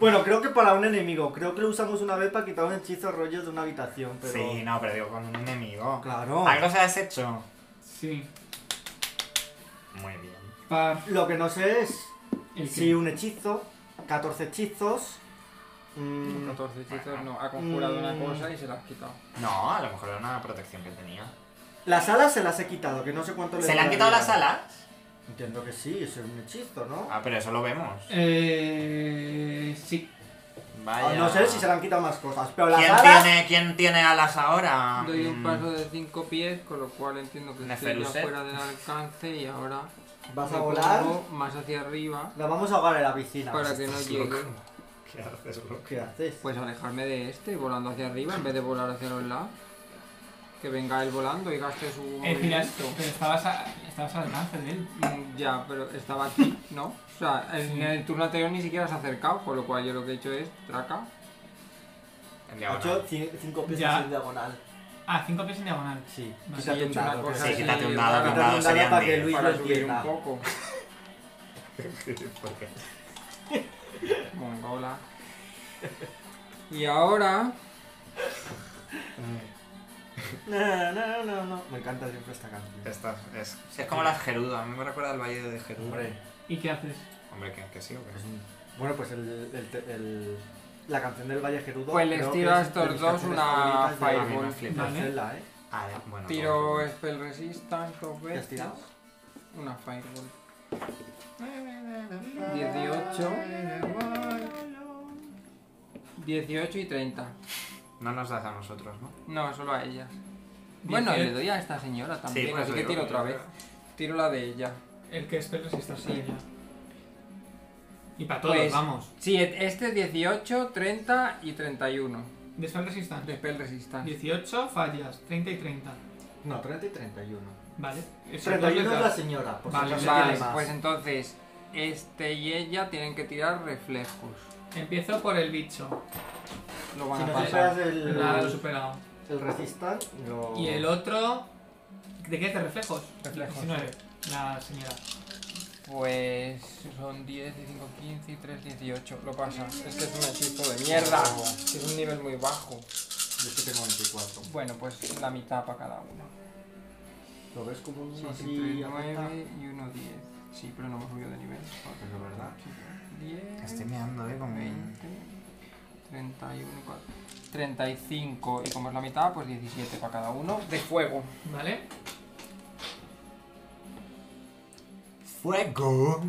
Speaker 4: Bueno, creo que para un enemigo. Creo que lo usamos una vez para quitar un hechizo rollo de una habitación, pero.
Speaker 3: Sí, no, pero digo, con un enemigo.
Speaker 4: Claro.
Speaker 3: ¿Algo se has hecho?
Speaker 2: Sí.
Speaker 3: Muy bien.
Speaker 2: Para
Speaker 4: Lo que no sé es
Speaker 2: el
Speaker 4: si
Speaker 2: que.
Speaker 4: un hechizo, 14 hechizos. mm,
Speaker 6: 14 hechizos no. Ha conjurado una
Speaker 4: Mm.
Speaker 6: cosa y se la has quitado.
Speaker 3: No, a lo mejor era una protección que tenía.
Speaker 4: las alas se las he quitado, que no sé cuánto
Speaker 3: ¿Se le han quitado las
Speaker 4: duraría.
Speaker 3: alas?
Speaker 4: Entiendo que sí, eso es un hechizo, ¿no?
Speaker 3: Ah, pero eso lo vemos.
Speaker 2: Eh. Sí.
Speaker 3: Vaya.
Speaker 4: No sé si se le han quitado más cosas, pero las
Speaker 3: Ah, ¿Quién
Speaker 4: alas.
Speaker 3: tiene, ¿Quién tiene alas ahora?
Speaker 6: Doy un
Speaker 3: Mm,
Speaker 6: paso de 5 pies, con lo cual entiendo que estoy ya
Speaker 3: Neferuset.
Speaker 6: fuera del alcance y ahora
Speaker 4: Vas
Speaker 6: me
Speaker 4: a volar.
Speaker 6: pongo más hacia arriba
Speaker 4: La vamos a ahogar en la piscina.
Speaker 6: para que no llegue.
Speaker 3: ¿Qué haces, loco?
Speaker 4: ¿Qué haces?
Speaker 6: Pues alejarme de este, volando hacia arriba en vez de volar hacia los lados. Que venga él volando y gaste su
Speaker 2: Eh, mira,
Speaker 6: movimiento.
Speaker 2: pero estabas, a- estabas al alcance de él.
Speaker 6: Mm, Ya, pero estaba aquí, ¿no? O sea, en el turno anterior ni siquiera se ha acercado, con lo cual yo lo que he hecho es traca.
Speaker 3: En
Speaker 4: Ha
Speaker 3: diagonal.
Speaker 4: hecho 5 pies
Speaker 2: Ya.
Speaker 4: así en diagonal.
Speaker 2: Ah, 5 pies en diagonal. Vale.
Speaker 4: Sí.
Speaker 6: Y he
Speaker 4: Quítate un
Speaker 6: hecho una
Speaker 4: dado.
Speaker 6: cosa
Speaker 3: Sí,
Speaker 6: así
Speaker 3: quítate un
Speaker 6: rara
Speaker 3: dado, que un
Speaker 4: Quítate
Speaker 3: dado
Speaker 4: un dado
Speaker 3: serían
Speaker 4: para que
Speaker 3: 10.
Speaker 4: Luis-
Speaker 6: para
Speaker 4: lo
Speaker 6: subir un
Speaker 4: entienda.
Speaker 6: poco.
Speaker 3: ¿Por qué?
Speaker 6: Mongola. Y ahora
Speaker 3: Mm,
Speaker 4: No, no, no, no. Me encanta siempre esta canción.
Speaker 3: Esta es, es como las Gerudo, a mí me recuerda el valle de Gerudo.
Speaker 4: Hombre.
Speaker 2: ¿Y qué haces?
Speaker 3: Hombre, que, que sí o que no.
Speaker 4: Bueno, pues el, el, te- el- la canción del Valle Gerudo.
Speaker 6: Pues les
Speaker 4: creo
Speaker 6: tiro
Speaker 4: que
Speaker 6: a
Speaker 4: es
Speaker 6: estos
Speaker 4: de mis
Speaker 6: dos
Speaker 4: canciones
Speaker 6: una
Speaker 4: favoritas de la-
Speaker 3: A mí me
Speaker 6: Fireball.
Speaker 3: flipa.
Speaker 2: Vale.
Speaker 4: Marcela, ¿eh?
Speaker 3: Ah, de- bueno, todo
Speaker 5: pues,
Speaker 6: tiro
Speaker 3: bien.
Speaker 6: Spell Resistance dos
Speaker 4: ¿Qué has
Speaker 6: veces.
Speaker 4: tirado?
Speaker 6: Una Fireball. 18. 18 y 30.
Speaker 3: No nos das a nosotros, ¿no?
Speaker 6: No, solo a ellas. Bueno, le
Speaker 2: 18.
Speaker 6: doy a esta señora también,
Speaker 3: por
Speaker 6: así
Speaker 3: eso
Speaker 6: que
Speaker 3: digo,
Speaker 6: tiro otra
Speaker 3: yo
Speaker 6: vez.
Speaker 3: creo.
Speaker 6: Tiro la de ella.
Speaker 2: El que es Pedro si está
Speaker 6: Sí.
Speaker 2: ya. Y para todos,
Speaker 6: Pues-
Speaker 2: vamos.
Speaker 6: Sí, e- este es 18, 30 y 31.
Speaker 2: Dispel resistance.
Speaker 6: De Spell Resistance.
Speaker 2: 18 fallas, 30 y 30.
Speaker 4: No, 30 y 31.
Speaker 2: Vale. Esos dos
Speaker 4: 31
Speaker 2: les
Speaker 4: es la
Speaker 2: das.
Speaker 4: señora, por
Speaker 2: Vale,
Speaker 4: si acaso
Speaker 6: Vale,
Speaker 4: tiene más.
Speaker 6: pues entonces, este y ella tienen que tirar reflejos.
Speaker 2: Empiezo por el bicho.
Speaker 6: Lo van
Speaker 4: si
Speaker 6: a
Speaker 4: no
Speaker 6: pasar.
Speaker 4: superas el, Oh.
Speaker 2: Nada, lo he superado.
Speaker 4: el resistance, lo...
Speaker 2: Y el otro. ¿De qué? ¿De reflejos?
Speaker 6: Reflejos.
Speaker 2: 19. La señora.
Speaker 6: Pues son 10, 5, 15 y 3, 18. Lo pasa. Es que es un hechizo de mierda. Es un nivel muy bajo.
Speaker 4: Yo es que tengo 24.
Speaker 6: Bueno, pues la mitad para cada uno.
Speaker 4: Lo ves como un
Speaker 6: Sí,
Speaker 4: así...
Speaker 6: entre
Speaker 4: afecta?
Speaker 6: 9 y 1, 10. Sí, pero no hemos subido de nivel.
Speaker 4: Pues es verdad.
Speaker 6: 10.
Speaker 3: Estoy mirando, eh, con
Speaker 6: 20, 31, 4, 35. Y como es la mitad, pues 17 para cada uno de fuego.
Speaker 2: ¿Vale?
Speaker 3: Fuego.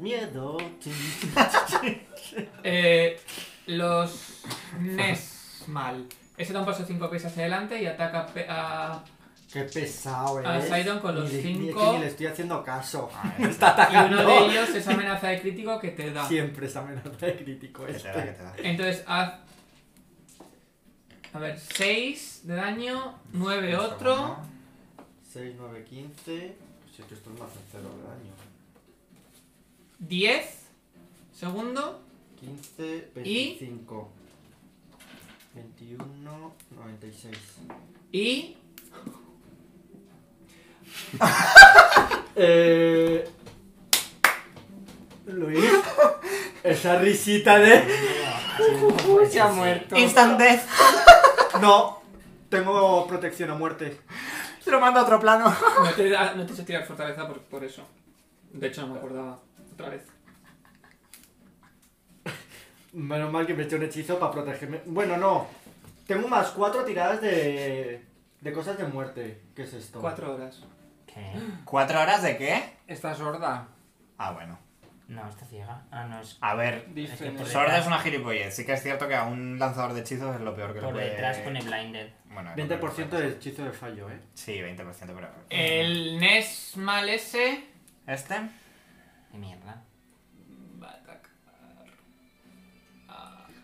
Speaker 4: Miedo.
Speaker 2: Eh, los Nesmal. Ese da un paso 5 pies hacia adelante y ataca pe- a.
Speaker 4: Qué pesado, eh.
Speaker 2: Ah, Sidon con los
Speaker 4: ni, le- ni- es que
Speaker 2: cinco.
Speaker 4: ni le estoy haciendo caso.
Speaker 2: Y uno de ellos es amenaza de crítico que te da.
Speaker 4: Siempre esa amenaza de crítico
Speaker 3: Que te da, que
Speaker 4: este.
Speaker 3: te da.
Speaker 2: Entonces haz. A ver, 6 de daño, 9
Speaker 3: Un
Speaker 2: otro.
Speaker 3: segundo.
Speaker 4: 6, 9, 15. Si es que esto no hace cero de daño.
Speaker 2: 10. Segundo.
Speaker 4: 15, 25. 21, 96.
Speaker 2: Y.
Speaker 4: Eh. Luis. Esa risita de.
Speaker 6: Se ha muerto.
Speaker 5: Instant death.
Speaker 4: No. Tengo protección a muerte.
Speaker 5: Se lo mando a otro plano.
Speaker 2: No te, da- no te sé tirar fortaleza por, por eso. De hecho, no me acordaba. Otra vez.
Speaker 4: Menos mal que me eché un hechizo para protegerme. Bueno, no. Tengo más cuatro tiradas de. de cosas de muerte. ¿Qué es esto?
Speaker 2: 4 horas.
Speaker 1: ¿Qué?
Speaker 5: ¿Cuatro horas de qué?
Speaker 6: Está sorda.
Speaker 5: Ah, bueno.
Speaker 1: No, está ciega. Ah, no, es
Speaker 5: A ver.
Speaker 1: Es que
Speaker 6: Dice.
Speaker 1: por
Speaker 5: Sorda es una gilipollez. Sí que es cierto que a un lanzador de hechizos es lo peor que le
Speaker 1: por
Speaker 3: pues
Speaker 5: puede-
Speaker 1: detrás pone blinded.
Speaker 5: Bueno, es lo peor que
Speaker 4: 20%
Speaker 5: puede
Speaker 4: de
Speaker 5: pasar.
Speaker 4: hechizo de fallo, eh.
Speaker 5: Sí, 20%, pero.
Speaker 2: El Nesmal ese.
Speaker 5: ¿Este?
Speaker 1: Qué mierda.
Speaker 2: Va a atacar.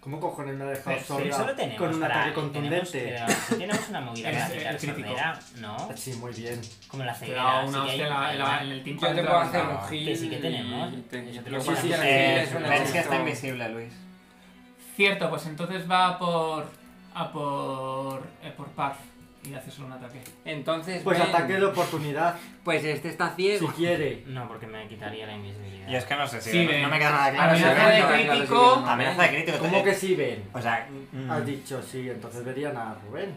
Speaker 4: ¿Cómo cojones me ha dejado
Speaker 1: Pero, pero
Speaker 4: sorda
Speaker 1: solo tenemos
Speaker 4: con un
Speaker 1: para-
Speaker 4: ataque
Speaker 1: tenemos-
Speaker 4: contundente?
Speaker 1: pero si tenemos una movida
Speaker 2: Es-
Speaker 1: para
Speaker 2: es
Speaker 1: quitar
Speaker 2: crítico.
Speaker 1: sordera, ¿no?
Speaker 4: Sí, muy bien.
Speaker 1: Como la
Speaker 2: Te
Speaker 1: ceguera.
Speaker 2: da una
Speaker 1: sí que hay
Speaker 2: hostia en la-
Speaker 1: una-
Speaker 2: en la- en el tinto.
Speaker 6: Yo te
Speaker 2: de
Speaker 6: puedo
Speaker 2: la-
Speaker 6: hacer
Speaker 1: no,
Speaker 6: un heal.
Speaker 1: que sí que tenemos.
Speaker 6: y te-
Speaker 1: Yo
Speaker 6: yo
Speaker 1: te
Speaker 6: te
Speaker 1: lo
Speaker 6: lo
Speaker 1: puedo
Speaker 4: hacer.
Speaker 6: puedo hacer.
Speaker 5: Eh,
Speaker 6: Es un
Speaker 5: pero es que
Speaker 6: hechizo.
Speaker 5: está invisible, Luis.
Speaker 2: Cierto, pues entonces va a por. a por. eh, por Parf. Y hace solo un ataque.
Speaker 6: Entonces,
Speaker 4: Pues
Speaker 6: ven.
Speaker 4: ataque de oportunidad,
Speaker 6: Pues este está
Speaker 4: si
Speaker 6: ciego.
Speaker 4: quiere.
Speaker 1: No, porque me quitaría la invisibilidad.
Speaker 5: Y es que no sé si.
Speaker 2: Sí,
Speaker 5: no,
Speaker 2: ven.
Speaker 5: no me queda nada claro. si
Speaker 2: Amenaza
Speaker 5: ven,
Speaker 2: de
Speaker 5: no ven.
Speaker 2: crítico.
Speaker 5: Amenaza de crítico.
Speaker 4: ¿Cómo
Speaker 5: eh,
Speaker 4: que sí ven?
Speaker 5: O sea. mm,
Speaker 4: Has dicho sí, entonces verían a Rubén.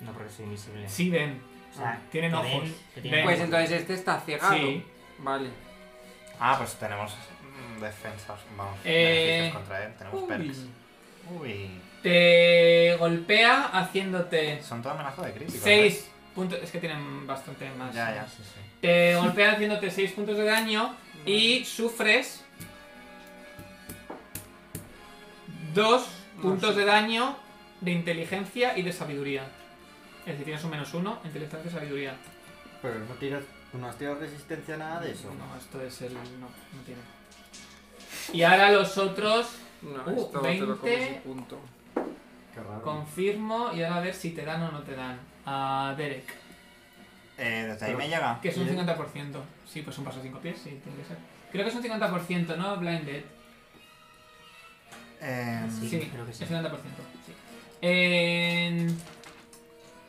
Speaker 1: No, porque soy invisible.
Speaker 2: Sí, ven.
Speaker 1: O sea,
Speaker 2: Tienen
Speaker 1: que
Speaker 2: ojos.
Speaker 1: ven- que
Speaker 2: Ven.
Speaker 1: tienen
Speaker 6: Pues
Speaker 1: ojos.
Speaker 6: entonces este está cegado.
Speaker 2: Sí.
Speaker 6: Vale.
Speaker 5: Ah, pues tenemos mm, defensas. Vamos.
Speaker 2: Eh,
Speaker 5: beneficios contra él. Tenemos
Speaker 2: uy.
Speaker 5: perks. Uy.
Speaker 2: Te golpea haciéndote.
Speaker 5: Son toda amenaza de crítico.
Speaker 2: 6 puntos. Es que tienen bastante más.
Speaker 5: Ya, ya.
Speaker 2: Te Eh, golpea haciéndote 6 puntos de daño y sufres 2 puntos de daño de inteligencia y de sabiduría. Es decir, tienes un menos 1, inteligencia y sabiduría.
Speaker 4: Pero no tiras, no has tirado resistencia a nada Ah, de eso.
Speaker 2: No, esto es el. No, no tiene. Y ahora los otros
Speaker 6: No,
Speaker 2: Uh,
Speaker 6: esto te lo comes y
Speaker 2: 20.
Speaker 6: punto.
Speaker 4: Qué raro.
Speaker 2: confirmo y ahora a ver si te dan o no te dan. A Derek,
Speaker 5: Eh, desde ahí
Speaker 4: Pero-
Speaker 5: me llega.
Speaker 2: que es un
Speaker 4: Bien.
Speaker 2: 50%. Sí, pues un paso 5 pies, sí, tiene que ser. Creo que es un 50%, ¿no? Blinded.
Speaker 5: Eh,
Speaker 1: Sí,
Speaker 2: Ah, Sí,
Speaker 1: creo que sí.
Speaker 2: Es 90%. sí. En-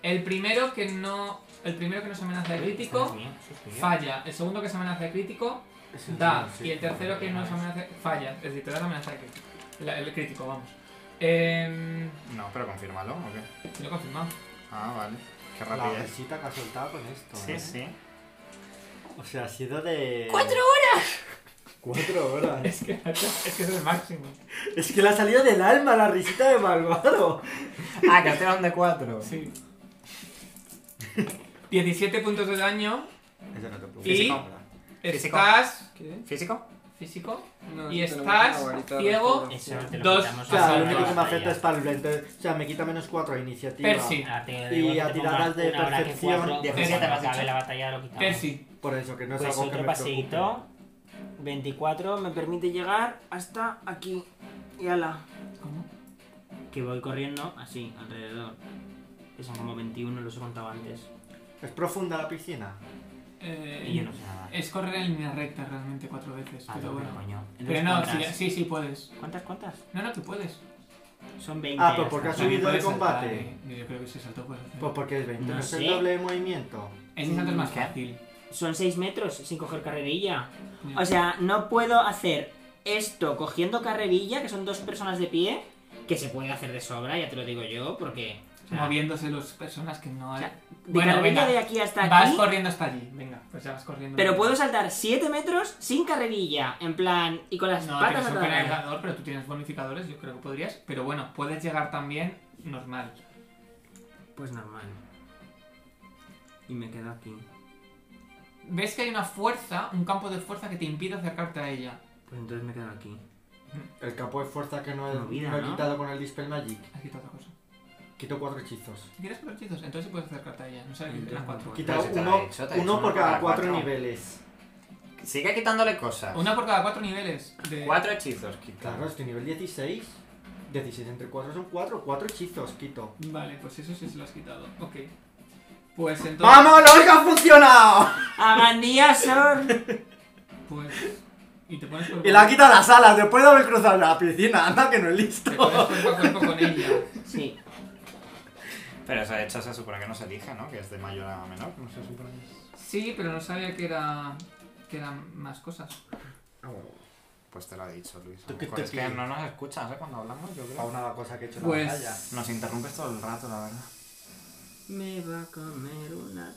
Speaker 2: El primero que no. El primero que no se amenaza de
Speaker 1: Esto
Speaker 2: crítico
Speaker 1: no es mío, eso es tuyo.
Speaker 2: falla. El segundo que se amenaza de crítico
Speaker 4: Eso es
Speaker 2: da.
Speaker 4: bueno, sí.
Speaker 2: Y el tercero que no se amenaza falla. Es decir, te da la amenaza de crítico. La- el crítico, vamos. Em,
Speaker 5: No, pero confírmalo, ¿o qué?
Speaker 2: Lo he confirmado.
Speaker 5: Ah, vale. Qué
Speaker 4: La
Speaker 5: rapidez.
Speaker 4: risita que ha soltado con esto.
Speaker 5: Sí,
Speaker 4: ¿eh?
Speaker 5: sí.
Speaker 4: O sea, ha sido de. ¡Cuatro horas! ¡Cuatro horas!
Speaker 2: Es que, es que es el máximo.
Speaker 4: es que le ha salido del alma la risita de malvado.
Speaker 5: Ah, que un de 4.
Speaker 2: Sí. 17 puntos de daño.
Speaker 4: Eso no te preocupes.
Speaker 2: Y-
Speaker 4: No, no.
Speaker 5: Físico.
Speaker 2: Estás.
Speaker 6: ¿Qué?
Speaker 5: ¿Físico?
Speaker 2: ¿Físico?
Speaker 6: No,
Speaker 2: Y
Speaker 6: esto lo
Speaker 2: estás
Speaker 6: hemos hecho ahorita,
Speaker 2: ciego.
Speaker 6: restauración.
Speaker 1: Eso te lo
Speaker 2: Dos.
Speaker 1: quitamos
Speaker 4: O sea,
Speaker 2: Pasar
Speaker 4: lo único que me
Speaker 2: todas
Speaker 4: afecta es para el blender. O sea, me quita menos cuatro a iniciativa.
Speaker 2: Percy.
Speaker 1: Ah, te-
Speaker 4: Y
Speaker 1: igual que
Speaker 4: a
Speaker 1: te
Speaker 4: tiradas
Speaker 1: pongas
Speaker 4: de
Speaker 1: una hora que
Speaker 4: percepción,
Speaker 1: cuatro, pues
Speaker 5: 17
Speaker 1: cuando
Speaker 5: me has
Speaker 1: acabe
Speaker 5: dicho.
Speaker 1: la batalla lo quitamos.
Speaker 2: Percy.
Speaker 4: Por eso, que no es
Speaker 1: Pues
Speaker 4: algo que
Speaker 1: otro
Speaker 4: me preocupe.
Speaker 1: paseíto. 24 me permite llegar hasta aquí. Y ala.
Speaker 2: ¿Cómo?
Speaker 1: Que voy corriendo así, alrededor. Que son como 21, los he contado antes.
Speaker 4: ¿Es profunda la piscina?
Speaker 2: Eh,
Speaker 1: Y yo no sé nada.
Speaker 2: Es correr en línea recta realmente cuatro veces,
Speaker 1: Ah,
Speaker 2: pero
Speaker 1: no,
Speaker 2: bueno.
Speaker 1: coño.
Speaker 2: Pero
Speaker 1: Entonces,
Speaker 2: no, sí,
Speaker 1: ¿cuántas?
Speaker 2: sí, sí puedes.
Speaker 1: ¿Cuántas, cuántas?
Speaker 2: No, no, que puedes.
Speaker 1: Son 20.
Speaker 4: Ah, pero porque
Speaker 1: hasta
Speaker 4: has
Speaker 1: acá.
Speaker 4: subido
Speaker 2: Puedes
Speaker 4: de combate.
Speaker 2: saltar, eh. Yo creo que si salto puedes hacer.
Speaker 4: Pues porque es 20.
Speaker 1: No
Speaker 4: No es el
Speaker 1: sé.
Speaker 4: doble de movimiento.
Speaker 2: Ese salto es más
Speaker 5: ¿Qué?
Speaker 2: fácil.
Speaker 1: Son 6 metros sin coger carrerilla.
Speaker 2: Ya.
Speaker 1: O sea, no puedo hacer esto cogiendo carrerilla, que son dos personas de pie, que se puede hacer de sobra, ya te lo digo yo, porque. o sea,
Speaker 2: Moviéndose las personas que no
Speaker 1: o
Speaker 2: hay.
Speaker 1: sea, de
Speaker 2: Bueno,
Speaker 1: carrerilla
Speaker 2: venga.
Speaker 1: de aquí hasta
Speaker 2: vas
Speaker 1: aquí.
Speaker 2: corriendo hasta allí. Venga, pues ya vas corriendo.
Speaker 1: Pero puedo saltar 7 metros sin carrerilla, en plan, y con las
Speaker 2: No,
Speaker 1: patas
Speaker 2: tienes un
Speaker 1: atrás.
Speaker 2: penalizador, pero tú tienes bonificadores, yo creo que podrías. Pero bueno, puedes llegar también normal.
Speaker 1: Pues normal. Y me quedo aquí.
Speaker 2: ves que hay una fuerza, un campo de fuerza que te impide acercarte a ella.
Speaker 1: Pues entonces me quedo aquí.
Speaker 4: El campo de fuerza que no he,
Speaker 1: Movida,
Speaker 4: no he
Speaker 1: ¿no?
Speaker 4: quitado con el Dispel Magic.
Speaker 2: Has quitado otra cosa.
Speaker 4: Quito cuatro hechizos.
Speaker 2: ¿Quieres cuatro hechizos? Entonces sí puedes acercarte a ella. No sabes que
Speaker 1: Entonces
Speaker 2: eran
Speaker 1: no
Speaker 2: cuatro.
Speaker 1: puedo.
Speaker 4: Quita
Speaker 5: Pues Pero si te la
Speaker 4: uno,
Speaker 5: he hecho, te he
Speaker 4: uno
Speaker 5: hecho uno
Speaker 4: por
Speaker 5: para
Speaker 4: cada cuatro,
Speaker 5: cuatro.
Speaker 4: niveles.
Speaker 5: Sigue quitándole cosas.
Speaker 2: Una por cada cuatro niveles. De...
Speaker 5: Cuatro hechizos quita.
Speaker 4: Claro, estoy nivel 16. 16 entre 4 son 4. 4 hechizos quito.
Speaker 2: Vale, pues eso sí se lo has quitado. Ok. Pues entonces.
Speaker 3: ¡Vamos, lo que ha funcionado!
Speaker 1: ¡Amandiasor!
Speaker 2: Pues. Y te pones cuerpo,
Speaker 4: Y le ha quitado las alas después de haber cruzado la piscina. Anda, que no es
Speaker 2: te
Speaker 4: listo.
Speaker 2: pones cuerpo a cuerpo con ella.
Speaker 1: Sí.
Speaker 5: Pero esa hecha se supone que no se elige, ¿no? Que es de mayor a menor. No se supone.
Speaker 2: Sí, pero no sabía que era. que eran más cosas.
Speaker 4: Ah,
Speaker 5: Pues te lo he dicho, Luis.
Speaker 4: ¿Tú qué
Speaker 5: Joder,
Speaker 4: te
Speaker 5: es que
Speaker 4: pides?
Speaker 5: no nos escuchas, ¿eh? Cuando hablamos, yo creo.
Speaker 4: Para una cosa que he hecho en la batalla.
Speaker 2: Pues.
Speaker 5: Nos interrumpes todo el rato, la verdad.
Speaker 1: Me va a comer una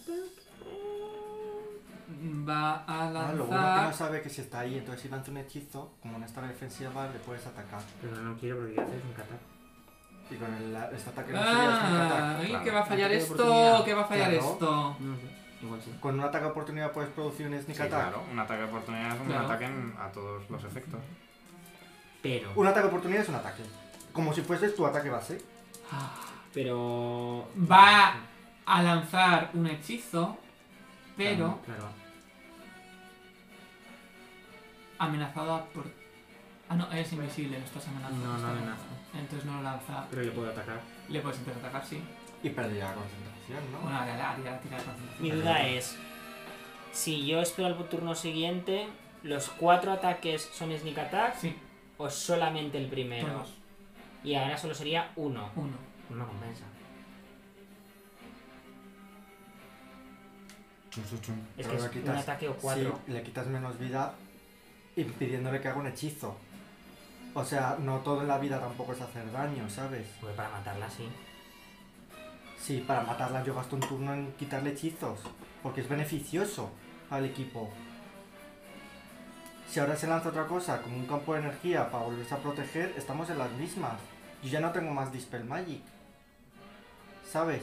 Speaker 2: Va a
Speaker 4: Ah, lo bueno que no
Speaker 2: lanzar.
Speaker 4: sabe que si está ahí, entonces si lanza un hechizo, como no está la defensiva, le puedes atacar.
Speaker 1: Pero no quiero porque haces un catar.
Speaker 4: Y con el, este ataque no sería es un
Speaker 2: Ah,
Speaker 4: ataque.
Speaker 2: ay,
Speaker 5: claro.
Speaker 2: que va a fallar
Speaker 4: Ataque de
Speaker 2: esto,
Speaker 4: oportunidad.
Speaker 2: que va a fallar
Speaker 4: Claro.
Speaker 2: esto.
Speaker 1: No sé. Igual sí.
Speaker 4: Con un ataque de oportunidad puedes producir un sneak
Speaker 5: Sí,
Speaker 4: attack.
Speaker 5: claro. Un ataque de oportunidad es un
Speaker 2: Claro.
Speaker 5: ataque en- a todos los efectos.
Speaker 1: Pero.
Speaker 4: Un ataque de oportunidad es un ataque. Como si fuese tu ataque base.
Speaker 1: Pero.
Speaker 2: Ah, Va a lanzar un hechizo, pero
Speaker 1: Claro.
Speaker 2: amenazada por. Ah, no, es invisible, no estás amenazado.
Speaker 1: No, no
Speaker 2: está-
Speaker 1: amenaza.
Speaker 2: Entonces no lo lanza.
Speaker 1: Pero le puedo atacar.
Speaker 2: Le puedes intentar atacar, sí.
Speaker 4: Y perdería la concentración, ¿no?
Speaker 2: Bueno, ahora la tira, tira,
Speaker 1: Mi duda es. Si yo espero al turno siguiente, ¿los cuatro ataques son sneak attacks
Speaker 2: Sí,
Speaker 1: o solamente el primero?
Speaker 2: todos.
Speaker 1: Y ahora solo sería uno.
Speaker 2: Uno.
Speaker 1: No me compensa. Es
Speaker 4: Pero
Speaker 1: que
Speaker 4: le
Speaker 1: es un
Speaker 4: quitas-
Speaker 1: ataque o cuatro.
Speaker 4: Sí, le quitas menos vida impidiéndole que haga un hechizo. O sea, no todo en la vida tampoco es hacer daño, ¿sabes?
Speaker 1: Pues para matarla, sí.
Speaker 4: Sí, para matarla yo gasto un turno en quitarle hechizos, porque es beneficioso al equipo. Si ahora se lanza otra cosa, como un campo de energía para volverse a proteger, estamos en las mismas. Yo ya no tengo más Dispel Magic. ¿Sabes?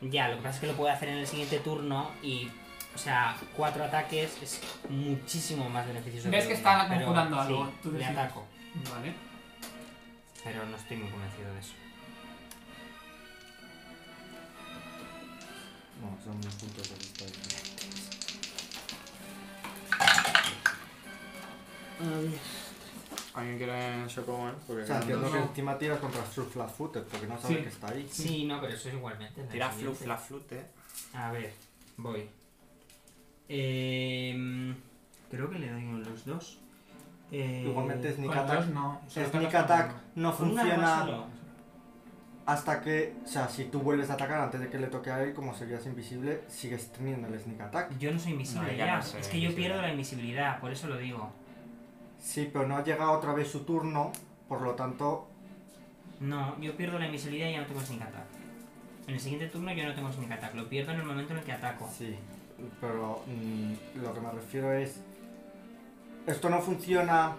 Speaker 1: Ya, lo que pasa es que lo puedo hacer en el siguiente turno y. O sea, cuatro ataques es muchísimo más beneficioso.
Speaker 2: Ves que
Speaker 1: uno,
Speaker 2: está
Speaker 1: pero
Speaker 2: conjurando
Speaker 1: sí,
Speaker 2: algo, tú
Speaker 1: le
Speaker 2: decides.
Speaker 1: ataco.
Speaker 2: Vale.
Speaker 1: Pero no estoy muy convencido de eso.
Speaker 4: No, son mis puntos de Dispel Magic.
Speaker 2: Ah,
Speaker 5: ¿Alguien quiere Chocobon? Porque
Speaker 4: O sea,
Speaker 5: quedan
Speaker 4: entiendo
Speaker 5: dos.
Speaker 4: que encima tiras contra Surf Flat Footed, porque no sabe
Speaker 2: Sí.
Speaker 4: que está ahí.
Speaker 1: Sí, no, pero eso es igualmente. en la
Speaker 5: Tira flu,
Speaker 1: siguiente.
Speaker 5: fla, flute.
Speaker 1: A ver, voy. Em, creo que le doy a los dos. Eh,
Speaker 4: Igualmente Sneak
Speaker 2: Con
Speaker 4: Attack.
Speaker 2: dos no. solo
Speaker 4: Sneak
Speaker 2: atacas con
Speaker 4: Attack
Speaker 2: uno.
Speaker 4: no
Speaker 1: ¿con un arma
Speaker 4: funciona
Speaker 1: solo?
Speaker 4: hasta que, o sea, si tú vuelves a atacar antes de que le toque a él, como serías invisible, sigues teniendo el sneak attack.
Speaker 1: Yo no soy invisible
Speaker 5: No, ya
Speaker 1: ya.
Speaker 5: no soy
Speaker 1: es que yo
Speaker 5: invisible.
Speaker 1: pierdo la invisibilidad, por eso lo digo.
Speaker 4: Sí, pero no ha llegado otra vez su turno, por lo tanto,
Speaker 1: No, yo pierdo la invisibilidad y ya no tengo sneak attack. En el siguiente turno yo no tengo sneak attack, lo pierdo en el momento en el que ataco.
Speaker 4: pues sí. Pero mm, lo que me refiero es, esto no funciona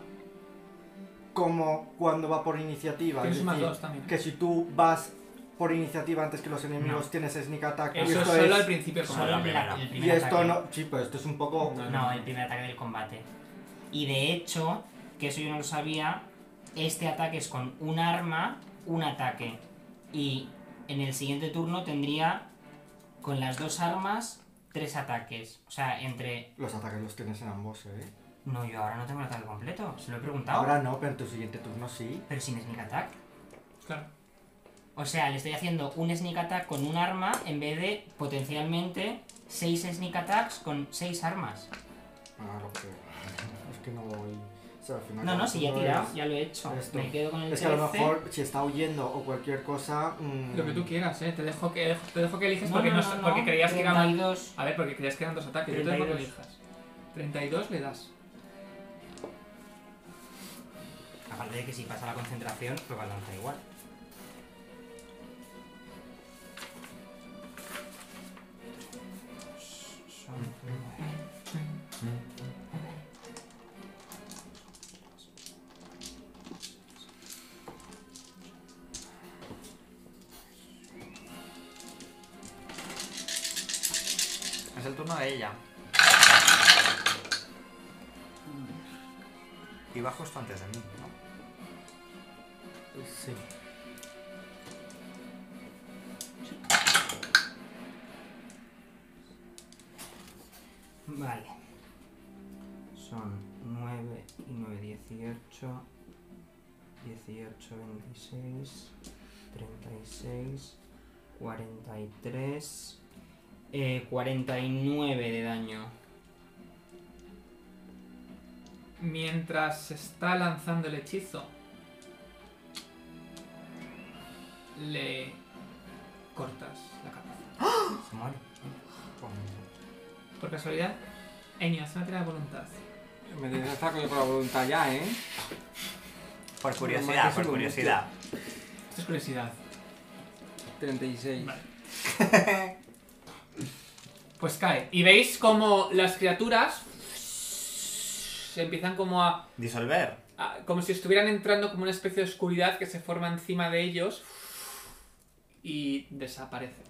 Speaker 4: como cuando va por iniciativa.
Speaker 2: Tienes
Speaker 4: es
Speaker 2: más
Speaker 4: decir,
Speaker 2: dos también.
Speaker 4: que si tú vas por iniciativa antes que los enemigos
Speaker 1: No.
Speaker 4: tienes sneak attack. y
Speaker 2: Eso
Speaker 4: esto
Speaker 2: solo al
Speaker 4: es-
Speaker 2: principio. como
Speaker 1: Solo
Speaker 2: la
Speaker 1: el, primer
Speaker 2: primera.
Speaker 1: ata- el
Speaker 4: y
Speaker 1: primer
Speaker 4: esto
Speaker 1: ataque.
Speaker 4: no, sí, pero esto es un poco...
Speaker 2: No,
Speaker 1: No, el primer ataque del combate. Y de hecho, que eso yo no lo sabía, este ataque es con un arma, un ataque. Y en el siguiente turno tendría con las dos armas tres ataques. O sea, entre...
Speaker 4: Los ataques los tienes en ambos, ¿eh?
Speaker 1: No, yo ahora no tengo el ataque completo, se lo he preguntado.
Speaker 4: Ahora no, pero en tu siguiente turno sí.
Speaker 1: Pero sin sneak attack.
Speaker 2: Claro.
Speaker 1: O sea, le estoy haciendo un sneak attack con un arma en vez de potencialmente seis sneak attacks con seis armas.
Speaker 4: Ah, lo que... Es que no voy... O sea, al final
Speaker 1: No,
Speaker 4: cada
Speaker 1: no, si ya he
Speaker 4: turno
Speaker 1: tirado,
Speaker 4: es-
Speaker 1: ya lo he hecho.
Speaker 4: esto.
Speaker 1: Me quedo con el
Speaker 4: Es que a lo
Speaker 1: 13.
Speaker 4: mejor si está huyendo o cualquier cosa... mm,
Speaker 2: Lo que tú quieras, eh. Te dejo que, te dejo que eliges porque, no, porque creías que eran.
Speaker 1: 32.
Speaker 2: A ver, porque creías que eran dos ataques. Yo te dejo que
Speaker 1: 32.
Speaker 2: elijas. 32 le das.
Speaker 1: Aparte de que si pasa la concentración, pues va a lanzar igual. Son nueve.
Speaker 5: Es el turno de ella.
Speaker 3: Y va justo antes de mí, ¿no?
Speaker 1: Sí. Vale. Son 9 y 9, 18. 18, 26, 36, 43, eh, 49 de daño.
Speaker 2: Mientras se está lanzando el hechizo, le cortas la cabeza.
Speaker 1: Se muere.
Speaker 2: Por casualidad, Enio, haz una tirada de voluntad.
Speaker 6: Me desataco yo por la voluntad ya, ¿eh?
Speaker 3: Por
Speaker 6: Marca
Speaker 3: curiosidad,
Speaker 6: su
Speaker 3: por
Speaker 6: voluntad.
Speaker 3: curiosidad.
Speaker 2: Esto es curiosidad.
Speaker 6: 36.
Speaker 2: Vale. Pues cae. Y veis como las criaturas se empiezan como a
Speaker 3: Disolver.
Speaker 2: Ah, como si estuvieran entrando como una especie de oscuridad que se forma encima de ellos y desaparece.